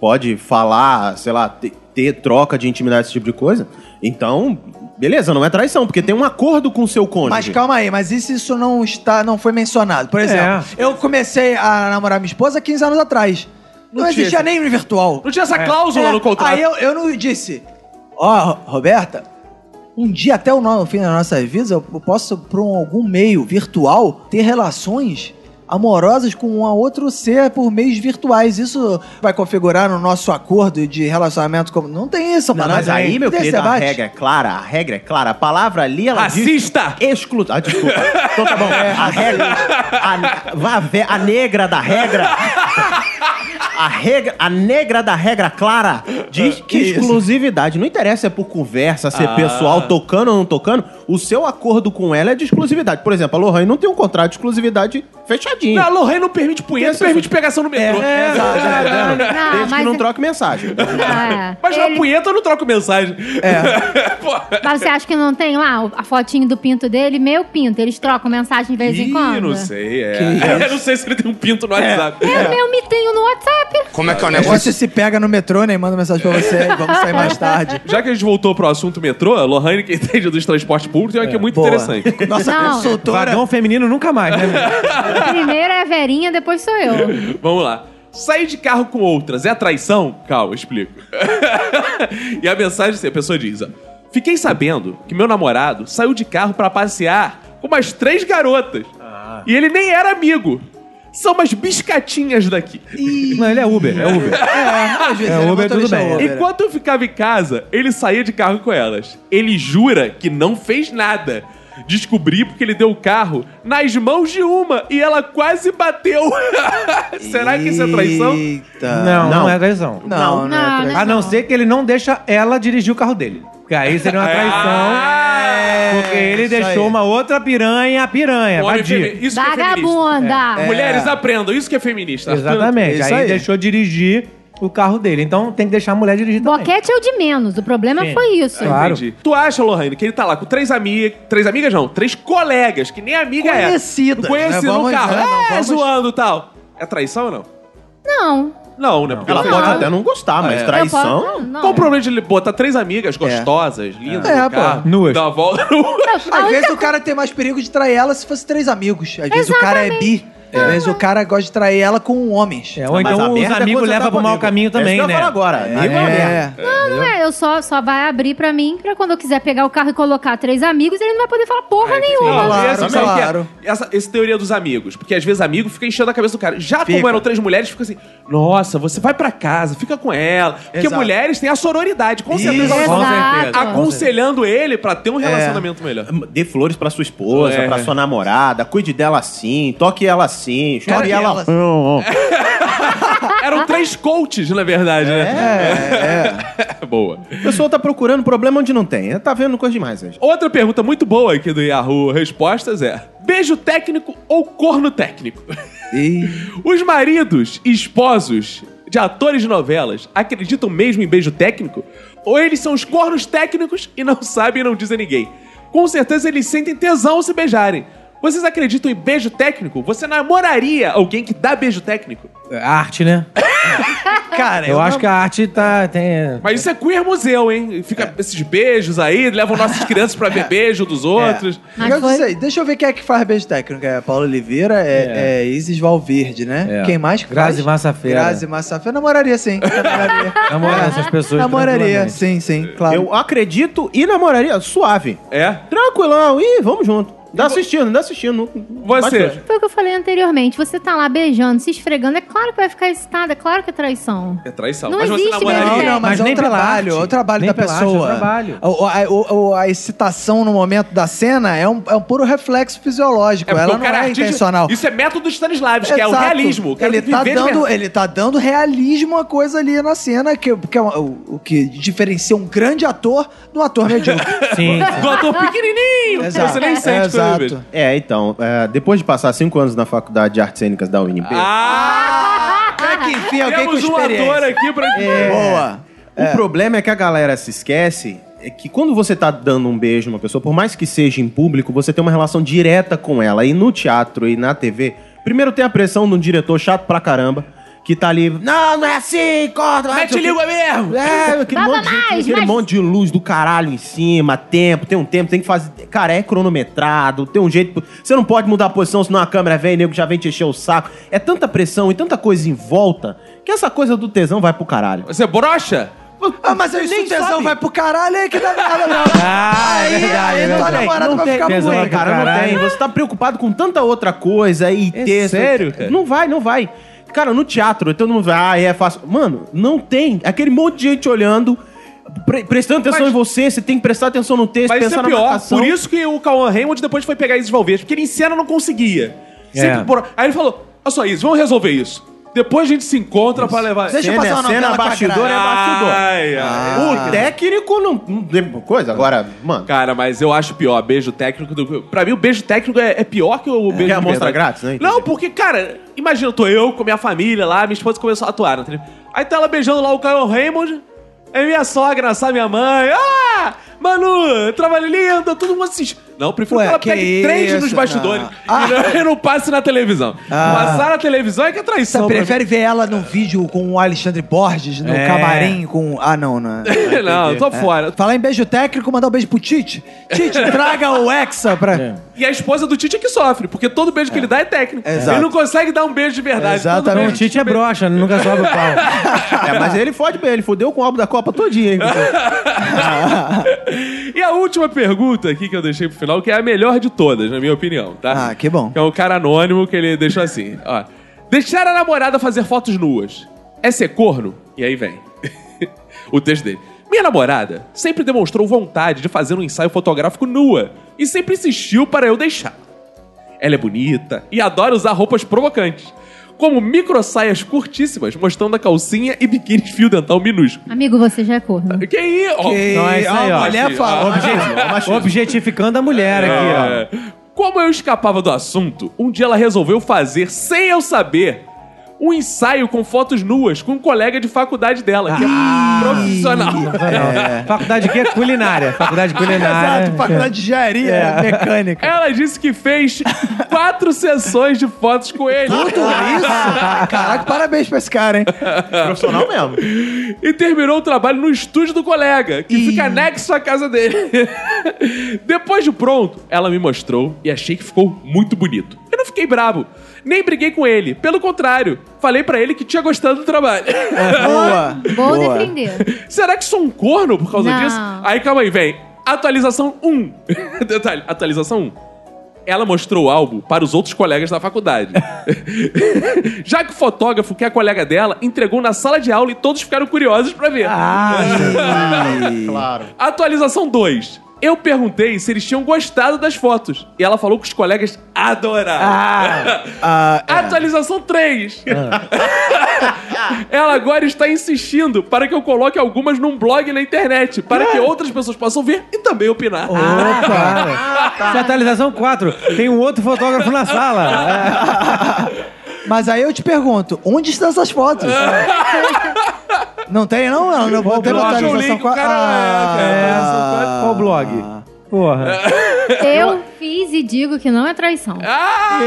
E: pode falar, sei lá, te- ter, troca de intimidade, esse tipo de coisa, então, beleza, não é traição, porque tem um acordo com o seu cônjuge.
B: Mas calma aí, mas e se isso não está, não foi mencionado?
D: É.
B: Por exemplo, eu comecei a namorar minha esposa 15 anos atrás. Não,
A: tinha
B: existia nem virtual.
A: Não tinha essa cláusula
B: É,
A: no contrato.
B: Aí eu, eu não disse, ó, Ro- Roberta, um dia até o no- o fim da nossa vida, eu posso, por um- algum meio virtual, ter relações amorosas com um a outro ser por meios virtuais. Isso vai configurar no nosso acordo de relacionamento como... Não tem isso,
E: Não,
B: mano.
E: mas aí, meu
B: Desse
E: querido, a
B: debate.
E: regra é clara, a regra é clara. A palavra ali, ela diz
A: Racista!
E: exclu... Ah, desculpa. Então tá bom. A regra... A, vá ver, a negra da regra... A, regra, a negra da regra clara diz que exclusividade. Não interessa se é por conversa, se é pessoal, tocando ou não tocando. O seu acordo com ela é de exclusividade. Por exemplo, a Lohane não tem um contrato de exclusividade fechadinho.
A: Não, a Lorraine não permite punheta,
E: Essa-
A: permite pegação no metrô.
E: É, exato, é, exato.
C: Ah,
E: Desde que
C: mas-
E: não troque mensagem.
C: Ah,
A: Mas na
C: ele-
A: punheta eu não troco mensagem. É. Pô,
C: Mas você acha que não tem lá o- a fotinho do pinto dele, meu pinto? Eles trocam mensagem de vez em
A: Ih,
C: quando?
A: não sei, é. Eu não sei se ele tem um pinto no WhatsApp.
C: Eu, eu me tenho no WhatsApp.
F: Como é que é o
B: O
F: negócio?
B: negócio se pega no metrô, né? e Manda mensagem pra você, vamos sair mais tarde.
A: Já que a gente voltou pro assunto metrô, a Lohane, que entende dos transportes públicos, tem uma que é muito
B: Boa.
A: interessante.
B: Nossa
C: Não.
B: consultora.
D: Vagão feminino nunca mais, né?
C: Primeiro é a Verinha, depois sou eu.
A: Vamos lá. Sair de carro com outras é traição? Calma, eu explico. e a mensagem, assim, a pessoa diz: ó, Fiquei sabendo que meu namorado saiu de carro pra passear com umas três garotas. E ele nem era amigo. São umas biscatinhas daqui.
D: Não, ele é Uber, é Uber.
B: É, às vezes
D: É,
B: ele
D: Uber, tudo
B: motorista
D: bem.
B: Uber.
A: Enquanto eu ficava em casa, ele saía de carro com elas. Ele jura que não fez nada. Descobri porque ele deu o carro nas mãos de uma e ela quase bateu. Será que isso é traição?
B: Eita.
D: Não, não,
E: Não.
D: é traição.
B: Não, não, é
C: Não,
B: traição.
C: né?
D: A não ser que ele não deixa ela dirigir o carro dele. Porque aí seria
A: É.
D: uma traição.
A: Ah,
D: Então, porque ele
B: isso
D: deixou
B: aí.
D: uma outra piranha, piranha,
A: Homem
D: vadia.
A: femi- Isso que é feminista. É.
C: Vagabunda!
A: Mulheres aprendam, isso que é feminista.
D: Exatamente.
B: Isso
D: Aí,
B: aí.
D: deixou dirigir o carro dele. Então tem que deixar a mulher dirigir também.
C: Boquete é o de menos, o problema
D: Sim.
C: foi isso.
D: Claro.
A: Entendi. Tu acha, Lohane, que ele tá lá com três amigas. Três amigas não, três colegas, que nem amiga é.
B: Conhecidas, né?
A: Conhecido no
B: Vamos-
A: carro.
B: é,
A: É,
B: não, vamos-
A: zoando e tal. É traição ou não?
C: Não.
A: Não, né? Porque
E: Ela
A: não.
E: pode até não gostar, mas traição...
C: Eu posso... não.
A: Qual o problema de ele botar três amigas gostosas, lindas,
B: É,
A: no carro,
D: pô, nuas.
A: dar uma volta
C: A
B: Às
C: única-
B: vezes o cara tem mais perigo de trair ela se fosse três amigos. Às vezes o cara é bi. Às vezes o cara gosta de trair ela com homens.
D: É, ou
E: Mas a
D: então os
E: merda é
D: amigos
E: quando você
D: levam
E: tá
D: pro mau
E: comigo.
D: caminho
E: É isso
D: também,
E: que eu ia
D: né?
E: falar agora. Amigo é merda.
C: Não é, eu só, só vai abrir pra mim pra quando eu quiser pegar o carro e colocar três amigos, ele não vai poder falar porra nenhuma.
A: Não,
B: Claro,
A: e essa, sabe o que é?
B: claro.
A: Essa, essa teoria dos amigos. Porque às vezes amigo fica enchendo a cabeça do cara. Já como
B: Fica.
A: eram três mulheres, fica assim: nossa, você vai pra casa, fica com ela. Porque
B: Exato.
A: mulheres têm a sororidade. Com certeza elas
C: Exato.
A: vão aconselhando ele pra ter um
E: É.
A: relacionamento melhor.
E: Hum, Dê flores pra sua esposa,
A: É.
E: pra sua namorada, cuide dela assim, toque ela assim, chore
B: Toque
E: ela.
B: ela assim.
E: Não, não.
D: É.
A: Eram três coaches, na verdade, né? É, Boa.
E: O pessoal tá procurando problema onde não tem. Tá vendo coisa demais, gente.
A: Outra pergunta muito boa aqui do Yahoo Respostas é: beijo técnico ou corno técnico? Os maridos e esposos de atores de novelas acreditam mesmo em beijo técnico? Ou eles são os cornos técnicos e não sabem e não dizem a ninguém? Com certeza eles sentem tesão ao se beijarem. Vocês acreditam em beijo técnico? Você namoraria alguém que dá beijo técnico?
D: É Arte, né?
B: Cara,
D: Eu acho que a arte tá. Tem...
A: Mas isso é queer museu, hein? Fica
D: É.
A: esses beijos aí, levam nossas crianças pra ver beijo dos outros.
D: É.
C: Mas
B: eu não
C: foi-
B: sei, deixa eu ver quem é que faz beijo técnico. É Paulo Oliveira, é, é Isis Valverde, né?
D: É.
B: Quem mais que
D: Grazi
B: faz?
D: Massafera.
B: Grazi Massafera. Namoraria, sim. Namoraria.
D: Namorar essas pessoas.
B: Namoraria,
D: tranquilamente.
B: sim, sim, claro.
E: Eu acredito e namoraria suave.
A: É?
E: Tranquilão, ih, vamos junto. Dá assistindo, dá assistindo.
A: Você.
C: Foi o que eu falei anteriormente. Você tá lá beijando, se esfregando, é claro que vai ficar excitada, é claro que é traição.
A: É traição.
C: Não
A: mas você
C: existe
A: namoraria.
B: Não,
C: beijo
B: não, mas,
D: Mas
B: é
D: né, nem
B: o
D: pela
B: trabalho,
D: arte.
B: é o trabalho
D: Nem
B: da
D: pela arte, é o
B: pessoa.
D: trabalho.
B: O- o- a- o- o- a excitação no momento da cena é um, é um puro reflexo fisiológico.
A: porque
B: Ela
A: o
B: não
A: cara
B: é
A: artista-
B: intencional.
A: Isso é método Stanislavski, que é o
B: Exato.
A: realismo. O cara
B: Ele
A: tem que
B: tá,
A: viver de
B: dando,
A: verdade.
B: ele tá dando realismo a coisa ali na cena, que, que é uma- o, o que diferencia um grande ator do ator medíocre.
D: Sim, sim.
A: Do ator pequenininho, que um- você nem sente quando ele beija.
B: Exato.
E: É, então, é, depois de passar cinco anos na Faculdade de Artes Cênicas da UNB,
A: Ah!
B: Até que enfim, alguém
A: Temos
B: com
A: um
B: experiência.
A: ator aqui pra...
B: É. Boa.
E: o problema é que a galera se esquece é que quando você tá dando um beijo numa pessoa, por mais que seja em público, você tem uma relação direta com ela. E no teatro e na TV, primeiro tem a pressão de um diretor chato pra caramba, que tá ali, não, não é assim, corta, vai, não
A: Mete
E: sei o quê."
A: língua mesmo!
E: É, aquele,
C: Baba
E: monte de, gente,
C: mais,
E: aquele
C: mais.
E: monte de luz do caralho em cima, tempo, tem um tempo, tem que fazer. Cara, é cronometrado, tem um jeito. Você não pode mudar a posição, senão a câmera vem, nego já vem te encher o saco. É tanta pressão e tanta coisa em volta que essa coisa do tesão vai pro caralho.
A: Você brocha?
B: Ah, mas aí se
E: Nem
B: o tesão
E: sabe.
B: vai pro caralho, aí que dá nada, não.
D: Ah, é
B: Aí-
D: verdade. é
B: aí tua
D: verdade.
B: namorada
D: Não
B: vai
D: tem
B: ficar
D: tesão
B: puta,
D: pra
E: Cara,
D: caralho.
E: não tem. Você tá preocupado com tanta outra coisa e
D: É
E: texto.
D: sério, cara?
E: Não vai, não vai. Cara, no teatro, todo mundo vai, ah, é fácil. Mano, não tem. Aquele monte de gente olhando, pre- prestando atenção
A: Mas-
E: em você, você tem que prestar atenção no texto,
A: Mas isso
E: pensar
A: é
E: na
A: pior.
E: marcação.
A: Por isso que o Cauan Raymond depois foi pegar Isis Valverde, porque ele em cena não conseguia. Sempre
D: É.
A: por... Aí ele falou: olha só, Isis, vamos resolver isso. Depois a gente se encontra pra levar.
B: Deixa eu
E: Cena é
B: passar uma
E: cena,
B: novela com a
E: bastidor é
B: Grazi.
E: bastidor.
A: Ai, ai.
E: O técnico não, não tem coisa. Agora, mano,
A: Cara, mas eu acho pior beijo técnico do que. Pra mim, o beijo técnico é, é pior que o beijo
E: é a
A: de
E: amostra
A: verdade.
E: grátis,
B: então?
E: né? Entendi.
A: Não, porque, cara, imagina, tô eu com minha família lá, minha esposa começou a atuar, entendeu? Aí tá ela beijando lá o Caio Raymond, aí minha sogra, sabe, minha mãe. Ah! Manu, trabalho lindo, todo mundo assiste. Não, eu prefiro
B: Ué,
A: que ela
B: que
A: pegue três
B: isso?
A: nos bastidores.
B: Não. Ah.
A: E não, eu não passe na televisão.
B: Ah.
A: Passar na televisão é que é
B: Você
A: traição. pra
B: prefere ver ela num vídeo com o Alexandre Borges, no
D: É.
B: camarim com. Ah, não, não.
A: mim. Não, eu tô fora.
B: Falar em beijo técnico, mandar um beijo pro Tite. Tite, traga o Hexa pra.
A: E a esposa do Tite é que sofre, porque todo beijo que ele dá é técnico.
B: Exato.
A: Ele não consegue dar um beijo de verdade. Todo
B: Exatamente.
D: Então
A: beijo
D: o Tite é
A: beijo-
D: brocha, nunca sobe o pau.
E: é, mas ele fode bem, ele fodeu com o álbum da Copa todinho, hein?
A: E a última pergunta aqui que eu deixei pro final, que é a melhor de todas, na minha opinião, tá?
B: Ah, que bom.
A: É um cara anônimo que ele deixou assim, ó. Deixar a namorada fazer fotos nuas é ser corno? E aí vem o texto dele. Minha namorada sempre demonstrou vontade de fazer um ensaio fotográfico nua e sempre insistiu para eu deixar. Ela é bonita e adora usar roupas provocantes, como micro saias curtíssimas, mostrando a calcinha e biquínis fio dental minúsculo.
C: Amigo, você já é corno.
A: Que aí, ó.
D: Não, é isso aí, ó.
B: A mulher fala.
D: Obje- Objetificando a mulher aqui, ó.
A: É. Como eu escapava do assunto, um dia ela resolveu fazer, sem eu saber, um ensaio com fotos nuas com um colega de faculdade dela, que
B: Ah.
A: é profissional.
D: É. Faculdade de quê? Culinária. Faculdade de culinária. é.
B: Exato, faculdade de engenharia mecânica.
A: Ela disse que fez quatro sessões de fotos com ele.
B: Tudo isso? Caraca, parabéns pra esse cara, hein?
E: Profissional mesmo.
A: É. E terminou o trabalho no estúdio do colega, que fica anexo à casa dele. Depois de pronto, ela me mostrou e achei que ficou muito bonito. Eu não fiquei bravo, nem briguei com ele. Pelo contrário, falei pra ele que tinha gostado do trabalho.
B: Boa.
C: Vou
B: boa.
C: defender.
A: Será que sou um corno por causa
C: Não.
A: disso? Aí calma aí, vem. Atualização 1. Detalhe, atualização 1. Ela mostrou o álbum para os outros colegas da faculdade. Já que o fotógrafo, que é colega dela, entregou na sala de aula e todos ficaram curiosos pra ver.
B: Ah,
E: Claro.
A: Atualização 2. Eu perguntei se eles tinham gostado das fotos. E ela falou que os colegas adoraram.
B: Ah, é.
A: Atualização 3.
B: Ah.
A: Ela agora está insistindo para que eu coloque algumas num blog na internet, para
B: É.
A: que outras pessoas possam ver e também opinar.
D: Opa! Isso é atualização 4. Tem um outro fotógrafo na sala.
B: Mas aí eu te pergunto, onde estão essas fotos? não tem, não? Ela não vou ter
A: blog,
D: um
B: atualização
D: Ah,
A: o link, o cara-
E: Ah.
D: É, é, só- qual o blog? Porra.
C: Eu fiz e digo que não é traição.
A: Ah!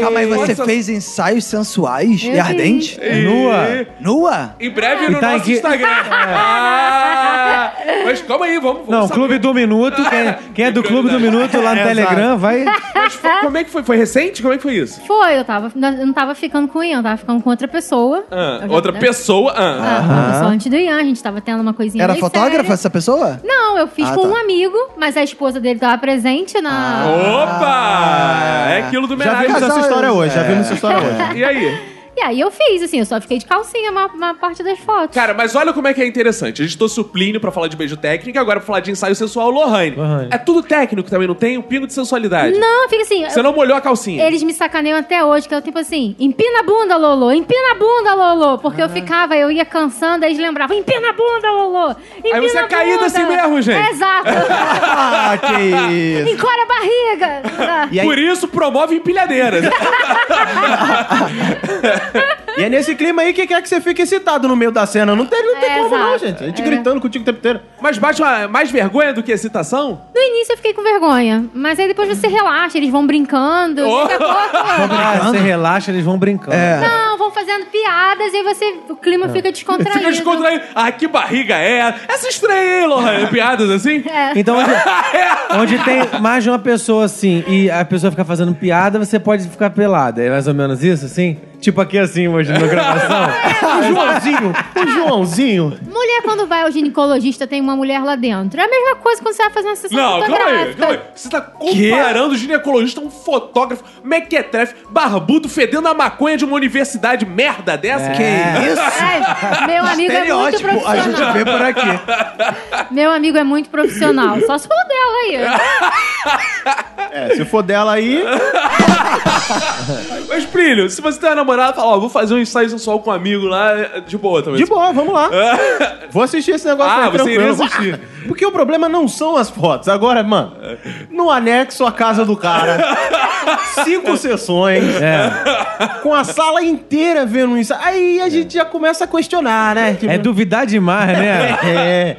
B: Calma aí, você
A: Nossa,
B: fez ensaios sensuais
C: Eu
B: e ardente?
A: fiz.
D: Nua?
B: Nua?
A: Em breve no
D: E tá
A: nosso
D: aqui-
A: Instagram. Ah! Mas calma aí, vamos, vamos
D: Não,
A: saber.
D: Clube do Minuto. Quem, quem é do Clube do Minuto lá no
E: É,
D: Telegram vai.
A: Mas fo- como é que foi? Foi recente? Como é que foi isso?
C: Foi, eu tava. Eu não tava ficando com o Ian, eu tava ficando com outra pessoa.
A: Ah,
C: Eu já-
A: outra
C: né?
A: pessoa. Ah.
C: Ah, uma pessoa antes do Ian, a gente tava tendo uma coisinha.
B: Era
C: mais
B: fotógrafa
C: séria.
B: essa pessoa?
C: Não, eu fiz
B: Ah,
C: com
B: tá.
C: um amigo, mas a esposa dele tava presente na.
A: Ah, Opa! É aquilo do
E: Já
A: homenagem.
E: vimos essa
B: Casal-
E: história hoje, já
B: É.
E: vimos essa história hoje.
A: E aí?
C: E aí eu fiz, assim, eu só fiquei de calcinha uma, uma parte das fotos.
A: Cara, mas olha como é que é interessante. A gente tô suplínio pra falar de beijo técnico, agora pra falar de ensaio sensual, Lohane.
D: Lohane.
A: É tudo técnico também, não tem um pingo de sensualidade.
C: Não, fica assim.
A: Você
C: eu-
A: não é um molhou a calcinha.
C: Eles me sacaneiam até hoje, que é o tipo assim, empina a bunda, Lolo, empina a bunda, Lolo. Porque
A: Ah.
C: eu ficava, eu ia cansando, aí eles lembravam, empina a bunda, Lolo. Empina
A: Aí você é
C: a
A: caída
C: bunda."
A: assim mesmo, gente.
C: Exato.
E: Ah, que isso.
C: Encolhe a barriga.
E: E aí-
A: Por isso promove empilhadeiras.
E: E é nesse clima aí que quer que você fique excitado no meio da cena. Não tem, não tem
C: É,
E: como, não,
C: exato.
E: gente. A gente gritando contigo o tempo inteiro.
A: mas bate uma- mais vergonha do que excitação?
C: No início eu fiquei com vergonha, mas aí depois você relaxa, eles vão brincando.
A: Oh!
C: Daqui a pouco...
D: Ah,
A: Tá,
D: você relaxa, eles vão brincando. É.
C: Não, vão fazendo piadas e aí você, o clima fica descontraído.
A: É. Fica descontraído. Ah, que barriga é? Essa estranha, hein,
E: É
A: Lohane? Piadas assim?
C: É.
D: Então, onde, onde tem mais de uma pessoa assim e a pessoa fica fazendo piada, você pode ficar pelada. É mais ou menos isso, assim? Tipo aqui assim hoje na gravação.
E: É, O Joãozinho, o Joãozinho.
C: Mulher, quando vai ao ginecologista, tem uma mulher lá dentro. É a mesma coisa quando você vai fazer uma sessão
A: Não, calma aí,
C: fotográfica.
A: calma aí. Você tá comparando o ginecologista a um fotógrafo mequetrefe, barbudo, fedendo a maconha de uma universidade merda dessa?
B: Que isso?
C: Ai, meu amigo é muito
B: Estereótipo, a
C: profissional.
B: gente vê por aqui.
C: Meu amigo é muito profissional. Só se for dela aí.
E: É, se for dela aí,
A: Mas, Plínio, se você tem uma namorada, fala, ó, vou fazer um ensaio sensual com um amigo lá, é, de boa também.
E: de boa, vamos lá. Vou assistir esse negócio
A: Ah,
E: aí,
A: você
E: tranquilo.
A: iria assistir.
E: Porque o problema não são as fotos. Agora, mano, no anexo a casa do cara, cinco sessões,
A: É.
E: com a sala inteira vendo isso. Aí a gente já começa a questionar, né? Tipo,
D: É duvidar demais, né?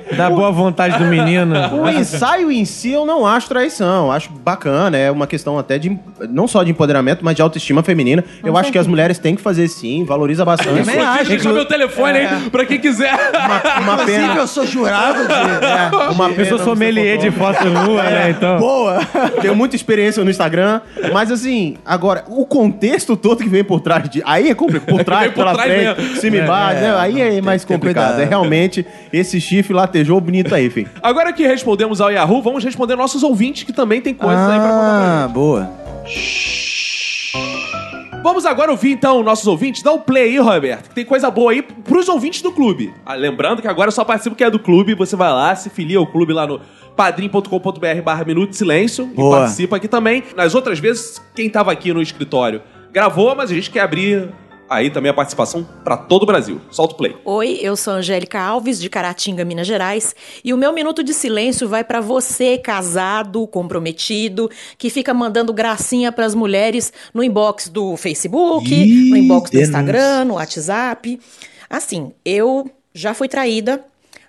E: é.
D: Da boa vontade do menino. assim,
E: O ensaio em si eu não acho traição, eu acho bacana, é uma questão até de não só de empoderamento, mas de autoestima feminina. eu acho que as mulheres têm que fazer sim, valoriza bastante.
B: também
A: Inclusive,
B: acho.
A: Deixa meu telefone, hein, pra quem quiser.
E: Uma, uma
B: Inclusive,
E: pena.
B: eu sou jurado de...
E: é, uma
D: Eu
E: pena,
D: sou sommelier de foto nua, né? Então.
E: é Boa! Tenho muita experiência no Instagram. Mas assim, agora, o contexto todo que vem por trás de. Aí é complicado. Por trás,
A: vem por
E: pela
A: trás
E: frente,
A: mesmo.
E: se me bate. né? aí é mais
B: ter
E: complicado.
B: cuidado.
E: É realmente esse chifre latejou bonito aí, filho.
A: Agora que respondemos ao Yahoo, vamos responder nossos ouvintes que também tem coisas aí pra contar pra gente.
B: Ah, boa.
A: Vamos agora ouvir então nossos ouvintes. Dá o play aí, Roberto, que tem coisa boa aí pros ouvintes do clube. Ah, lembrando que agora só participa quem é do clube, você vai lá, se filia ao clube lá no padrim.com.br barra Minuto de Silêncio
B: Boa.
A: e participa aqui também. Nas outras vezes, quem tava aqui no escritório gravou, mas a gente quer abrir aí também a participação pra todo o Brasil. Solta o play.
F: Oi, eu sou Angélica Alves, de Caratinga, Minas Gerais, e o meu minuto de silêncio vai para você, casado, comprometido, que fica mandando gracinha para as mulheres no inbox do Facebook,
B: Ih,
F: no inbox do
B: denúncia.
F: Instagram, no WhatsApp. Assim, eu já fui traída,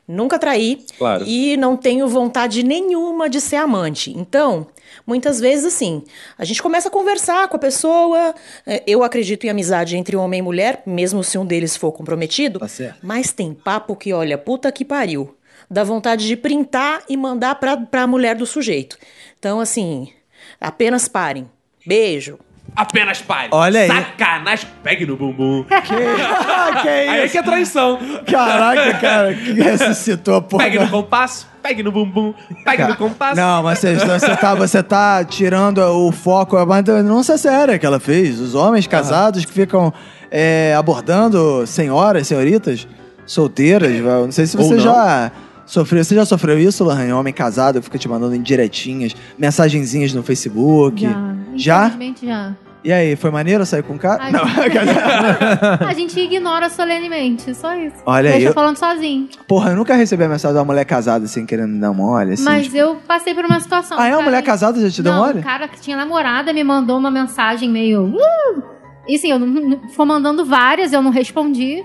F: nunca traí,
A: Claro.
F: e não tenho vontade nenhuma de ser amante. Então, muitas vezes assim, a gente começa a conversar com a pessoa. eh, Eu acredito em amizade entre homem e mulher, mesmo se um deles for comprometido.
B: Tá certo.
F: Mas tem papo que, olha, puta que pariu. Dá vontade de printar e mandar pra, pra mulher do sujeito. Então, assim, apenas parem. Beijo.
A: Apenas pare.
B: Olha aí.
A: Sacanagem. Pegue no bumbum.
B: Ah, que
A: Aí é que é traição.
B: Caraca, cara, que ressuscitou a porra.
A: Pegue
B: da-
A: no compasso, pegue no bumbum, pegue no compasso.
B: Não, mas você, você, tá, você tá tirando o foco. É uma denúncia séria que ela fez. Os homens casados que ficam é, abordando senhoras, senhoritas, solteiras. vai. Não sei se
E: Ou
B: você
E: não.
B: já sofreu. Você já sofreu isso, Lohan? Homem casado fica te mandando indiretinhas, mensagenzinhas no Facebook. Já?
C: Infelizmente já.
B: E aí, foi maneiro sair com o cara?
C: Ai,
B: Não,
C: A gente ignora solenemente, só isso.
B: Olha aí,
C: Deixa
B: eu-
C: eu falando sozinho.
B: porra, eu nunca recebi a mensagem de uma mulher casada assim, querendo me dar mole, assim.
C: Mas
B: tipo-
C: eu passei por uma situação.
B: Ah, é? Uma
C: cara,
B: mulher casada já te deu
C: não,
B: mole?
C: um cara que tinha namorada me mandou uma mensagem meio. "Uh!" E assim, eu não- não, foi mandando várias, eu não respondi.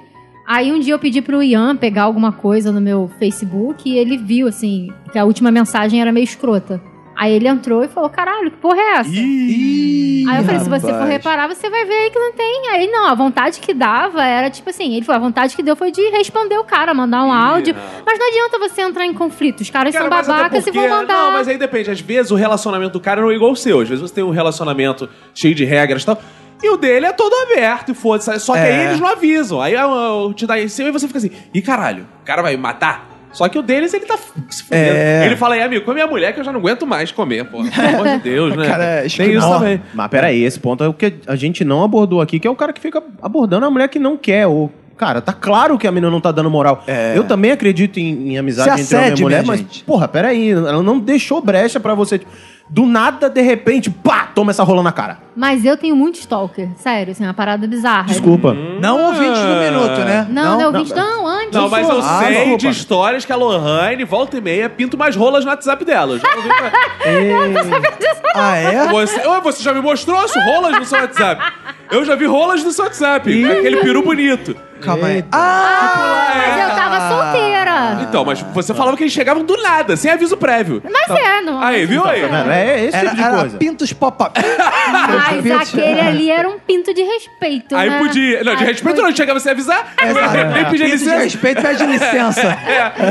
C: Aí um dia eu pedi pro Ian pegar alguma coisa no meu Facebook e ele viu, assim, que a última mensagem era meio escrota. Aí ele entrou e falou: caralho, que porra é essa?
D: Ih,
C: Aí eu falei, se você for
B: rapaz.
C: reparar, você vai ver aí que não tem. Aí não, a vontade que dava era tipo assim, ele falou, a vontade que deu foi de responder o cara, mandar um áudio. Mas não adianta você entrar em conflito. Os caras
A: Cara,
C: são
A: mas até
C: babacas e vão
A: porque-
C: mandar.
A: Não, mas aí depende. Às vezes o relacionamento do cara não é igual o seu. Às vezes você tem um relacionamento cheio de regras e tal. E o dele é todo aberto e foda-se. Só que
E: É.
B: É.
A: aí eles não avisam. Aí eu, eu te dá isso e você fica assim, e caralho, o cara vai me matar? Só que o deles, ele tá f- se fudendo.
B: É.
A: Ele fala, aí, amigo, come a mulher que eu já não aguento mais comer, pô. Pelo amor de Deus, né?
B: Cara, é
A: Tem isso
B: esquinal.
A: também.
E: Mas peraí, esse ponto é o que a gente não abordou aqui, que é o cara que fica abordando a mulher que não quer, ou. Cara, tá claro que a menina não tá dando moral. Eu também acredito em, em amizade
B: É.
E: entre
B: Se
E: homem e
B: assédio,
E: mulher,
B: minha
E: mas,
B: gente.
E: porra, peraí, ela não deixou brecha pra você. tipo, Do nada, de repente, pá, toma essa rola na cara.
C: Mas eu tenho muito stalker, sério, assim, uma parada bizarra.
E: Desculpa.
B: Não ouvinte do minuto, né?
C: Não, não, é ouvinte, não, antes.
A: Não, mas eu
B: Ah,
A: sei
B: desculpa.
A: de histórias que a Lohane, volta e meia, pinta umas rolas no WhatsApp dela. Eu já ouvi pra-
B: Ah, é?
A: Você, Ô, você já me mostrou as rolas no seu WhatsApp? Eu já vi rolas no seu WhatsApp. com Aquele peru bonito.
B: Calma aí. Ah!
C: Mas eu tava solteira.
A: Então, mas você falava que eles chegavam do nada, sem aviso prévio. Tá.
C: Mas é, não.
A: Aí, viu aí?
B: Tá,
E: Mano, é esse
B: Era,
E: tipo de
B: era
E: coisa.
B: pintos pop-up.
C: Mas aquele ali era um pinto de respeito,
A: Aí
C: né?
A: podia. Não, de
C: Aí
A: respeito não, ele chegava sem avisar. Nem pedia
B: Pintos de
A: licença. É.
B: respeito pede licença.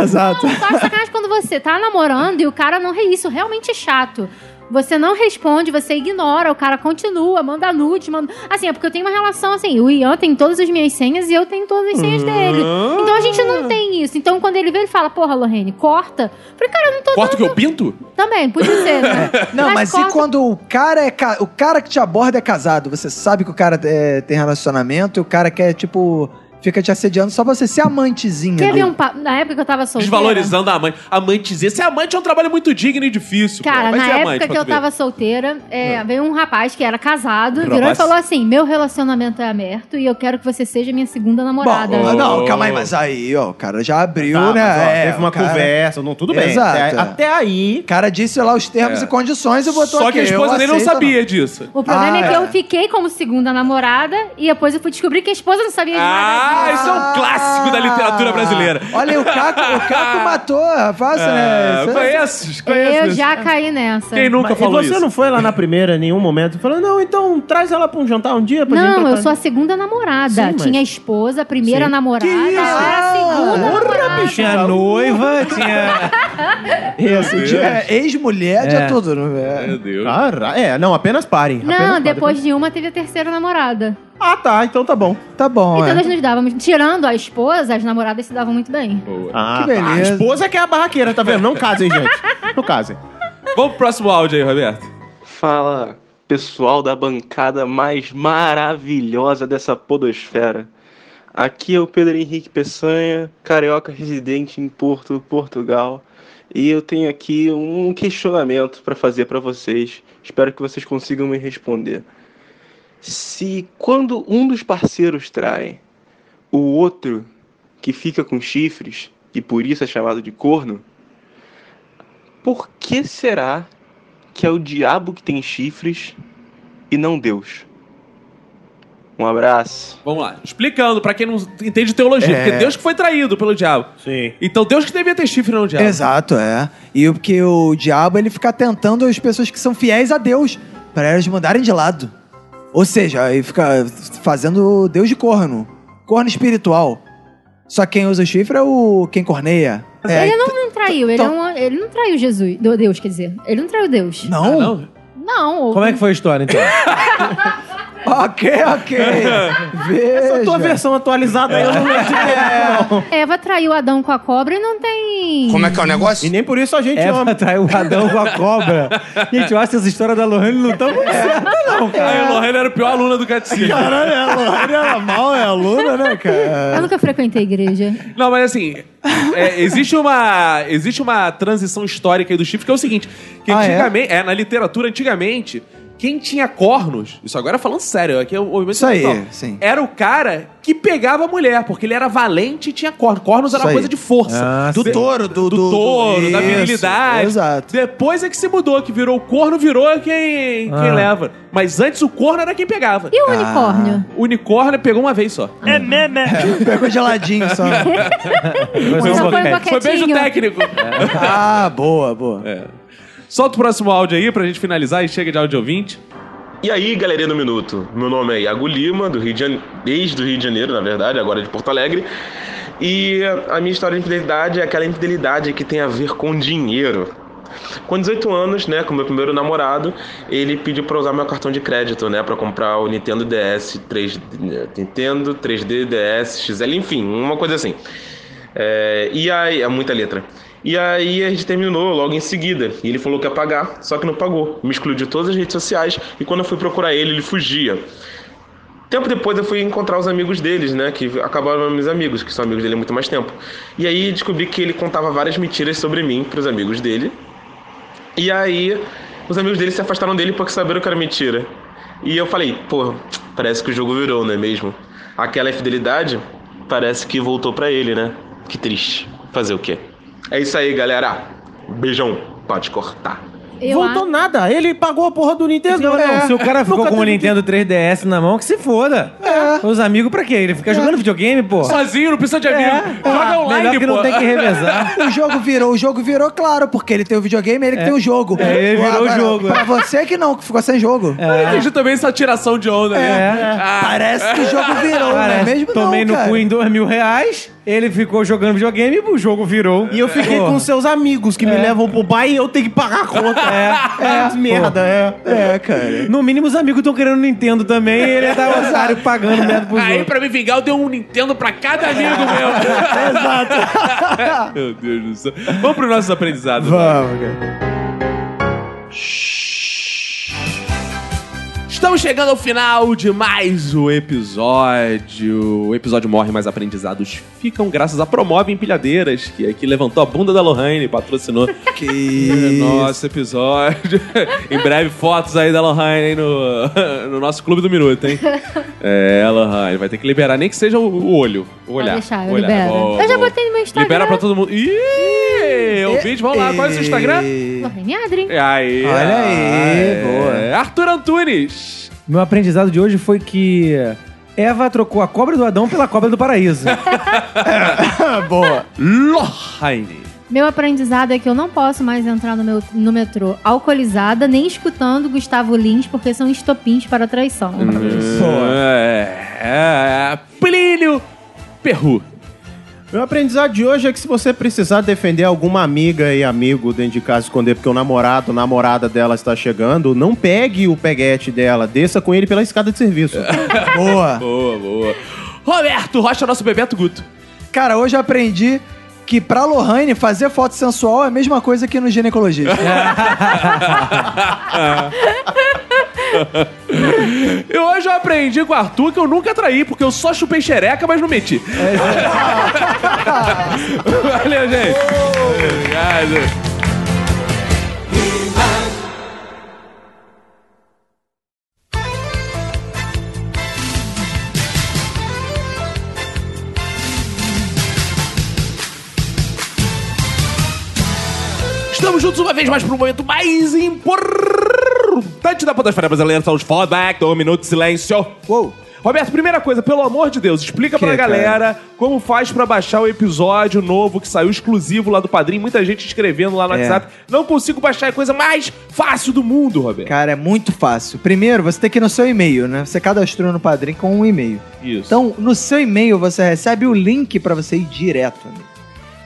E: Exato.
C: Só que sacanagem quando você tá namorando e o cara não. re- Isso realmente é chato. Você não responde, você ignora, o cara continua, manda nude, manda. Assim, é porque eu tenho uma relação assim, o Ian tem todas as minhas senhas e eu tenho todas as senhas dele. Então a gente não tem isso. Então quando ele vê, ele fala, porra, Lorraine, corta. Eu falei, cara, eu não tô
A: Corta o que
C: dando.
A: eu pinto?
C: Também, podia ser, né?
B: Não, mas, e
C: corta-
B: quando o cara é ca- o cara que te aborda é casado, você sabe que o cara é, tem relacionamento e o cara quer tipo fica te assediando só pra você ser amantezinha.
C: Quer
B: dele.
C: ver um papo? Na época que eu tava solteira.
A: Desvalorizando a amante. Amantezinha. Ser amante é um trabalho muito digno e difícil. pô.
C: Cara, na
A: Vai ser
C: época
A: amante, pra
C: que
A: tu
C: eu
A: ver.
C: tava solteira, é,
A: Hum.
C: veio um rapaz que era casado,
E: Um
C: virou e
E: rapaz?
C: falou assim: meu relacionamento é aberto e eu quero que você seja minha segunda namorada.
A: ah,
B: Bom, ah, não, calma aí, mas aí, ó, o cara já abriu,
E: Tá,
B: né?
E: mas, ó,
B: É,
E: teve uma
B: o cara-
E: conversa, não, tudo bem.
B: Exato,
E: Até-
B: é.
E: até aí, É.
B: O cara disse lá os termos e condições e botou
A: Só
B: aqui,
A: que a esposa
B: eu
A: dele não
B: aceito,
A: sabia disso.
C: O problema
B: Ah,
C: é que
B: é.
C: eu fiquei como segunda namorada e depois eu fui descobrir que a esposa não sabia de nada.
A: Ah, isso é um clássico da literatura brasileira.
B: Olha, aí, o Caco, o Caco matou a fácil,
A: É,
B: né? Cê-
A: conheço, conheço.
C: eu
A: isso.
C: já caí nessa.
A: Quem nunca
E: Mas-
A: falou
E: e você
A: isso?
E: não foi lá na primeira em nenhum momento? Falou, não, então traz ela pra um jantar um dia pra gente
C: Não, eu
E: trocar-
C: sou a segunda namorada.
E: Sim, mas- Ah,
C: Tinha a esposa, a primeira
E: Sim.
C: namorada, eu era a segunda namorada.
D: Tinha
E: tá.
D: a noiva, tinha.
B: Isso, tinha ex-mulher, tinha
D: É.
B: tudo. né?
A: Meu Deus.
E: Cara, é, não, apenas parem.
C: Não, depois de uma teve a terceira namorada.
E: Ah, tá, então tá bom.
B: Tá bom,
C: Então
B: é.
C: nós nos dávamos. Tirando a esposa, as namoradas se davam muito bem.
E: Ah,
B: Que
E: tá. A
B: beleza.
E: esposa que é a barraqueira, tá vendo? Não casem, gente. Não casem.
A: Vamos pro próximo áudio aí, Roberto.
G: Fala, pessoal da bancada mais maravilhosa dessa podosfera. Aqui é o Pedro Henrique Peçanha, carioca residente em Porto, Portugal, e eu tenho aqui um questionamento para fazer para vocês. Espero que vocês consigam me responder. Se quando um dos parceiros trai, o outro que fica com chifres, e por isso é chamado de corno, por que será que é o diabo que tem chifres e não Deus. Um abraço.
A: Vamos lá. Explicando pra quem não entende
B: É.
A: teologia. Porque Deus que foi traído pelo diabo.
E: Sim.
A: Então Deus que devia ter chifre, não o diabo.
B: Exato, é. E o- porque o diabo ele fica tentando as pessoas que são fiéis a Deus para elas mandarem de lado. Ou seja, ele fica fazendo Deus de corno, corno espiritual. Só quem usa o chifre é o quem corneia. É,
C: ele não, não traiu, ele,
B: Então-
C: não, ele não traiu Jesus. do- Deus, quer dizer. Ele não traiu Deus.
B: não?
A: Ah, não?
C: Não, ou-
D: Como é que foi a história, então?
B: Ok, ok. Veja.
E: Essa tua versão atualizada aí eu
D: É,
E: não lembro.
C: Eva traiu Adão com a cobra e não tem.
A: é
E: E nem por isso a gente ama.
D: Eva traiu o Adão um com a cobra. Gente, eu acho que essa história da Lohane não tá muito certa, não, cara.
A: Aí a Lorena era o pior aluna do catecismo.
B: Caralho, ela, ela mal é aluna, né, cara?
C: Eu nunca frequentei igreja.
A: Não, mas assim, é, existe, uma, existe uma transição histórica aí do chifre, que é o seguinte: que
B: Ah, é?
A: antigamente, é? na literatura, antigamente, quem tinha cornos, isso agora falando sério, aqui é o movimento
B: Isso aí,
A: intelectual,
B: sim.
A: era o cara que pegava a mulher, porque ele era valente e tinha cornos. Cornos era
B: Isso aí.
A: coisa de força.
D: Ah,
B: Do touro, do,
A: do touro, da
B: Isso,
A: virilidade.
B: Exato.
A: Depois é que se mudou, que virou o corno, virou quem, quem
D: Ah.
A: leva. Mas antes o corno era quem pegava.
C: E o unicórnio?
A: O unicórnio pegou uma vez só.
B: Pegou geladinho só.
C: Foi um
A: Foi
C: boquete.
A: beijo técnico.
B: ah, boa, boa.
A: É. Solta o próximo áudio aí pra gente finalizar e chega de áudio ouvinte.
G: E aí, galerinha do Minuto? Meu nome é Iago Lima, do Rio de Janeiro, desde o Rio de Janeiro, na verdade, agora de Porto Alegre. E a minha história de infidelidade é aquela infidelidade que tem a ver com dinheiro. Com 18 anos, né, com meu primeiro namorado, ele pediu pra usar meu cartão de crédito, né, para comprar o Nintendo DS 3, Nintendo 3D DS XL, enfim, uma coisa assim. É, e aí, é muita letra. E aí a gente terminou logo em seguida. E ele falou que ia pagar, só que não pagou. Me excluiu de todas as redes sociais e quando eu fui procurar ele, ele fugia. Tempo depois eu fui encontrar os amigos deles, né? Que acabaram meus amigos, que são amigos dele há muito mais tempo. E aí descobri que ele contava várias mentiras sobre mim para os amigos dele. E aí os amigos dele se afastaram dele porque saberam que era mentira. E eu falei, pô, parece que o jogo virou, não é mesmo? Aquela infidelidade parece que voltou pra ele, né? Que triste. Fazer o quê? É isso aí, galera. Beijão. Pode cortar.
C: Eu
E: Voltou nada. Ele pagou a porra do Nintendo.
D: Não,
E: É.
D: não, se o cara ficou
E: Nunca
D: com o
E: teve É.
D: Nintendo 3DS na mão, que se foda. Os amigos pra quê? Ele fica jogando videogame, pô. É. Ah,
A: Sozinho, não precisa de amigo.
B: Ah,
A: Joga
D: Melhor
A: online,
D: que
A: pô.
D: não tem que revezar.
B: O jogo virou, o jogo virou, claro, porque ele tem o videogame, ele que tem o jogo.
D: É, ele virou o
B: Agora,
D: jogo,
B: Pra
D: é.
B: você que não, que ficou sem jogo.
A: Eu não entendi também essa tiração de onda aí. Ah,
B: É. Parece que o jogo virou, não é
D: Cara,
B: mesmo
D: tomei
B: não,
D: no
B: cara.
D: cu em dois mil reais, ele ficou jogando videogame, o jogo virou.
E: E eu fiquei
D: Pô. É.
E: com seus amigos que me levam pro bar e eu tenho que pagar a conta. É, é merda, é.
B: É, cara.
D: No mínimo, os amigos estão querendo Nintendo também, e ele tá otário pagando merda pro
A: Aí,
D: jogo.
A: pra me vingar, eu dei um Nintendo pra cada amigo meu. Exato. meu Deus do céu. Vamos pros nossos aprendizados.
D: Vamos, cara.
A: Estamos chegando ao final de mais um episódio. O episódio morre, mas aprendizados ficam graças a Promove Empilhadeiras, que aqui levantou a bunda da Lohane e patrocinou
B: Que
A: o
B: isso.
A: nosso episódio. em breve, fotos aí da Lohane aí no, no nosso Clube do Minuto, hein? É, Lohane, vai ter que liberar, nem que seja o, o olho. O olhar.
C: Pode deixar, eu
A: o olhar.
C: libero.
A: Boa,
C: eu já
A: boa.
C: botei no meu Instagram.
A: Libera pra todo mundo. Ih, ouvintes, vamos lá. Qual é o seu Instagram? É
C: Lorraine Adrien.
A: Aí,
B: Olha aí,
A: boa. Arthur Antunes.
D: Meu aprendizado de hoje foi que Eva trocou a cobra do Adão pela cobra do paraíso.
B: Boa.
A: Lohane.
C: Meu aprendizado é que eu não posso mais entrar no, meu, no metrô alcoolizada, nem escutando Gustavo Lins, porque são estopins para a traição.
A: É, é, Plínio Perru.
E: Meu aprendizado de hoje é que se você precisar defender alguma amiga e amigo dentro de casa esconder porque o namorado, a namorada dela está chegando, não pegue o peguete dela, desça com ele pela escada de serviço.
B: Boa.
A: Boa, boa. Roberto Rocha, nosso Bebeto Guto.
B: Cara, hoje eu aprendi que pra Lohane fazer foto sensual é a mesma coisa que no ginecologista.
A: E hoje eu aprendi com o Arthur que eu nunca traí, porque eu só chupei xereca, mas não meti. Valeu, gente. Obrigado. Estamos juntos uma vez mais para o momento mais importante da Podosfera Brasileira. São os Fallback, do Minuto de Silêncio. Uou. Roberto, primeira coisa, pelo amor de Deus, explica pra galera como faz pra baixar o episódio novo que saiu exclusivo lá do Padrim. Muita gente escrevendo lá no
B: É.
A: WhatsApp. Não consigo baixar, é a coisa mais fácil do mundo, Roberto.
B: Cara, é muito fácil. Primeiro, você tem que ir no seu e-mail, né? Você cadastrou no Padrim com um e-mail.
A: Isso.
B: Então, no seu e-mail, você recebe o link pra você ir direto. Amigo.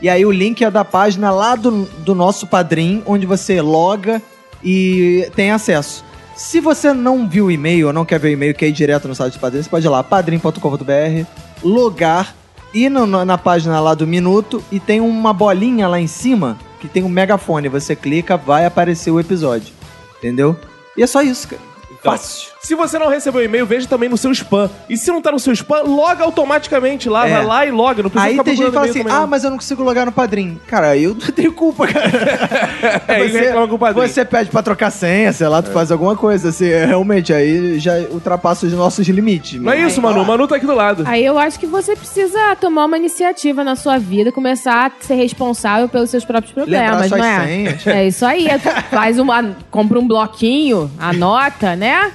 B: E aí, o link é da página lá do, do nosso Padrim, onde você loga e tem acesso. Se você não viu o e-mail ou não quer ver o e-mail, quer ir direto no site do Padrim, você pode ir lá, padrim.com.br, logar, ir no- na página lá do Minuto e tem uma bolinha lá em cima que tem um megafone. Você clica, vai aparecer o episódio. Entendeu? E é só isso, cara.
A: Então,
B: Fácil.
A: Se você não recebeu o e-mail, veja também no seu spam. E se não tá no seu spam, loga automaticamente lá.
B: É.
A: Vai lá e loga. Não precisa
B: Aí
A: ficar
B: tem gente que fala
A: procurando
B: assim,
A: e-mail
B: ah,
A: também,
B: mas eu não consigo logar no Padrim. Cara, eu não tenho culpa, cara.
A: não. É, e reclama com o padrinho. É.
B: você pede pra trocar senha, sei lá, tu faz alguma coisa. Assim, é, realmente, aí já ultrapassa os nossos limites.
A: Não é isso, Manu. Manu tá aqui do lado.
H: Aí eu acho que você precisa tomar uma iniciativa na sua vida, começar a ser responsável pelos seus próprios
B: Lembrar
H: problemas,
B: suas
H: não é?
B: senhas.
H: É isso aí. Faz uma. Compra um bloquinho, anota, né?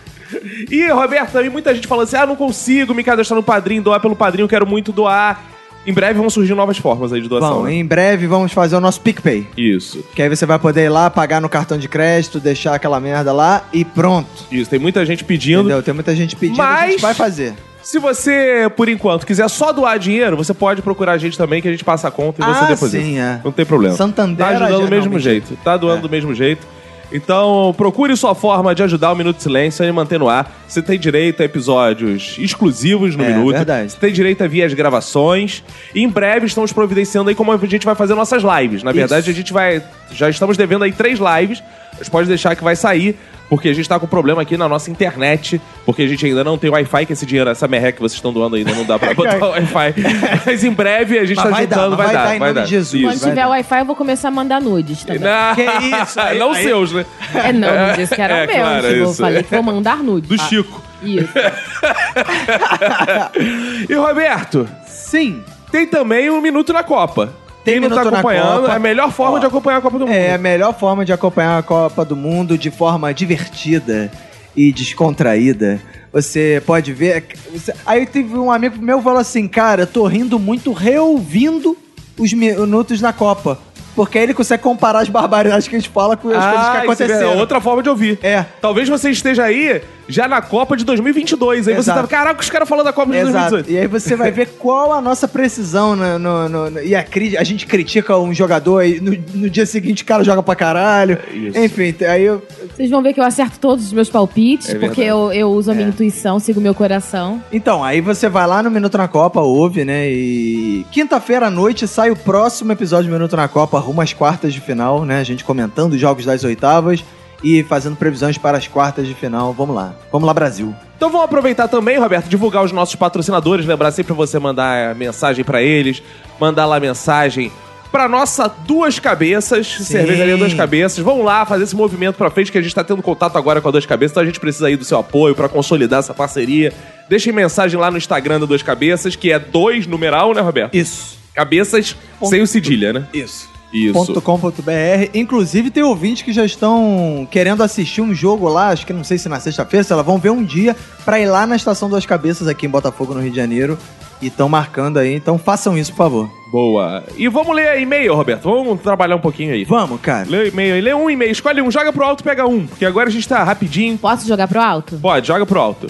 A: E, Roberto, também muita gente falando assim: ah, não consigo me cadastrar no padrinho, doar pelo padrinho, quero muito doar. Em breve vão surgir novas formas aí de doação.
B: Bom,
A: né?
B: em breve vamos fazer o nosso PicPay.
A: Isso.
B: Que aí você vai poder ir lá, pagar no cartão de crédito, deixar aquela merda lá e pronto.
A: Isso. Tem muita gente pedindo.
B: Entendeu? Tem muita gente pedindo, a
A: Mas-
B: gente vai fazer.
A: Se você, por enquanto, quiser só doar dinheiro, você pode procurar a gente também, que a gente passa a conta e você
B: ah,
A: deposita.
B: sim, é.
A: Não tem problema.
B: Santander é
A: Tá ajudando do mesmo
B: geralmente-
A: jeito. Tá doando
B: É.
A: do mesmo jeito. Então, procure sua forma de ajudar o Minuto de Silêncio e manter no ar. Você tem direito a episódios exclusivos no
B: É,
A: Minuto.
B: verdade.
A: Você tem direito a vir as gravações. E em breve estamos providenciando aí como a gente vai fazer nossas lives. Na verdade, a gente vai. Já estamos devendo aí três lives. Mas pode deixar que vai sair, porque a gente tá com problema aqui na nossa internet, porque a gente ainda não tem Wi-Fi, que esse dinheiro, essa merreca que vocês estão doando ainda não dá pra botar Wi-Fi. Mas em breve a gente
B: Mas
A: tá
B: vai dar,
A: juntando, vai,
B: mas vai
A: dar,
B: dar em
A: vai
B: nome
A: dar.
B: de Jesus.
A: Isso.
H: Quando
B: vai
H: tiver
B: dar.
H: Wi-Fi, eu vou começar a mandar nudes também.
A: Não.
B: Que isso, aí-
A: não
B: aí-
A: seus, né?
H: É, não, não disse que era
A: É,
H: o meu.
A: claro,
H: tipo, eu
A: isso.
H: falei que vou mandar nudes.
A: Do
H: Ah,
A: Chico.
H: Isso.
A: E Roberto,
B: Sim.
A: tem também um minuto na Copa.
B: Tem
A: Quem não tá
B: Minuto na
A: acompanhando,
B: Copa.
A: é a melhor forma
B: Ó.
A: de acompanhar a Copa do Mundo.
B: É a melhor forma de acompanhar a Copa do Mundo de forma divertida e descontraída. Você pode ver. você- Aí teve um amigo meu que falou assim: Cara, eu tô rindo muito reouvindo os minutos na Copa. Porque aí ele consegue comparar as barbaridades que a gente fala com as coisas que
A: Ah, isso é
B: aconteceram.
A: outra forma de ouvir.
B: É.
A: Talvez você esteja aí já na Copa de 2022. Aí você
B: Exato.
A: tá, caraca, os caras falando da Copa de
B: Exato.
A: 2018.
B: E aí você vai ver qual a nossa precisão no, no- no- no- e a, cri- a gente critica um jogador e no, no dia seguinte o cara joga pra caralho.
A: É Isso.
B: Enfim, t- aí eu,
H: Vocês vão ver que eu acerto todos os meus palpites,
A: É
H: porque
A: verdade.
H: eu, eu uso a minha intuição, sigo meu coração.
B: Então, aí você vai lá no Minuto na Copa, ouve, né? E quinta-feira à noite sai o próximo episódio do Minuto na Copa, rumo às quartas de final, né? A gente comentando os jogos das oitavas e fazendo previsões para as quartas de final. Vamos lá. Vamos lá, Brasil.
A: Então vamos aproveitar também, Roberto, divulgar os nossos patrocinadores, lembrar sempre você mandar mensagem pra eles, mandar lá mensagem pra nossa Duas Cabeças, cervejaria Duas Cabeças. Vamos lá fazer esse movimento pra frente que a gente tá tendo contato agora com a Duas Cabeças, então a gente precisa aí do seu apoio pra consolidar essa parceria. Deixem mensagem lá no Instagram da Duas Cabeças, que é dois numeral, né, Roberto?
B: Isso.
A: Cabeças sem o cedilha, né?
B: Isso.
A: Isso.
B: .com.br. Inclusive, tem ouvintes que já estão querendo assistir um jogo lá, acho que não sei se na sexta-feira, se elas vão ver um dia, pra ir lá na Estação Duas Cabeças, aqui em Botafogo, no Rio de Janeiro. E estão marcando aí, então façam isso, por favor.
A: Boa. E vamos ler e-mail, Roberto. Vamos trabalhar um pouquinho aí.
B: Vamos, cara.
A: Lê o e-mail aí. Lê um e-mail. Escolhe um, joga pro alto, pega um. Porque agora a gente tá rapidinho.
H: Posso jogar pro alto?
A: Pode, joga pro alto.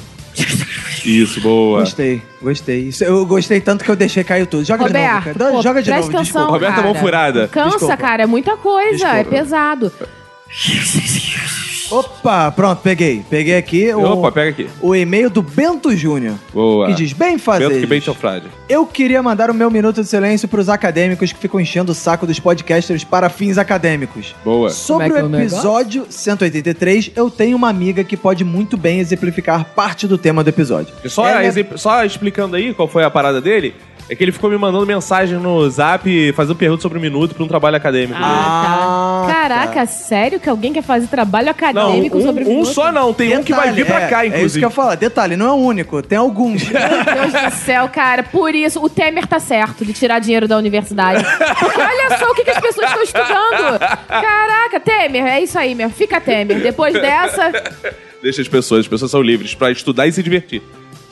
A: Isso, boa.
B: Gostei, gostei. Isso, eu gostei tanto que eu deixei cair tudo. Joga de novo,
H: Roberto,
B: cara. Dá-
H: pô,
B: Joga de
H: presta
B: novo,
H: atenção,
B: desculpa.
A: Roberto é
H: cara.
A: mão furada.
H: Cansa,
B: Desculpa.
H: cara, é muita coisa, é
B: Desculpa.
H: pesado.
B: Opa, pronto, peguei. Peguei aqui o,
A: Opa, pega aqui.
B: o e-mail do Bento Júnior.
A: Boa.
B: Que diz, bem fazer.
A: Bento que bem chofrade.
B: Eu queria mandar o meu minuto de silêncio pros acadêmicos que ficam enchendo o saco dos podcasters para fins acadêmicos.
A: Boa.
B: Sobre
H: Como é que é o
B: o
H: negócio?
B: episódio 183, eu tenho uma amiga que pode muito bem exemplificar parte do tema do episódio.
A: E Só,
B: Ela é-
A: exem- só explicando aí qual foi a parada dele, é que ele ficou me mandando mensagem no zap, fazendo pergunta sobre o minuto pra um trabalho acadêmico. dele.
H: Ah,
B: Ah,
H: tá. Caraca, sério que alguém quer fazer trabalho
A: Não,
H: acadêmico sobre
A: um, um
H: minuto?
A: só não. Tem um que vai vir pra
B: é,
A: cá,
B: É isso que
A: inclusive.
B: eu falo. Detalhe, não é o único, tem alguns.
H: Meu Deus do céu, cara. Por isso, o Temer tá certo de tirar dinheiro da universidade. Porque olha só o que, que as pessoas estão estudando. Caraca, Temer, é isso aí mesmo. Fica Temer. Depois dessa,
A: Deixa as pessoas, as pessoas são livres pra estudar e se divertir.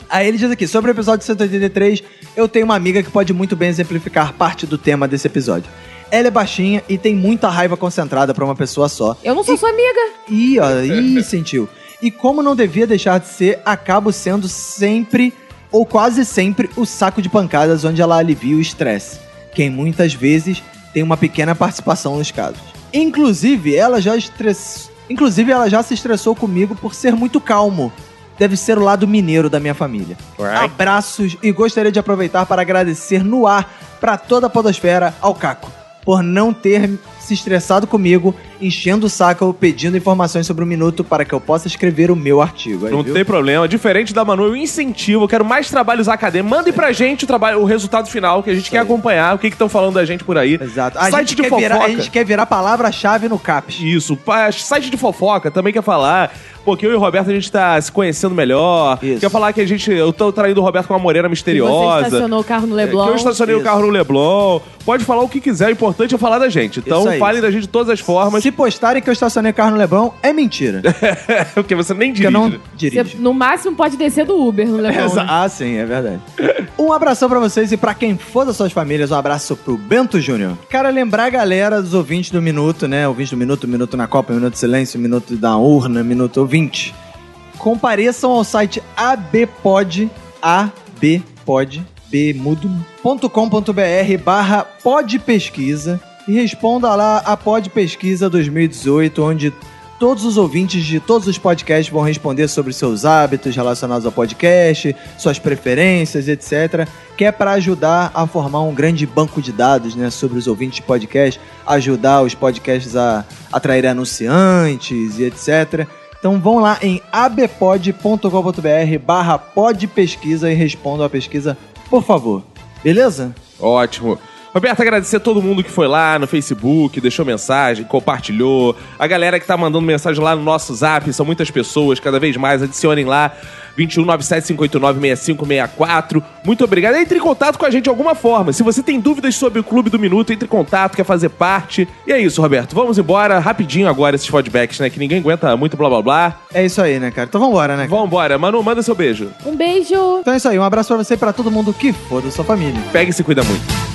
B: Aí ele diz aqui, sobre o episódio 183, eu tenho uma amiga que pode muito bem exemplificar parte do tema desse episódio. Ela é baixinha e tem muita raiva concentrada pra uma pessoa só.
H: eu não sou sua amiga.
B: Ih, ó, ih, sentiu. E como não devia deixar de ser, acabo sendo sempre, ou quase sempre, o saco de pancadas onde ela alivia o estresse. Quem muitas vezes tem uma pequena participação nos casos. Inclusive, ela já estress... Inclusive, ela já se estressou comigo por ser muito calmo. Deve ser o lado mineiro da minha família. Abraços e gostaria de aproveitar para agradecer no ar para toda a podosfera ao Caco por não ter se estressado comigo, enchendo o saco, pedindo informações sobre o minuto para que eu possa escrever o meu artigo. Aí,
A: Não
B: viu?
A: tem problema. Diferente da Manu, eu incentivo, eu quero mais trabalhos acadêmicos. Mandem pra gente o, trabalho, o resultado final, que a gente quer acompanhar, o que estão falando da gente por aí.
B: Exato. A
A: Site
B: gente,
A: de
B: quer virar, a
A: fofoca.
B: gente quer virar palavra-chave no CAPS.
A: Isso, pa- site de fofoca também quer falar. Porque eu e o Roberto, a gente tá se conhecendo melhor.
B: Isso.
A: Quer falar que a gente... Eu tô traindo o Roberto com uma morena
H: Você
A: misteriosa. É,
H: estacionou o carro no
A: Que eu
H: Leblon.
A: estacionei o
B: Isso.
A: carro no Leblon. Pode falar o que quiser, o importante é falar da gente. Então,
B: Isso aí.
A: fale da gente de todas as formas,
B: Se postarem que eu estacionei o carro no Leblon, é mentira. Porque
A: porque você nem
B: eu
A: dirige.
B: não
A: né?
B: dirijo.
H: Você, no máximo, pode descer do Uber no Leblon. né?
B: Exa- Ah, sim, é verdade. Um abração pra vocês e pra quem for das suas famílias, um abraço pro Bento Júnior. Cara, lembrar a galera dos ouvintes do Minuto, né? Ouvinte do Minuto, Minuto na Copa, Minuto de Silêncio, Minuto da Urna, Minuto Ouvinte. Compareçam ao site abpod, abpod, bmudo.com.br barra podpesquisa e responda lá a podpesquisa 2018, onde Todos os ouvintes de todos os podcasts vão responder sobre seus hábitos relacionados ao podcast, suas preferências, etc. Que é para ajudar a formar um grande banco de dados né, sobre os ouvintes de podcast, ajudar os podcasts a atrair anunciantes e etc. Então vão lá em abpod.com.br barra podpesquisa e respondam a pesquisa, por favor. Beleza?
A: Ótimo. Roberto, agradecer a todo mundo que foi lá no Facebook, deixou mensagem, compartilhou. A galera que tá mandando mensagem lá no nosso zap, são muitas pessoas, cada vez mais. Adicionem lá, 21975896564. Muito obrigado. Entre em contato com a gente de alguma forma. Se você tem dúvidas sobre o Clube do Minuto, entre em contato, quer fazer parte. E é isso, Roberto. Vamos embora rapidinho agora esses feedbacks, né? Que ninguém aguenta muito blá blá blá.
B: É isso aí, né, cara? Então vambora, né? cara?
A: Vambora. Manu, manda seu beijo.
H: Um beijo.
B: Então é isso aí, um abraço pra você e pra todo mundo que for da sua família.
A: Pega e se cuida muito.